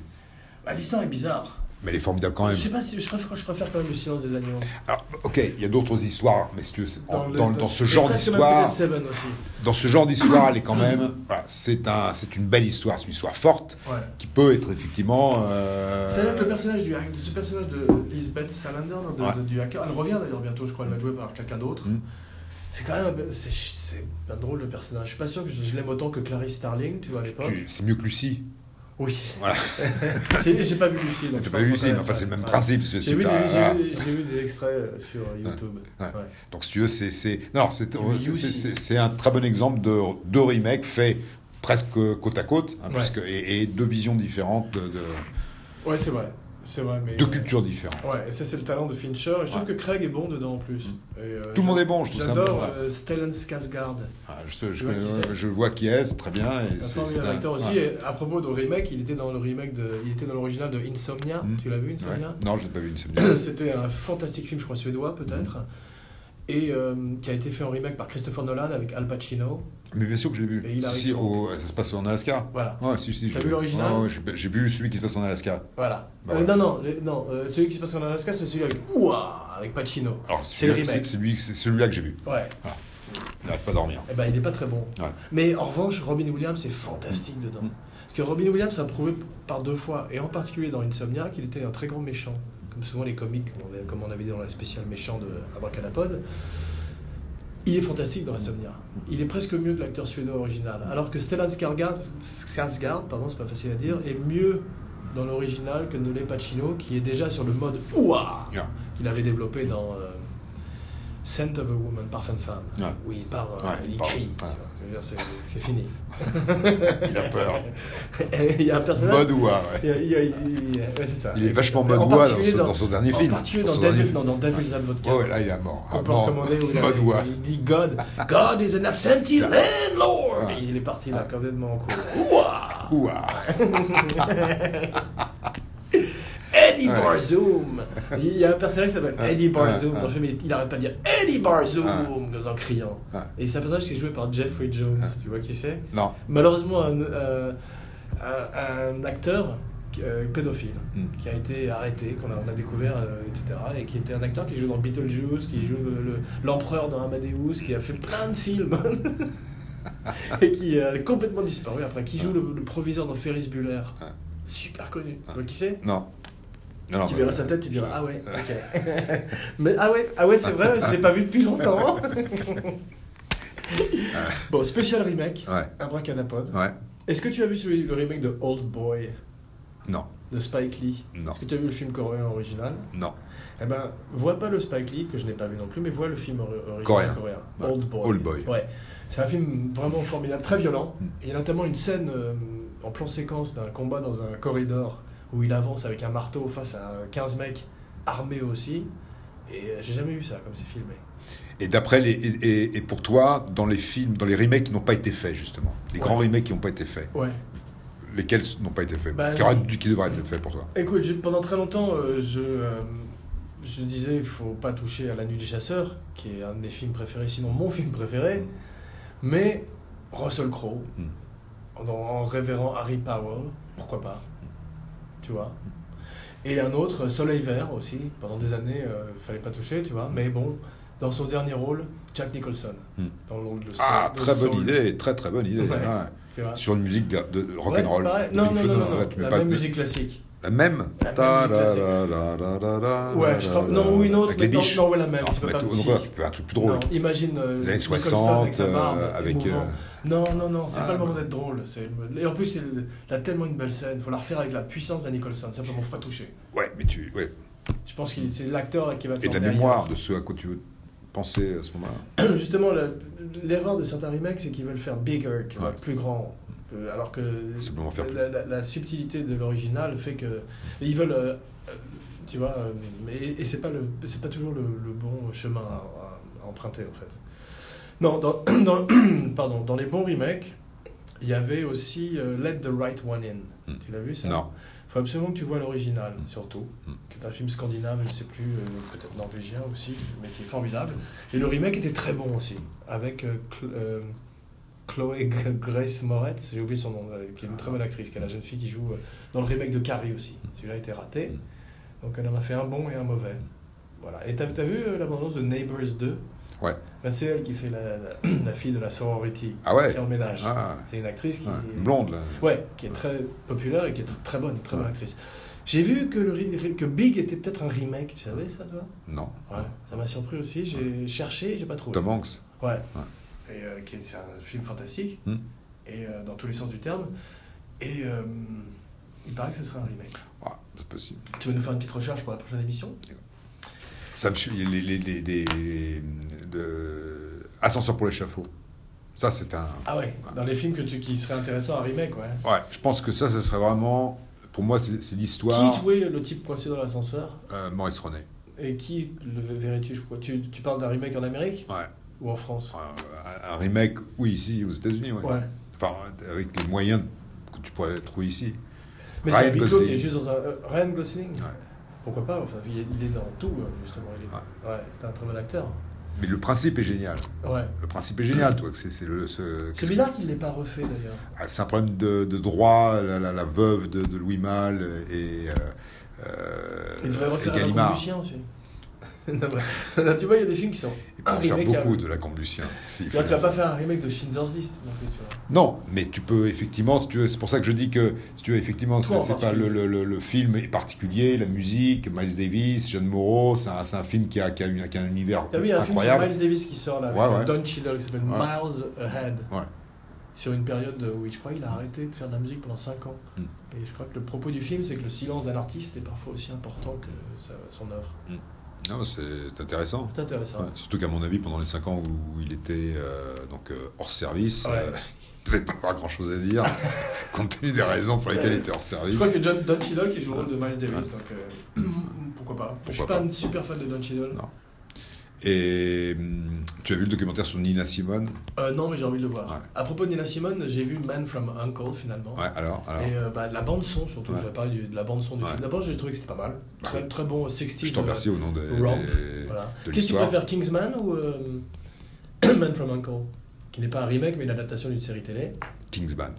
[SPEAKER 1] Bah, L'histoire est bizarre.
[SPEAKER 2] Mais elle est formidable quand
[SPEAKER 1] Je
[SPEAKER 2] même.
[SPEAKER 1] sais pas si je préfère, je préfère quand même le silence des agneaux.
[SPEAKER 2] Alors, ok, il y a d'autres histoires, mais si tu veux, c'est- en- dans,
[SPEAKER 1] le-
[SPEAKER 2] dans ce
[SPEAKER 1] et
[SPEAKER 2] genre
[SPEAKER 1] presque même
[SPEAKER 2] d'histoire,
[SPEAKER 1] peut-être Seven aussi.
[SPEAKER 2] dans ce genre d'histoire, elle est quand même. voilà, c'est un, c'est une belle histoire, c'est une histoire forte
[SPEAKER 1] Ouais.
[SPEAKER 2] qui peut être effectivement. euh,
[SPEAKER 1] C'est-à-dire que le personnage du, de ce personnage de Lisbeth Salander, non, de-
[SPEAKER 2] Ouais.
[SPEAKER 1] de- du hacker, elle revient d'ailleurs bientôt, je crois, elle va être jouée par quelqu'un d'autre.
[SPEAKER 2] Mm.
[SPEAKER 1] C'est quand même un- c'est- c'est un drôle de personnage. Je suis pas sûr que je, je l'aime autant que Clarice Starling, tu vois, à l'époque.
[SPEAKER 2] Tu- C'est mieux que Lucie.
[SPEAKER 1] Oui.
[SPEAKER 2] Voilà.
[SPEAKER 1] j'ai j'ai pas vu Lucie. donc
[SPEAKER 2] Tu
[SPEAKER 1] je
[SPEAKER 2] pas
[SPEAKER 1] pense
[SPEAKER 2] vu
[SPEAKER 1] que ça
[SPEAKER 2] Lucie, mais
[SPEAKER 1] va
[SPEAKER 2] enfin,
[SPEAKER 1] être-
[SPEAKER 2] c'est le même
[SPEAKER 1] ouais.
[SPEAKER 2] principe. parce que
[SPEAKER 1] J'ai
[SPEAKER 2] tu
[SPEAKER 1] vu, des-
[SPEAKER 2] t'as-
[SPEAKER 1] j'ai vu- j'ai vu des extraits euh, sur YouTube.
[SPEAKER 2] Ouais.
[SPEAKER 1] Ouais.
[SPEAKER 2] Donc, si tu veux, c'est- c'est non, c'est-
[SPEAKER 1] Oui,
[SPEAKER 2] c'est-
[SPEAKER 1] aussi.
[SPEAKER 2] c'est- c'est un très bon exemple de deux remakes faits presque côte à côte, hein,
[SPEAKER 1] Ouais.
[SPEAKER 2] puisque- et, et deux visions différentes, de, de-
[SPEAKER 1] Ouais, c'est vrai. C'est vrai, mais. euh,
[SPEAKER 2] deux cultures différentes.
[SPEAKER 1] Ouais, et ça, c'est le talent de Fincher. Et je trouve
[SPEAKER 2] Ouais.
[SPEAKER 1] que Craig est bon dedans en plus.
[SPEAKER 2] Mm.
[SPEAKER 1] Et, euh,
[SPEAKER 2] Tout le monde
[SPEAKER 1] j'a-
[SPEAKER 2] est bon, je trouve ça un peu.
[SPEAKER 1] J'adore
[SPEAKER 2] ouais.
[SPEAKER 1] euh, Stellan Skarsgård.
[SPEAKER 2] Ah, je, je
[SPEAKER 1] tu vois
[SPEAKER 2] connais-
[SPEAKER 1] qui c'est
[SPEAKER 2] je vois qui est, c'est très bien. et
[SPEAKER 1] Un
[SPEAKER 2] c'est- c'est
[SPEAKER 1] formidable
[SPEAKER 2] un-
[SPEAKER 1] acteur aussi.
[SPEAKER 2] ouais.
[SPEAKER 1] Et à propos de remake, il était dans le remake de, il était dans l'original de Insomnia.
[SPEAKER 2] Mm.
[SPEAKER 1] Tu l'as vu
[SPEAKER 2] Ouais.
[SPEAKER 1] Insomnia
[SPEAKER 2] Non, je n'ai pas vu une semaine.
[SPEAKER 1] C'était un fantastique film, je crois suédois peut-être,
[SPEAKER 2] Mm.
[SPEAKER 1] et euh, qui a été fait en remake par Christopher Nolan avec Al Pacino.
[SPEAKER 2] mais bien sûr que je l'ai vu.
[SPEAKER 1] Et il
[SPEAKER 2] Si,
[SPEAKER 1] arrive
[SPEAKER 2] si,
[SPEAKER 1] sur-
[SPEAKER 2] au- ça se passe en Alaska.
[SPEAKER 1] Voilà,
[SPEAKER 2] Ouais, si, si, je
[SPEAKER 1] T'as
[SPEAKER 2] l'ai
[SPEAKER 1] vu l'original
[SPEAKER 2] Ouais, ouais, j'ai- J'ai vu celui qui se passe en Alaska.
[SPEAKER 1] voilà.
[SPEAKER 2] Bah
[SPEAKER 1] Euh,
[SPEAKER 2] ouais.
[SPEAKER 1] non, non, le- non. euh, celui qui se passe en Alaska, c'est celui avec Ouah, avec Pacino.
[SPEAKER 2] Alors,
[SPEAKER 1] C'est le
[SPEAKER 2] celui-là-
[SPEAKER 1] remake.
[SPEAKER 2] C'est celui- c'est celui-là que j'ai vu.
[SPEAKER 1] Ouais.
[SPEAKER 2] Il n'arrive pas à dormir.
[SPEAKER 1] Eh ben, il n'est pas très bon.
[SPEAKER 2] Ouais.
[SPEAKER 1] Mais en revanche, Robin Williams est fantastique dedans.
[SPEAKER 2] Mm.
[SPEAKER 1] Parce que Robin Williams a prouvé par deux fois, et en particulier dans Insomnia, qu'il était un très grand méchant. Comme souvent les comiques, on avait- comme on avait dit dans la spéciale méchant de Abracadapod. Il est fantastique dans Insomnia. Il est presque mieux que l'acteur suédois original. Alors que Stellan Skarsgård, Skarsgård pardon, c'est pas facile à dire, est mieux dans l'original que ne l'est Pacino, qui est déjà sur le mode ouah
[SPEAKER 2] Yeah.
[SPEAKER 1] qu'il avait développé dans euh, Scent of a Woman, Parfum Femme,
[SPEAKER 2] Ouais.
[SPEAKER 1] où il part, euh,
[SPEAKER 2] Ouais,
[SPEAKER 1] il
[SPEAKER 2] il part,
[SPEAKER 1] crie.
[SPEAKER 2] ouais.
[SPEAKER 1] Je veux dire, c'est- C'est fini.
[SPEAKER 2] Il a peur.
[SPEAKER 1] il y a un personnage.
[SPEAKER 2] Mode ou ah, ouais.
[SPEAKER 1] il y a- il y a- il y a- ouais, c'est ça.
[SPEAKER 2] Il est vachement mode
[SPEAKER 1] En
[SPEAKER 2] ouah dans,
[SPEAKER 1] particulier
[SPEAKER 2] son- dans son dernier
[SPEAKER 1] en
[SPEAKER 2] film.
[SPEAKER 1] particulier
[SPEAKER 2] Dans
[SPEAKER 1] dans
[SPEAKER 2] son dernier
[SPEAKER 1] Devil-
[SPEAKER 2] film.
[SPEAKER 1] non, dans Devil's Advocate.
[SPEAKER 2] Ouais, ouais, là, il est à mort.
[SPEAKER 1] On
[SPEAKER 2] À
[SPEAKER 1] peut
[SPEAKER 2] mort.
[SPEAKER 1] recommander où il,
[SPEAKER 2] Mode ouah.
[SPEAKER 1] avait- il dit God, God is an absentee landlord.
[SPEAKER 2] Ouais.
[SPEAKER 1] Et il est parti là complètement en cours. Ouah
[SPEAKER 2] Ouah.
[SPEAKER 1] Eddie
[SPEAKER 2] Ouais.
[SPEAKER 1] Barzoum Il y a un personnage qui s'appelle
[SPEAKER 2] Ouais.
[SPEAKER 1] Eddie Barzoum
[SPEAKER 2] Ouais.
[SPEAKER 1] dans le film, il- il arrête pas de dire Eddie Barzoum
[SPEAKER 2] Ouais.
[SPEAKER 1] en criant.
[SPEAKER 2] Ouais.
[SPEAKER 1] Et c'est un personnage qui est joué par Jeffrey Jones, tu vois qui c'est
[SPEAKER 2] Non.
[SPEAKER 1] Malheureusement, un, euh, un- un acteur euh, pédophile
[SPEAKER 2] Hmm.
[SPEAKER 1] qui a été arrêté, qu'on a, on a découvert, euh, etc. Et qui était un acteur qui joue dans Beetlejuice, qui joue le- le- l'empereur dans Amadeus, qui a fait plein de films. et qui a complètement disparu après. Qui joue le, le proviseur dans Ferris Bueller.
[SPEAKER 2] Ouais.
[SPEAKER 1] Super connu. Tu vois qui c'est
[SPEAKER 2] Non. Non, non,
[SPEAKER 1] tu
[SPEAKER 2] mais-
[SPEAKER 1] verras sa tête, tu diras Ah ouais, ok. Mais ah ouais, ah ouais c'est vrai, je l'ai pas vu depuis longtemps. bon, spécial remake,
[SPEAKER 2] Ouais.
[SPEAKER 1] Abracadapod.
[SPEAKER 2] Ouais.
[SPEAKER 1] Est-ce que tu as vu celui, le remake de Old Boy
[SPEAKER 2] Non.
[SPEAKER 1] de Spike Lee
[SPEAKER 2] Non.
[SPEAKER 1] Est-ce que tu as vu le film coréen original
[SPEAKER 2] Non.
[SPEAKER 1] Eh ben, vois pas le Spike Lee, que je n'ai pas vu non plus, mais vois le film ori- original
[SPEAKER 2] Coréen.
[SPEAKER 1] coréen,
[SPEAKER 2] Ouais.
[SPEAKER 1] Old Boy.
[SPEAKER 2] Old Boy.
[SPEAKER 1] Ouais. C'est un film vraiment formidable, très violent.
[SPEAKER 2] Mm.
[SPEAKER 1] Il y a notamment une scène euh, en plan séquence d'un combat dans un corridor où il avance avec un marteau face à 15 mecs armés aussi. Et euh, j'ai jamais vu ça comme c'est filmé.
[SPEAKER 2] Et d'après les. Et, et- et pour toi, dans les films, dans les remakes qui n'ont pas été faits, justement. Les
[SPEAKER 1] Ouais.
[SPEAKER 2] grands remakes qui n'ont pas été faits.
[SPEAKER 1] Ouais.
[SPEAKER 2] Lesquels n'ont pas été faits
[SPEAKER 1] Bah,
[SPEAKER 2] qui, auraient dû- qui devraient être faits pour toi
[SPEAKER 1] Écoute, j'ai- pendant très longtemps, euh, je, euh, je disais il faut pas toucher à La Nuit des Chasseurs, qui est un de mes films préférés, sinon mon film préféré.
[SPEAKER 2] Mm.
[SPEAKER 1] Mais Russell Crowe,
[SPEAKER 2] Mm. Mm.
[SPEAKER 1] en, en révérant Harry Powell, pourquoi pas Tu vois Et un autre, Soleil Vert aussi, pendant des années, euh, fallait pas toucher, tu vois. Mais bon, dans son dernier rôle, Jack Nicholson,
[SPEAKER 2] Mm.
[SPEAKER 1] dans le rôle de
[SPEAKER 2] Ah,
[SPEAKER 1] de
[SPEAKER 2] très bonne
[SPEAKER 1] Saul,
[SPEAKER 2] idée, très très bonne idée.
[SPEAKER 1] Ouais.
[SPEAKER 2] ouais.
[SPEAKER 1] tu vois.
[SPEAKER 2] Sur une musique de, de
[SPEAKER 1] Ouais,
[SPEAKER 2] rock'n'roll.
[SPEAKER 1] pareil.
[SPEAKER 2] De
[SPEAKER 1] Non,
[SPEAKER 2] Pink
[SPEAKER 1] non,
[SPEAKER 2] Floyd,
[SPEAKER 1] non, non, non,
[SPEAKER 2] là, tu mets
[SPEAKER 1] la
[SPEAKER 2] pas
[SPEAKER 1] même
[SPEAKER 2] de-
[SPEAKER 1] musique classique.
[SPEAKER 2] La même
[SPEAKER 1] La même
[SPEAKER 2] Ta-
[SPEAKER 1] musique classique.
[SPEAKER 2] la- la- la- la- la-
[SPEAKER 1] Ah, Ouais, je
[SPEAKER 2] la-
[SPEAKER 1] crois-
[SPEAKER 2] la-
[SPEAKER 1] non, ou une autre,
[SPEAKER 2] Avec les
[SPEAKER 1] mais non,
[SPEAKER 2] biches.
[SPEAKER 1] non, ouais, la même.
[SPEAKER 2] Alors,
[SPEAKER 1] tu peux
[SPEAKER 2] mais
[SPEAKER 1] pas
[SPEAKER 2] tout-
[SPEAKER 1] me
[SPEAKER 2] donc,
[SPEAKER 1] dire.
[SPEAKER 2] là, tu peux faire un truc plus drôle.
[SPEAKER 1] Non, imagine euh,
[SPEAKER 2] Les années
[SPEAKER 1] Nicholson
[SPEAKER 2] 60,
[SPEAKER 1] avec sa barbe,
[SPEAKER 2] euh, avec,
[SPEAKER 1] émouvant.
[SPEAKER 2] euh,
[SPEAKER 1] Non, non, non, c'est
[SPEAKER 2] ah,
[SPEAKER 1] pas le moment
[SPEAKER 2] bah.
[SPEAKER 1] d'être drôle. c'est- Et en plus, c'est là tellement une belle scène. Faut la refaire avec la puissance de Nicholson. Ça, vraiment, faut pas toucher.
[SPEAKER 2] Ouais, mais tu. Ouais.
[SPEAKER 1] Je pense que c'est l'acteur qui va. te
[SPEAKER 2] Et de la
[SPEAKER 1] l'emmener
[SPEAKER 2] mémoire de ce à quoi tu veux penser à ce moment-là.
[SPEAKER 1] ailleurs. Justement, la- l'erreur de certains remakes, c'est qu'ils veulent faire bigger, tu vois,
[SPEAKER 2] Ouais.
[SPEAKER 1] plus grand. Euh, Alors que
[SPEAKER 2] Simplement faire plus.
[SPEAKER 1] la, la- la subtilité de l'original fait que ils veulent, euh, euh, tu vois, euh, mais- et, c'est pas le, c'est pas toujours le, le bon chemin à, à- à emprunter en fait. Non, dans, dans- pardon, dans les bons remakes, il y avait aussi euh, Let the Right One In.
[SPEAKER 2] Mm.
[SPEAKER 1] Tu l'as vu ça
[SPEAKER 2] Non.
[SPEAKER 1] faut absolument que tu vois l'original, surtout,
[SPEAKER 2] Mm.
[SPEAKER 1] qui est un film scandinave, je ne sais plus, euh, peut-être norvégien aussi, mais qui est formidable. Et le remake était très bon aussi, avec euh, Cl- euh, Chloé G- Grace Moretz, j'ai oublié son nom, euh, qui est une très
[SPEAKER 2] Ah.
[SPEAKER 1] bonne actrice, qui est la jeune fille qui joue euh, dans le remake de Carrie aussi.
[SPEAKER 2] Mm.
[SPEAKER 1] Celui-là était raté, donc elle en a fait un bon et un mauvais. Voilà. Et t'as as vu euh, l'abondance de Neighbors 2
[SPEAKER 2] Mm. Ouais.
[SPEAKER 1] Ben, c'est elle qui fait la, la- la fille de la sorority,
[SPEAKER 2] Ah ouais
[SPEAKER 1] qui est en ménage.
[SPEAKER 2] Ah,
[SPEAKER 1] C'est une actrice qui...
[SPEAKER 2] ouais. Une blonde, là.
[SPEAKER 1] Ouais, qui est très populaire et qui est tr- très bonne, très bonne
[SPEAKER 2] Ouais.
[SPEAKER 1] actrice. J'ai vu que, le, re- que Big était peut-être un remake, tu savais ça toi
[SPEAKER 2] Non.
[SPEAKER 1] Ça m'a surpris aussi, j'ai cherché et j'ai pas trouvé.
[SPEAKER 2] Tom Hanks.
[SPEAKER 1] Ouais. Et, euh, qui est, c'est un film fantastique,
[SPEAKER 2] Mm.
[SPEAKER 1] et euh, dans tous les sens du terme. Et euh, il paraît que ce serait un remake.
[SPEAKER 2] Ah, c'est possible.
[SPEAKER 1] Tu vas nous faire une petite recherche pour la prochaine émission
[SPEAKER 2] Ça me suffit. Les, les, les, les- les- de- Ascenseur pour l'échafaud. Ça, c'est un.
[SPEAKER 1] Ah ouais, dans les films que tu, qui seraient intéressants, un remake, ouais.
[SPEAKER 2] Ouais, je pense que ça, ça serait vraiment. Pour moi, c'est c'est
[SPEAKER 1] Qui
[SPEAKER 2] l'histoire.
[SPEAKER 1] jouait le type coincé dans l'ascenseur
[SPEAKER 2] Euh, Maurice René.
[SPEAKER 1] Et qui le verrais-tu je crois tu, tu parles d'un remake en Amérique
[SPEAKER 2] Ouais. Euh,
[SPEAKER 1] Ou en France
[SPEAKER 2] Un, un remake, oui, ici, aux États-Unis, ouais.
[SPEAKER 1] Ouais.
[SPEAKER 2] Enfin, avec les moyens que tu pourrais trouver ici.
[SPEAKER 1] Mais
[SPEAKER 2] Ryan
[SPEAKER 1] c'est un huis clos qui
[SPEAKER 2] Gosling.
[SPEAKER 1] est juste dans un. euh, Ryan Gosling
[SPEAKER 2] Ouais.
[SPEAKER 1] Pourquoi pas enfin, il, est, il est dans tout, euh, justement. Il est-
[SPEAKER 2] Ouais.
[SPEAKER 1] Ouais, c'est un très bon acteur.
[SPEAKER 2] Mais le principe est génial.
[SPEAKER 1] Ouais.
[SPEAKER 2] Le principe est génial, toi. C'est c'est le. ce-
[SPEAKER 1] C'est
[SPEAKER 2] qu'est-ce
[SPEAKER 1] bizarre qu'il ne l'ait pas refait d'ailleurs.
[SPEAKER 2] que- Ah, c'est un problème de, de droit. La, la- la veuve de, de Louis Malle et. euh, euh,
[SPEAKER 1] Il devrait
[SPEAKER 2] et
[SPEAKER 1] refaire un
[SPEAKER 2] Gallimard.
[SPEAKER 1] Lucien aussi. Non, bref. tu vois, il y a des films qui sont.
[SPEAKER 2] Il ben, peut en
[SPEAKER 1] Un
[SPEAKER 2] faire
[SPEAKER 1] remake,
[SPEAKER 2] beaucoup de la Cambusien. s'il
[SPEAKER 1] Tu vois,
[SPEAKER 2] faut
[SPEAKER 1] tu vas
[SPEAKER 2] en
[SPEAKER 1] pas
[SPEAKER 2] faire.
[SPEAKER 1] faire un remake de Schindler's List. Non, plus, tu vois.
[SPEAKER 2] Non, mais tu peux effectivement, si tu veux, c'est pour ça que je dis que si tu veux, effectivement,
[SPEAKER 1] Toi,
[SPEAKER 2] c'est
[SPEAKER 1] en
[SPEAKER 2] c'est pas le,
[SPEAKER 1] particulier.
[SPEAKER 2] le- le- le film est particulier, la musique, Miles Davis, Jeanne Moreau, c'est un, c'est un film qui a, qui a une- qui a un univers
[SPEAKER 1] T'as vu, il y a un
[SPEAKER 2] incroyable.
[SPEAKER 1] film sur Miles Davis qui sort là, avec
[SPEAKER 2] Ouais, ouais.
[SPEAKER 1] Don Cheadle qui s'appelle
[SPEAKER 2] Ouais.
[SPEAKER 1] Miles Ahead.
[SPEAKER 2] Ouais.
[SPEAKER 1] Sur une période où je crois qu'il a arrêté de faire de la musique pendant 5 ans.
[SPEAKER 2] Mm.
[SPEAKER 1] Et je crois que le propos du film, c'est que le silence d'un artiste est parfois aussi important que sa- son œuvre.
[SPEAKER 2] Non, c'est intéressant.
[SPEAKER 1] C'est intéressant.
[SPEAKER 2] Ouais, surtout qu'à mon avis, pendant les 5 ans où il était euh, donc, euh, hors service,
[SPEAKER 1] Ouais.
[SPEAKER 2] euh, il devait pas avoir grand chose à dire, compte tenu des raisons pour lesquelles il était hors
[SPEAKER 1] Je
[SPEAKER 2] service.
[SPEAKER 1] crois que John, Don Cheadle qui joue le rôle de Miles Davis, donc euh, pourquoi pas. je suis
[SPEAKER 2] Pourquoi
[SPEAKER 1] pas,
[SPEAKER 2] pas.
[SPEAKER 1] un super fan de Don Cheadle.
[SPEAKER 2] Non. Et hum, tu as vu le documentaire sur Nina Simone
[SPEAKER 1] Euh, non, mais j'ai envie de le voir.
[SPEAKER 2] Ouais.
[SPEAKER 1] À propos de Nina Simone, j'ai vu Man from Uncle finalement.
[SPEAKER 2] Ouais, alors, alors
[SPEAKER 1] Et euh, bah, la bande son surtout,
[SPEAKER 2] Ouais.
[SPEAKER 1] je vais parler du- de la bande son du
[SPEAKER 2] Ouais.
[SPEAKER 1] film. D'abord, j'ai trouvé que c'était pas mal.
[SPEAKER 2] Bah
[SPEAKER 1] Très,
[SPEAKER 2] oui.
[SPEAKER 1] très bon sextile.
[SPEAKER 2] je t'en remercie au nom des-
[SPEAKER 1] Ramp,
[SPEAKER 2] des,
[SPEAKER 1] Voilà.
[SPEAKER 2] de
[SPEAKER 1] Qu'est-ce que tu
[SPEAKER 2] l'histoire.
[SPEAKER 1] préfères, Kingsman ou euh, Man from Uncle Qui n'est pas un remake, mais une adaptation d'une série télé,
[SPEAKER 2] Kingsman,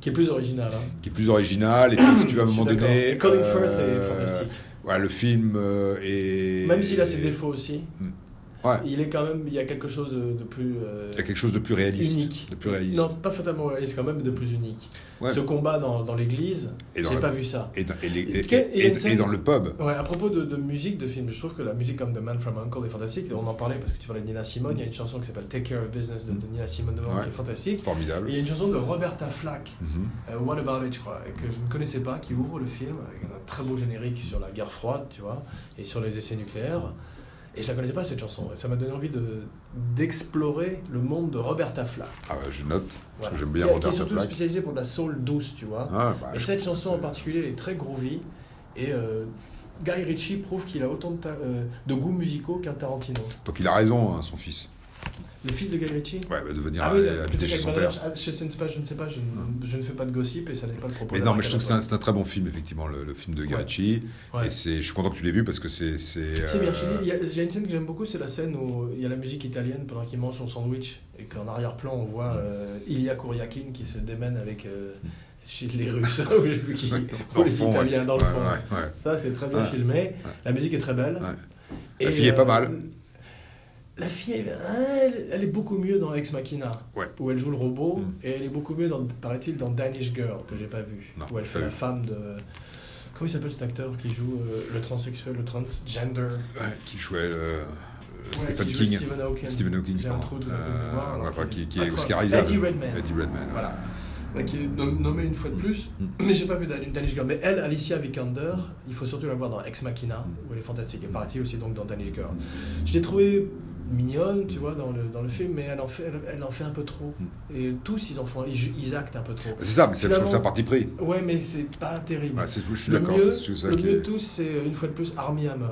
[SPEAKER 1] qui est plus originale. hein.
[SPEAKER 2] qui est plus original. Et puis, si tu vas à un
[SPEAKER 1] Je suis
[SPEAKER 2] moment
[SPEAKER 1] d'accord.
[SPEAKER 2] donné.
[SPEAKER 1] Et Colin
[SPEAKER 2] euh,
[SPEAKER 1] Firth est fantastique.
[SPEAKER 2] ouais, le film euh, est.
[SPEAKER 1] Même s'il a ses défauts aussi,
[SPEAKER 2] Ouais,
[SPEAKER 1] il est quand même, il y a quelque chose de, de plus euh,
[SPEAKER 2] il y a quelque chose de plus réaliste.
[SPEAKER 1] unique.
[SPEAKER 2] De plus réaliste.
[SPEAKER 1] Non, pas fatalement réaliste quand même, mais de plus unique.
[SPEAKER 2] Ouais.
[SPEAKER 1] Ce combat dans, dans l'église,
[SPEAKER 2] Et dans
[SPEAKER 1] j'ai
[SPEAKER 2] la-
[SPEAKER 1] pas vu ça.
[SPEAKER 2] Et dans, et les-
[SPEAKER 1] Et
[SPEAKER 2] et-
[SPEAKER 1] quel- et
[SPEAKER 2] et-
[SPEAKER 1] une scène-
[SPEAKER 2] et dans le pub.
[SPEAKER 1] Ouais, à propos de, de musique de film, je trouve que la musique comme The Man from Uncle est fantastique. On en parlait parce que tu parlais de Nina Simone. Il y a une chanson qui s'appelle Take Care of Business de, de Nina Simone devant
[SPEAKER 2] Ouais.
[SPEAKER 1] qui est fantastique. Et
[SPEAKER 2] Formidable.
[SPEAKER 1] il y a une chanson de Roberta Flack
[SPEAKER 2] Mhm.
[SPEAKER 1] Euh, What About It, je crois, et que je ne connaissais pas, qui ouvre le film avec un très beau générique sur la guerre froide, tu vois, et sur les essais nucléaires. Et je la connaissais pas cette chanson. Et ça m'a donné envie de d'explorer le monde de Roberta Flack.
[SPEAKER 2] Ah, bah, je note.
[SPEAKER 1] Voilà.
[SPEAKER 2] J'aime bien
[SPEAKER 1] Qui- Qui est
[SPEAKER 2] Roberta
[SPEAKER 1] surtout
[SPEAKER 2] Flack.
[SPEAKER 1] spécialisée pour de la soul douce, tu vois.
[SPEAKER 2] Ah, bah,
[SPEAKER 1] et
[SPEAKER 2] je-
[SPEAKER 1] cette chanson en
[SPEAKER 2] c'est-
[SPEAKER 1] particulier est très groovy. Et euh, Guy Ritchie prouve qu'il a autant de, ta- euh, de goûts musicaux qu'un Tarantino.
[SPEAKER 2] Donc il a raison, hein, son fils.
[SPEAKER 1] Le fils de Guy Ritchie
[SPEAKER 2] Ouais, bah, de venir
[SPEAKER 1] Ah
[SPEAKER 2] à-
[SPEAKER 1] oui,
[SPEAKER 2] habiter
[SPEAKER 1] peut-être
[SPEAKER 2] chez
[SPEAKER 1] avec
[SPEAKER 2] son
[SPEAKER 1] ma mère,
[SPEAKER 2] père.
[SPEAKER 1] je, je ne sais pas, je ne sais pas, je ne, je ne fais pas de gossip et ça n'est pas le propos.
[SPEAKER 2] Hein. Mais
[SPEAKER 1] de
[SPEAKER 2] non,
[SPEAKER 1] la
[SPEAKER 2] mais je trouve que c'est
[SPEAKER 1] Marca
[SPEAKER 2] un, c'est un très bon film, effectivement, le, le film de
[SPEAKER 1] Ouais.
[SPEAKER 2] Garici.
[SPEAKER 1] Ouais.
[SPEAKER 2] Et c'est, je suis content que tu l'aies vu parce que c'est. C'est
[SPEAKER 1] Si,
[SPEAKER 2] euh,
[SPEAKER 1] Virginie, il y, a- il y a une scène que j'aime beaucoup, c'est la scène où il y a la musique italienne pendant qu'il mange son sandwich et qu'en arrière-plan on
[SPEAKER 2] Mm.
[SPEAKER 1] voit euh, Ilya Kouriakin qui se démène avec euh, chez les Russes ou je sais plus qui,
[SPEAKER 2] dans
[SPEAKER 1] ou
[SPEAKER 2] le
[SPEAKER 1] les
[SPEAKER 2] fond, ouais.
[SPEAKER 1] Italiens dans le
[SPEAKER 2] Ouais,
[SPEAKER 1] fond.
[SPEAKER 2] ouais, ouais.
[SPEAKER 1] Ça c'est très bien
[SPEAKER 2] Ouais.
[SPEAKER 1] filmé, la musique est très belle.
[SPEAKER 2] La fille est pas mal.
[SPEAKER 1] euh, La fille, elle, elle- elle est beaucoup mieux dans Ex Machina,
[SPEAKER 2] Ouais.
[SPEAKER 1] où elle joue le robot,
[SPEAKER 2] Mm.
[SPEAKER 1] et elle est beaucoup mieux, dans, paraît-il, dans Danish Girl, que j'ai pas vu,
[SPEAKER 2] Non,
[SPEAKER 1] où elle
[SPEAKER 2] pas
[SPEAKER 1] fait
[SPEAKER 2] vu.
[SPEAKER 1] la femme de. Comment il s'appelle cet acteur qui joue euh, le transsexuel, le transgender
[SPEAKER 2] Ouais, qui jouait le-
[SPEAKER 1] Ouais,
[SPEAKER 2] Euh, Stephen
[SPEAKER 1] qui joue
[SPEAKER 2] King.
[SPEAKER 1] Stephen Hawking.
[SPEAKER 2] Stephen Hawking.
[SPEAKER 1] J'ai un
[SPEAKER 2] pardon.
[SPEAKER 1] trou de- de
[SPEAKER 2] Euh,
[SPEAKER 1] mémoire, alors
[SPEAKER 2] ouais, enfin,
[SPEAKER 1] qu'il
[SPEAKER 2] qui,
[SPEAKER 1] est
[SPEAKER 2] qui est
[SPEAKER 1] incroyable.
[SPEAKER 2] oscarisable.
[SPEAKER 1] Eddie Redmayne.
[SPEAKER 2] Eddie Redmayne, ouais. Ah,
[SPEAKER 1] Voilà. Là, qui est nom- nommé une fois de plus,
[SPEAKER 2] Mm.
[SPEAKER 1] mais j'ai pas vu Dan- Danish Girl. Mais elle, Alicia Vikander, il faut surtout la voir dans Ex Machina,
[SPEAKER 2] Mm.
[SPEAKER 1] où elle est fantastique. Et paraît-il aussi donc dans Danish Girl. Je l'ai trouvée mignonne, tu vois, dans le, dans le film, mais elle en, fait, elle, elle en fait un peu trop.
[SPEAKER 2] Mm.
[SPEAKER 1] Et tous, ils en font, ils, ju- ils actent un peu trop.
[SPEAKER 2] C'est ça, mais c'est, je trouve
[SPEAKER 1] Finalement-
[SPEAKER 2] que c'est un parti pris.
[SPEAKER 1] Ouais, mais c'est pas terrible.
[SPEAKER 2] Voilà, c'est- je suis
[SPEAKER 1] le
[SPEAKER 2] d'accord,
[SPEAKER 1] mieux,
[SPEAKER 2] c'est ça
[SPEAKER 1] le
[SPEAKER 2] qui
[SPEAKER 1] mieux de
[SPEAKER 2] est. Hmm.
[SPEAKER 1] tous, c'est euh, une fois de plus Army Hammer,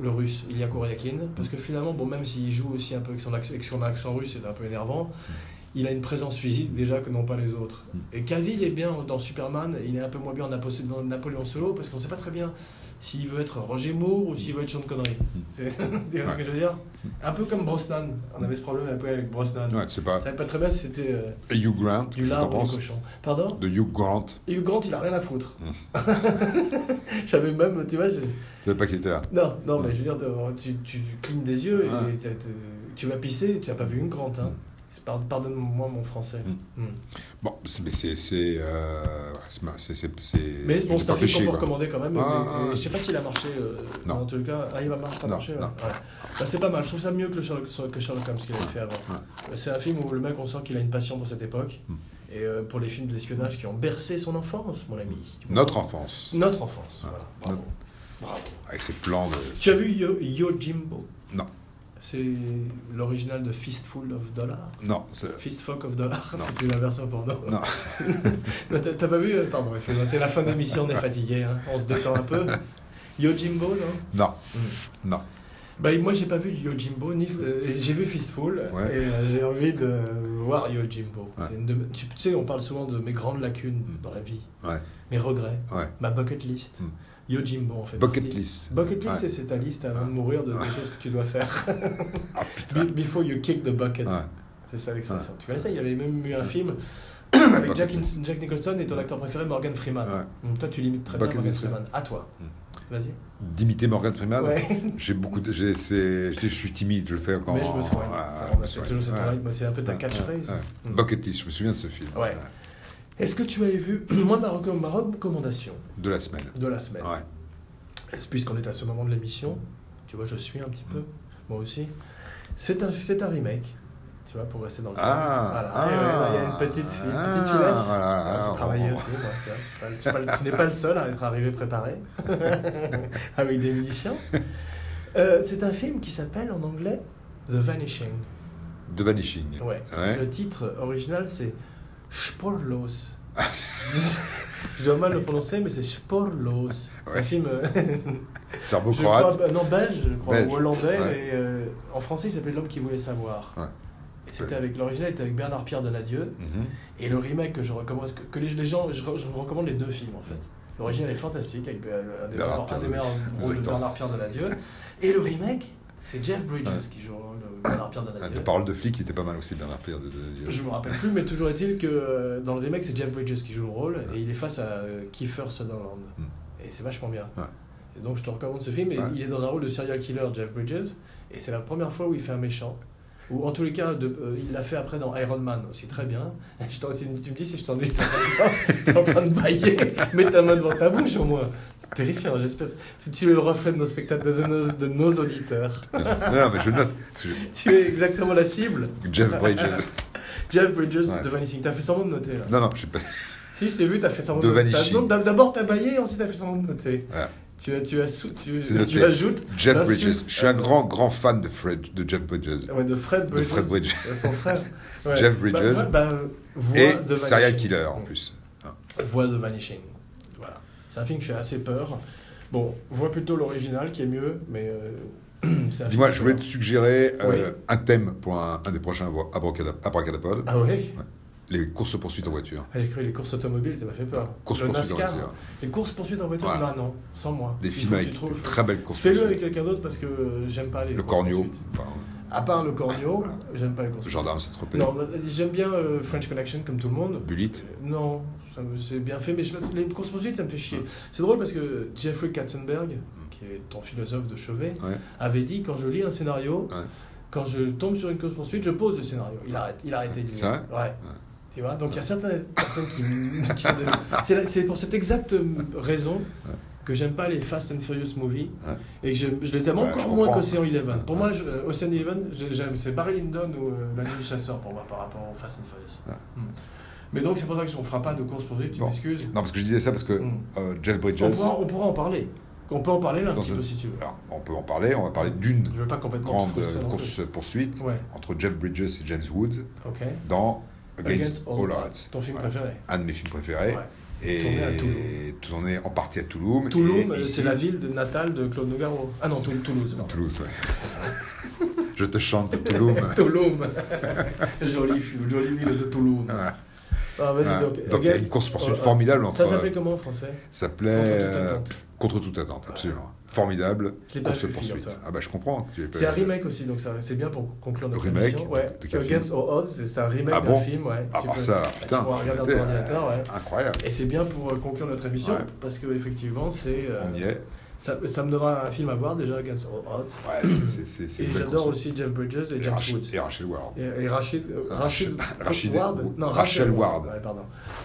[SPEAKER 1] le russe, Ilya Kouriakin. Parce que finalement, bon, même s'il joue aussi un peu avec son, accent, avec son accent russe, c'est un peu énervant,
[SPEAKER 2] Hmm.
[SPEAKER 1] il a une présence physique déjà que n'ont pas les autres. Et Cavill est bien dans Superman, il est un peu moins bien en Napo- dans Napoléon Solo, parce qu'on ne sait pas très bien s'il veut être Roger Moore ou s'il veut être Sean Connery.
[SPEAKER 2] Hmm.
[SPEAKER 1] C'est tu vois ce que je veux dire Un peu comme Brosnan. On avait ce problème un peu avec Brosnan.
[SPEAKER 2] Ouais, tu sais pas.
[SPEAKER 1] On savait pas très bien si c'était euh,
[SPEAKER 2] Et Hugh Grant,
[SPEAKER 1] du
[SPEAKER 2] qu'est-ce que t'en
[SPEAKER 1] lard ou du
[SPEAKER 2] penses
[SPEAKER 1] cochon. Pardon
[SPEAKER 2] De Hugh Grant.
[SPEAKER 1] et Hugh Grant, il a rien à foutre. J'avais même, tu vois, je-
[SPEAKER 2] Tu savais pas qu'il était là.
[SPEAKER 1] non, non, mais je veux dire, tu, tu, tu clignes des yeux
[SPEAKER 2] Ouais. Mm.
[SPEAKER 1] et t'as- t'as- tu vas pisser, tu n'as pas vu une Grant. Hein. Par- Pardonne-moi mon français. Mm.
[SPEAKER 2] Bon, c'est- mais c'est. C'est. euh, c'est ma- c'est- c'est- c'est-
[SPEAKER 1] Mais bon,
[SPEAKER 2] j'ai
[SPEAKER 1] c'est
[SPEAKER 2] pas
[SPEAKER 1] un film
[SPEAKER 2] fait chier,
[SPEAKER 1] qu'on peut
[SPEAKER 2] quoi.
[SPEAKER 1] recommander quand même. mais-
[SPEAKER 2] Ah,
[SPEAKER 1] mais
[SPEAKER 2] ah.
[SPEAKER 1] je sais pas s'il a marché. euh,
[SPEAKER 2] Non.
[SPEAKER 1] mais En tout cas, ah, il va mar- pas
[SPEAKER 2] Non,
[SPEAKER 1] marcher. ouais.
[SPEAKER 2] non.
[SPEAKER 1] Ouais. Bah, c'est pas mal. Je trouve ça mieux que, le Sherlock, que Sherlock Holmes qu'il avait fait avant. Euh, C'est un film où le mec, on sent qu'il a une passion pour cette époque.
[SPEAKER 2] Mm.
[SPEAKER 1] Et euh, pour les films d'espionnage qui ont bercé son enfance, mon ami. Tu comprends
[SPEAKER 2] Notre enfance,
[SPEAKER 1] Notre enfance.
[SPEAKER 2] Ah,
[SPEAKER 1] Voilà. Bravo.
[SPEAKER 2] notre-
[SPEAKER 1] Bravo.
[SPEAKER 2] avec ses plans de.
[SPEAKER 1] Tu as vu Yo, Yojimbo
[SPEAKER 2] Non.
[SPEAKER 1] C'est l'original de Fistful of Dollars.
[SPEAKER 2] Non, c'est-
[SPEAKER 1] Fistfuck of Dollars,
[SPEAKER 2] Euh, Non.
[SPEAKER 1] c'était la version pour nous.
[SPEAKER 2] Non.
[SPEAKER 1] Non, T'as t'as pas vu euh, Pardon, excuse-moi, c'est la fin de l'émission, on est fatigué, hein, on se détend un peu. Yojimbo, non
[SPEAKER 2] non, Mm. non.
[SPEAKER 1] Bah, moi, j'ai pas vu Yojimbo, ni, euh, j'ai vu Fistful,
[SPEAKER 2] Ouais.
[SPEAKER 1] et euh, j'ai envie de voir Yojimbo.
[SPEAKER 2] Ouais.
[SPEAKER 1] C'est une de mes- tu tu sais, on parle souvent de mes grandes lacunes
[SPEAKER 2] Mm.
[SPEAKER 1] dans la vie,
[SPEAKER 2] Ouais.
[SPEAKER 1] mes regrets,
[SPEAKER 2] Ouais.
[SPEAKER 1] ma bucket list.
[SPEAKER 2] Mm.
[SPEAKER 1] Yojimbo, en fait.
[SPEAKER 2] Bucket
[SPEAKER 1] partie.
[SPEAKER 2] list.
[SPEAKER 1] Bucket list,
[SPEAKER 2] Ouais.
[SPEAKER 1] c'est- c'est ta liste avant de mourir de, des choses que tu dois faire.
[SPEAKER 2] Ah putain.
[SPEAKER 1] Be- Before you kick the bucket.
[SPEAKER 2] Ouais.
[SPEAKER 1] C'est ça l'expression. Tu connais ça Il y avait même eu un film avec Jack, Jack Nicholson et ton acteur préféré Morgan Freeman.
[SPEAKER 2] Ouais.
[SPEAKER 1] Donc toi, tu limites très bien
[SPEAKER 2] Bucket
[SPEAKER 1] Morgan
[SPEAKER 2] list, ouais. Ah,
[SPEAKER 1] Freeman. À toi.
[SPEAKER 2] Mm.
[SPEAKER 1] Vas-y.
[SPEAKER 2] D'imiter Morgan Freeman
[SPEAKER 1] Ouais.
[SPEAKER 2] J'ai beaucoup de. j'ai- c'est- Je dis, je suis timide, je le fais encore.
[SPEAKER 1] Mais je me soigne.
[SPEAKER 2] Voilà,
[SPEAKER 1] Ça,
[SPEAKER 2] je
[SPEAKER 1] on
[SPEAKER 2] me
[SPEAKER 1] a
[SPEAKER 2] soigne.
[SPEAKER 1] fait toujours cette
[SPEAKER 2] Ouais.
[SPEAKER 1] oreille. Moi, C'est un peu ta
[SPEAKER 2] Ouais,
[SPEAKER 1] catchphrase.
[SPEAKER 2] ouais,
[SPEAKER 1] Mm.
[SPEAKER 2] Bucket list, je me souviens de ce film.
[SPEAKER 1] Ouais. Est-ce que tu avais vu, moi, ma, recom- ma recommandation
[SPEAKER 2] De la semaine.
[SPEAKER 1] de la semaine,
[SPEAKER 2] Ouais.
[SPEAKER 1] puisqu'on est à ce moment de l'émission, tu vois, je suis un petit peu, moi aussi, c'est un, c'est un remake, tu vois, pour rester dans le
[SPEAKER 2] Ah,
[SPEAKER 1] Voilà.
[SPEAKER 2] ah,
[SPEAKER 1] Et ouais, il y a une petite, une
[SPEAKER 2] ah,
[SPEAKER 1] petite finesse.
[SPEAKER 2] voilà,
[SPEAKER 1] Ah,
[SPEAKER 2] on-
[SPEAKER 1] J'ai travaillé aussi, moi, tu vois. Je suis pas le- Tu n'es pas le seul à être arrivé préparé avec des munitions. Euh, c'est un film qui s'appelle en anglais The Vanishing.
[SPEAKER 2] De Vanishing.
[SPEAKER 1] Ouais.
[SPEAKER 2] Ouais.
[SPEAKER 1] Le titre original c'est Sporlos.
[SPEAKER 2] Ah, c'est-
[SPEAKER 1] Je dois mal le prononcer, mais c'est Sporlos. C'est un
[SPEAKER 2] Ouais.
[SPEAKER 1] film euh, je
[SPEAKER 2] Serbo-croate.
[SPEAKER 1] crois- bah, non, belge, je crois,
[SPEAKER 2] Belge.
[SPEAKER 1] ou hollandais,
[SPEAKER 2] Ouais.
[SPEAKER 1] mais euh, en français il s'appelait L'homme qui voulait savoir.
[SPEAKER 2] Ouais.
[SPEAKER 1] Et c'était avec l'original, était avec Bernard Pierre Donadieu.
[SPEAKER 2] Mhm.
[SPEAKER 1] Et le remake que je recommande, que, que les, les gens, je, re- je recommande les deux films en fait. L'original est fantastique avec euh, un des
[SPEAKER 2] Bernard
[SPEAKER 1] meilleurs- un des
[SPEAKER 2] Pierre
[SPEAKER 1] meilleurs
[SPEAKER 2] Donadieu.
[SPEAKER 1] rôles de
[SPEAKER 2] Exactement.
[SPEAKER 1] Bernard Pierre Donadieu. Et le remake, c'est Jeff Bridges
[SPEAKER 2] Ouais.
[SPEAKER 1] qui joue le rôle de Bernard Pierre
[SPEAKER 2] Ah, De
[SPEAKER 1] Donadieu.
[SPEAKER 2] parole de flic, il était pas mal aussi, Bernard Pierre. De, de, de-
[SPEAKER 1] Je me rappelle plus, mais toujours est-il que euh, dans le remake, c'est Jeff Bridges qui joue le rôle et il est face à euh, Kiefer Sutherland.
[SPEAKER 2] Mm.
[SPEAKER 1] Et c'est vachement bien.
[SPEAKER 2] Ouais.
[SPEAKER 1] Et donc je te recommande ce film. Et
[SPEAKER 2] Ouais.
[SPEAKER 1] Il est dans un rôle de serial killer, Jeff Bridges, et c'est la première fois où il fait un méchant. Ou en tous les cas, de- euh, il l'a fait après dans Iron Man aussi, très bien. Je t'en- si tu me dis si je t'ennuie, t'es en train de- t'es en train de bailler, mets ta main devant ta bouche au moins. Terrifiant, j'espère. Si tu es le reflet de nos spectateurs, de nos, de nos auditeurs,
[SPEAKER 2] Non, non, mais je note. parce que je-
[SPEAKER 1] tu es exactement la cible.
[SPEAKER 2] Jeff Bridges.
[SPEAKER 1] Jeff Bridges
[SPEAKER 2] Ouais.
[SPEAKER 1] de Vanishing. T'as fait semblant de noter là.
[SPEAKER 2] Non, non, je suis pas.
[SPEAKER 1] Si, je t'ai vu, t'as fait semblant
[SPEAKER 2] De
[SPEAKER 1] de
[SPEAKER 2] vanishing.
[SPEAKER 1] t'as- non, d'ab- D'abord, t'as baillé, et ensuite, t'as fait semblant de noter.
[SPEAKER 2] Voilà.
[SPEAKER 1] Tu, as- tu, as sou- tu,
[SPEAKER 2] C'est noté.
[SPEAKER 1] tu ajoutes
[SPEAKER 2] Jeff
[SPEAKER 1] L'insulte.
[SPEAKER 2] Bridges. Je suis un grand, grand fan de, Fred, de Jeff Bridges.
[SPEAKER 1] ah ouais, de Fred
[SPEAKER 2] De
[SPEAKER 1] Bridges.
[SPEAKER 2] Fred Bridges.
[SPEAKER 1] euh, Son frère. Ouais.
[SPEAKER 2] Jeff
[SPEAKER 1] Bah,
[SPEAKER 2] Bridges.
[SPEAKER 1] bah, bah, voix
[SPEAKER 2] Et
[SPEAKER 1] The Vanishing.
[SPEAKER 2] serial killer en plus.
[SPEAKER 1] Voix de Vanishing. Voilà. C'est un film qui fait assez peur. Bon, vois plutôt l'original qui est mieux, mais euh, c'est un
[SPEAKER 2] Dis-moi,
[SPEAKER 1] film
[SPEAKER 2] je
[SPEAKER 1] qui
[SPEAKER 2] voulais
[SPEAKER 1] fait
[SPEAKER 2] te suggérer euh,
[SPEAKER 1] Oui.
[SPEAKER 2] un thème pour un, un des prochains abo- abracadab-
[SPEAKER 1] peur.
[SPEAKER 2] abracadapod.
[SPEAKER 1] Ah oui
[SPEAKER 2] Les courses-poursuites en voiture.
[SPEAKER 1] Ah, J'ai cru les courses automobiles, ça m'a fait peur. le
[SPEAKER 2] Courses-poursuites en
[SPEAKER 1] NASCAR.
[SPEAKER 2] voiture.
[SPEAKER 1] Les courses poursuites en voiture
[SPEAKER 2] Voilà.
[SPEAKER 1] Non, non, sans moi.
[SPEAKER 2] Des
[SPEAKER 1] Il faut
[SPEAKER 2] films
[SPEAKER 1] que
[SPEAKER 2] avec
[SPEAKER 1] tu trouves-
[SPEAKER 2] de très belles courses
[SPEAKER 1] Fais-le avec quelqu'un d'autre parce que euh, j'aime pas les
[SPEAKER 2] Le
[SPEAKER 1] courses
[SPEAKER 2] corneau.
[SPEAKER 1] poursuites.
[SPEAKER 2] Enfin,
[SPEAKER 1] À part le corneau, j'aime pas les courses.
[SPEAKER 2] le gendarme s'est trompé.
[SPEAKER 1] Non, j'aime bien euh, French Connection comme tout le monde.
[SPEAKER 2] Bullitt.
[SPEAKER 1] Non, ça me- c'est bien fait, mais je, les courses poursuites, ça me fait chier. C'est drôle parce que Jeffrey Katzenberg, qui est ton philosophe de chevet,
[SPEAKER 2] Ouais.
[SPEAKER 1] avait dit quand je lis un scénario,
[SPEAKER 2] Ouais.
[SPEAKER 1] quand je tombe sur une course poursuite, je pose le scénario. Il arrête, il arrêtait de
[SPEAKER 2] C'est
[SPEAKER 1] lire.
[SPEAKER 2] vrai
[SPEAKER 1] Ouais. Tu vois, donc il y a certaines personnes qui, qui sont des- c'est, la- c'est pour cette exacte raison que j'aime pas les Fast and Furious movies
[SPEAKER 2] Ouais.
[SPEAKER 1] et que je, je les aime
[SPEAKER 2] Ouais, je
[SPEAKER 1] encore moins
[SPEAKER 2] comprends.
[SPEAKER 1] qu'Océan Eleven. Pour moi, je- euh, Ocean Eleven, je- j'aime, c'est Barry Lyndon ou euh, La Nuit du Chasseur pour moi par rapport aux Fast and Furious. Mm. Mais donc c'est pour ça qu'on fera pas de course poursuite, tu
[SPEAKER 2] Bon.
[SPEAKER 1] m'excuses.
[SPEAKER 2] Non, parce que je disais ça parce que
[SPEAKER 1] Mm.
[SPEAKER 2] euh, Jeff Bridges.
[SPEAKER 1] On pourra, on pourra en parler. On peut en parler là un
[SPEAKER 2] Dans
[SPEAKER 1] petit
[SPEAKER 2] un-
[SPEAKER 1] peu si tu veux.
[SPEAKER 2] Alors, on peut en parler. On va parler d'une
[SPEAKER 1] Je veux pas complètement
[SPEAKER 2] grande
[SPEAKER 1] te frustrer non plus.
[SPEAKER 2] course-poursuite
[SPEAKER 1] Ouais,
[SPEAKER 2] entre Jeff Bridges et James Woods
[SPEAKER 1] ok.
[SPEAKER 2] dans Against,
[SPEAKER 1] All
[SPEAKER 2] All
[SPEAKER 1] Odds,
[SPEAKER 2] Odds.
[SPEAKER 1] Ton film
[SPEAKER 2] Voilà.
[SPEAKER 1] préféré.
[SPEAKER 2] Un de mes films préférés.
[SPEAKER 1] Ouais.
[SPEAKER 2] Et
[SPEAKER 1] Tourné à
[SPEAKER 2] tourné en partie à Toulouse.
[SPEAKER 1] Toulouse,
[SPEAKER 2] et
[SPEAKER 1] euh,
[SPEAKER 2] ici-
[SPEAKER 1] c'est la ville de natale de Claude Nougaro. Ah non,
[SPEAKER 2] C'est-
[SPEAKER 1] Toul- Toulouse. pardon.
[SPEAKER 2] Toulouse, ouais. je te chante Toulouse.
[SPEAKER 1] Toulouse. jolie, fi- jolie ville de Toulouse.
[SPEAKER 2] Voilà.
[SPEAKER 1] Ah, vas-y,
[SPEAKER 2] Voilà.
[SPEAKER 1] donc,
[SPEAKER 2] Donc il y a
[SPEAKER 1] Against-
[SPEAKER 2] une course-poursuite
[SPEAKER 1] oh,
[SPEAKER 2] formidable
[SPEAKER 1] Ça
[SPEAKER 2] entre.
[SPEAKER 1] s'appelait comment en français
[SPEAKER 2] Ça s'appelait
[SPEAKER 1] Contre toute
[SPEAKER 2] euh,
[SPEAKER 1] attente.
[SPEAKER 2] Contre toute attente, absolument. Formidable.
[SPEAKER 1] Je l'ai pas vu,
[SPEAKER 2] Course-poursuite.
[SPEAKER 1] figure-toi.
[SPEAKER 2] Ah bah je comprends. que tu l'aies pas
[SPEAKER 1] C'est un
[SPEAKER 2] vu.
[SPEAKER 1] remake aussi, donc ça- c'est bien pour conclure notre
[SPEAKER 2] Remake
[SPEAKER 1] émission. Ouais.
[SPEAKER 2] de quel film
[SPEAKER 1] Against All Odds, c'est c'est un remake
[SPEAKER 2] Ah bon
[SPEAKER 1] d'un film. Ouais.
[SPEAKER 2] Ah,
[SPEAKER 1] Tu
[SPEAKER 2] par
[SPEAKER 1] peux-
[SPEAKER 2] ça,
[SPEAKER 1] tu
[SPEAKER 2] putain.
[SPEAKER 1] pourras
[SPEAKER 2] je
[SPEAKER 1] regarder dans
[SPEAKER 2] m'étais-
[SPEAKER 1] ton ordinateur, ouais.
[SPEAKER 2] c'est Incroyable.
[SPEAKER 1] Et c'est bien pour euh, conclure notre émission,
[SPEAKER 2] Ouais.
[SPEAKER 1] parce que effectivement, c'est euh,
[SPEAKER 2] On y est.
[SPEAKER 1] Ça, ça me donnera un film à voir déjà, Gets Hot.
[SPEAKER 2] Ouais, c'est- c'est- c'est- c'est
[SPEAKER 1] Et
[SPEAKER 2] une belle
[SPEAKER 1] j'adore
[SPEAKER 2] console.
[SPEAKER 1] aussi Jeff Bridges et
[SPEAKER 2] Et
[SPEAKER 1] James
[SPEAKER 2] Rachel-
[SPEAKER 1] Woods.
[SPEAKER 2] et Rachel Ward.
[SPEAKER 1] Et, et Rachid, euh,
[SPEAKER 2] Rachid-
[SPEAKER 1] Rachid,
[SPEAKER 2] Rachid-
[SPEAKER 1] Ward
[SPEAKER 2] Ward.
[SPEAKER 1] Non,
[SPEAKER 2] Rachel
[SPEAKER 1] Rachel,
[SPEAKER 2] Ward.
[SPEAKER 1] Ouais, pardon.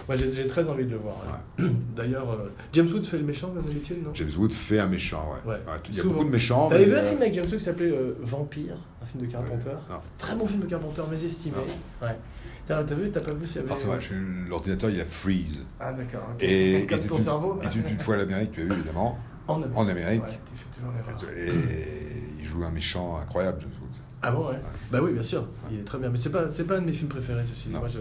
[SPEAKER 1] Moi, j'ai j'ai très envie de le voir. ouais. D'ailleurs, euh, James Wood fait le méchant, comme d'habitude, non
[SPEAKER 2] James Wood fait un méchant, ouais.
[SPEAKER 1] Ouais.
[SPEAKER 2] Ouais, tu- Il y a
[SPEAKER 1] Souvent.
[SPEAKER 2] beaucoup de méchants.
[SPEAKER 1] T'avais
[SPEAKER 2] mais,
[SPEAKER 1] vu un
[SPEAKER 2] euh,
[SPEAKER 1] film avec James Wood qui s'appelait euh, Vampire, un film de Carpenter
[SPEAKER 2] non.
[SPEAKER 1] Très bon film de Carpenter, mésestimé. Ouais. T'as t'as vu, t'as pas vu s'il y avait-
[SPEAKER 2] Enfin, Ah, c'est vrai, chez l'ordinateur, il y a Freeze.
[SPEAKER 1] Ah, d'accord. ok.
[SPEAKER 2] Et,
[SPEAKER 1] Comme
[SPEAKER 2] et
[SPEAKER 1] ton
[SPEAKER 2] tu-
[SPEAKER 1] cerveau.
[SPEAKER 2] et tu- tu- une fois l'Amérique, tu as vu évidemment.
[SPEAKER 1] En Amérique.
[SPEAKER 2] en Amérique.
[SPEAKER 1] Ouais, tu fais toujours l'erreur.
[SPEAKER 2] Et il joue un méchant incroyable, James Woods.
[SPEAKER 1] Ah bon, ouais. Bah oui, bien sûr, il est très bien. Mais c'est pas, c'est pas un de mes films préférés, ceci.
[SPEAKER 2] Non.
[SPEAKER 1] Moi, je,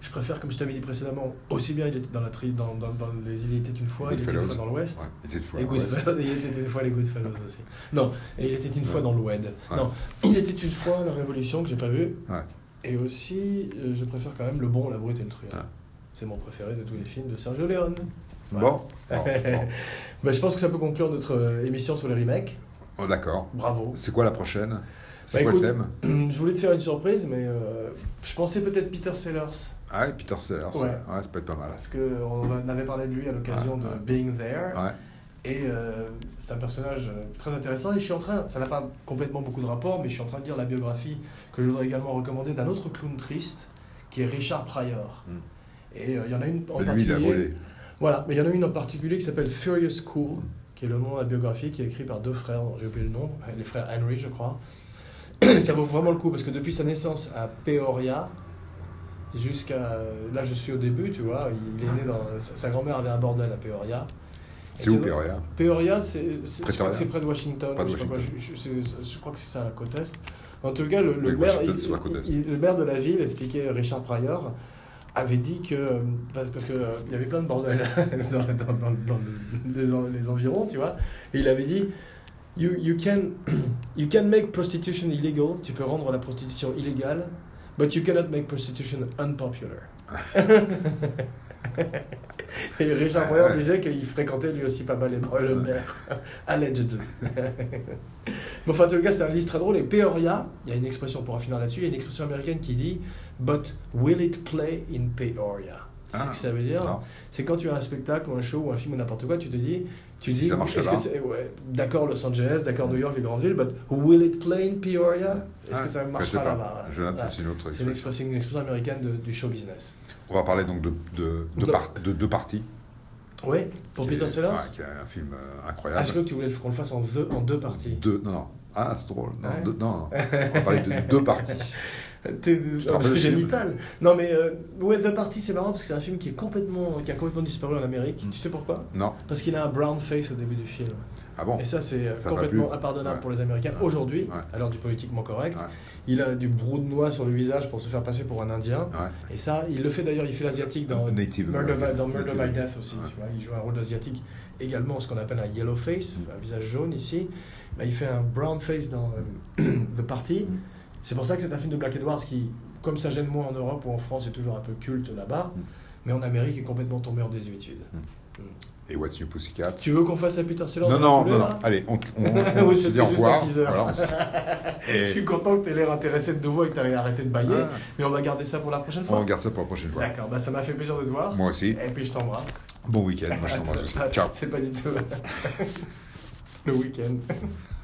[SPEAKER 1] je préfère, comme je t'avais dit précédemment, aussi bien il était dans la tri, dans, dans, dans Les Îles était une fois, il était une
[SPEAKER 2] Goodfellas.
[SPEAKER 1] fois dans l'Ouest.
[SPEAKER 2] Ouais, il était fou,
[SPEAKER 1] Et
[SPEAKER 2] ouais.
[SPEAKER 1] Goodfellas, il était une fois les Goodfellas aussi. Non, et il était une fois
[SPEAKER 2] Ouais.
[SPEAKER 1] dans l'Oued.
[SPEAKER 2] Ouais.
[SPEAKER 1] Non, il était une fois la Révolution que j'ai pas vue.
[SPEAKER 2] Ouais.
[SPEAKER 1] Et aussi, euh, je préfère quand même Le Bon, la Brute et le Truand.
[SPEAKER 2] Ouais.
[SPEAKER 1] C'est mon préféré de tous les films de Sergio Leone.
[SPEAKER 2] Bon, bon, bon.
[SPEAKER 1] Bah, je pense que ça peut conclure notre euh, émission sur les remakes.
[SPEAKER 2] Oh, d'accord.
[SPEAKER 1] Bravo.
[SPEAKER 2] C'est quoi la prochaine C'est
[SPEAKER 1] Bah,
[SPEAKER 2] quoi
[SPEAKER 1] écoute-
[SPEAKER 2] le thème
[SPEAKER 1] Je voulais te faire une surprise, mais euh, je pensais peut-être Peter Sellers.
[SPEAKER 2] Ah, et Peter Sellers.
[SPEAKER 1] Ouais.
[SPEAKER 2] Ouais. ouais, ça peut être pas mal.
[SPEAKER 1] Parce qu'on avait parlé de lui à l'occasion
[SPEAKER 2] Ouais,
[SPEAKER 1] de
[SPEAKER 2] ouais.
[SPEAKER 1] Being There.
[SPEAKER 2] Ouais.
[SPEAKER 1] Et euh, c'est un personnage euh, très intéressant. Et je suis en train, ça n'a pas complètement beaucoup de rapport, mais je suis en train de lire la biographie que je voudrais également recommander d'un autre clown triste, qui est Richard Pryor.
[SPEAKER 2] Mm.
[SPEAKER 1] Et euh, il y en a une en
[SPEAKER 2] Mais lui, il a
[SPEAKER 1] particulier.
[SPEAKER 2] brûlé.
[SPEAKER 1] Voilà, mais il y en a une en particulier qui s'appelle Furious Cool, qui est le nom de la biographie, qui est écrit par deux frères, dont j'ai oublié le nom, les frères Henry, je crois. Ça vaut vraiment le coup, parce que depuis sa naissance à Peoria, jusqu'à. Là, je suis au début, tu vois, il est né dans. Sa grand-mère avait un bordel à Peoria. Et
[SPEAKER 2] C'est où,
[SPEAKER 1] dans-
[SPEAKER 2] Peoria
[SPEAKER 1] Peoria, c'est c'est- je crois
[SPEAKER 2] Pretoria.
[SPEAKER 1] que c'est près de Washington.
[SPEAKER 2] Près de
[SPEAKER 1] je, sais pas quoi,
[SPEAKER 2] Washington.
[SPEAKER 1] je- je- c'est- je crois que c'est ça, la côte Est. En tout cas, le, le
[SPEAKER 2] Oui,
[SPEAKER 1] maire,
[SPEAKER 2] Washington,
[SPEAKER 1] il-
[SPEAKER 2] c'est la côte Est.
[SPEAKER 1] il- le maire de la ville, expliquait Richard Pryor, avait dit que. euh, Parce, parce qu'il il y avait plein de bordel dans, dans- dans- dans le- les, en- les environs, tu vois. Et il avait dit. You, you, can, you can make prostitution illegal, tu peux rendre la prostitution illégale, but you cannot make prostitution unpopular. Et Richard Pryor
[SPEAKER 2] Ouais.
[SPEAKER 1] disait qu'il fréquentait lui aussi pas mal les bras le maire. Allegedly. Mais enfin, en tout cas, c'est un livre très drôle. Et Peoria, il y a une expression pour en finir là-dessus, il y a une expression américaine qui dit But will it play in Peoria Tu sais
[SPEAKER 2] Ah,
[SPEAKER 1] ce que ça veut dire
[SPEAKER 2] non.
[SPEAKER 1] C'est quand tu as un spectacle ou un show ou un film ou n'importe quoi, tu te dis, tu
[SPEAKER 2] Si
[SPEAKER 1] dis,
[SPEAKER 2] ça marche
[SPEAKER 1] est-ce
[SPEAKER 2] là-bas.
[SPEAKER 1] que c'est- ouais, d'accord Los Angeles, d'accord New York, les grandes villes, but will it play in Peoria Est-ce que
[SPEAKER 2] Ah,
[SPEAKER 1] ça
[SPEAKER 2] je
[SPEAKER 1] marche
[SPEAKER 2] sais
[SPEAKER 1] pas
[SPEAKER 2] pas.
[SPEAKER 1] là-bas voilà.
[SPEAKER 2] Je note,
[SPEAKER 1] Voilà.
[SPEAKER 2] c'est une autre
[SPEAKER 1] C'est une
[SPEAKER 2] expression.
[SPEAKER 1] expression, une expression américaine de- du show business.
[SPEAKER 2] On va parler donc de deux de,
[SPEAKER 1] Non.
[SPEAKER 2] par- de, deux parties.
[SPEAKER 1] Ouais, pour
[SPEAKER 2] Qui est-
[SPEAKER 1] Peter Sellers
[SPEAKER 2] ouais, Qui est un film euh,
[SPEAKER 1] Ah,
[SPEAKER 2] incroyable.
[SPEAKER 1] je crois que tu voulais qu'on le fasse en, deux- en deux parties.
[SPEAKER 2] Deux, non, non. Ah, c'est drôle. Non,
[SPEAKER 1] Ouais.
[SPEAKER 2] deux- non, non. On va parler de deux parties.
[SPEAKER 1] Euh, T'es
[SPEAKER 2] te rappelles le film
[SPEAKER 1] génital. Non mais euh, ouais, The Party c'est marrant parce que c'est un film qui est complètement qui a complètement disparu en Amérique.
[SPEAKER 2] Mm.
[SPEAKER 1] Tu sais pourquoi
[SPEAKER 2] Non.
[SPEAKER 1] Parce qu'il a un brown face au début du film.
[SPEAKER 2] Ah bon
[SPEAKER 1] Et ça c'est euh,
[SPEAKER 2] Ça va
[SPEAKER 1] complètement
[SPEAKER 2] plus.
[SPEAKER 1] impardonnable
[SPEAKER 2] Ouais.
[SPEAKER 1] pour les Américains
[SPEAKER 2] Ouais.
[SPEAKER 1] aujourd'hui,
[SPEAKER 2] Ouais.
[SPEAKER 1] à l'heure du politiquement correct.
[SPEAKER 2] Ouais.
[SPEAKER 1] Il a du brou de noix sur le visage pour se faire passer pour un Indien.
[SPEAKER 2] Ouais.
[SPEAKER 1] Et ça, il le fait d'ailleurs, il fait l'asiatique dans
[SPEAKER 2] Native
[SPEAKER 1] Murder by,
[SPEAKER 2] American.
[SPEAKER 1] dans Murder
[SPEAKER 2] Native
[SPEAKER 1] by Death aussi,
[SPEAKER 2] Ouais.
[SPEAKER 1] tu vois, il joue un rôle asiatique également, ce qu'on appelle un yellow face,
[SPEAKER 2] Mm.
[SPEAKER 1] un visage jaune ici. Bah, il fait un brown face dans euh, The Party.
[SPEAKER 2] Mm.
[SPEAKER 1] C'est pour ça que c'est un film de Black Edwards qui, comme ça gêne moins en Europe ou en France, est toujours un peu culte là-bas,
[SPEAKER 2] Mm.
[SPEAKER 1] mais en Amérique est complètement tombé en désuétude.
[SPEAKER 2] Et What's New Pussycat
[SPEAKER 1] Tu veux qu'on fasse la Peter Sellers
[SPEAKER 2] Non,
[SPEAKER 1] dans la
[SPEAKER 2] non,
[SPEAKER 1] foulée,
[SPEAKER 2] non,
[SPEAKER 1] là
[SPEAKER 2] non. Allez, on, on, on
[SPEAKER 1] Oui,
[SPEAKER 2] se
[SPEAKER 1] c'était
[SPEAKER 2] dit au
[SPEAKER 1] juste un
[SPEAKER 2] revoir.
[SPEAKER 1] teaser.
[SPEAKER 2] Voilà, on se-
[SPEAKER 1] Je suis
[SPEAKER 2] Et
[SPEAKER 1] content que tu aies l'air intéressé de nouveau et que tu arrêté de bailler,
[SPEAKER 2] Ah.
[SPEAKER 1] mais on va garder ça pour la prochaine
[SPEAKER 2] on
[SPEAKER 1] fois.
[SPEAKER 2] regarde ça pour la prochaine fois.
[SPEAKER 1] D'accord, bah, ça m'a fait plaisir de te voir.
[SPEAKER 2] Moi aussi.
[SPEAKER 1] Et puis je t'embrasse.
[SPEAKER 2] Bon week-end. Moi, je t'embrasse aussi.
[SPEAKER 1] Ah,
[SPEAKER 2] Ciao.
[SPEAKER 1] C'est pas du tout. Le week-end.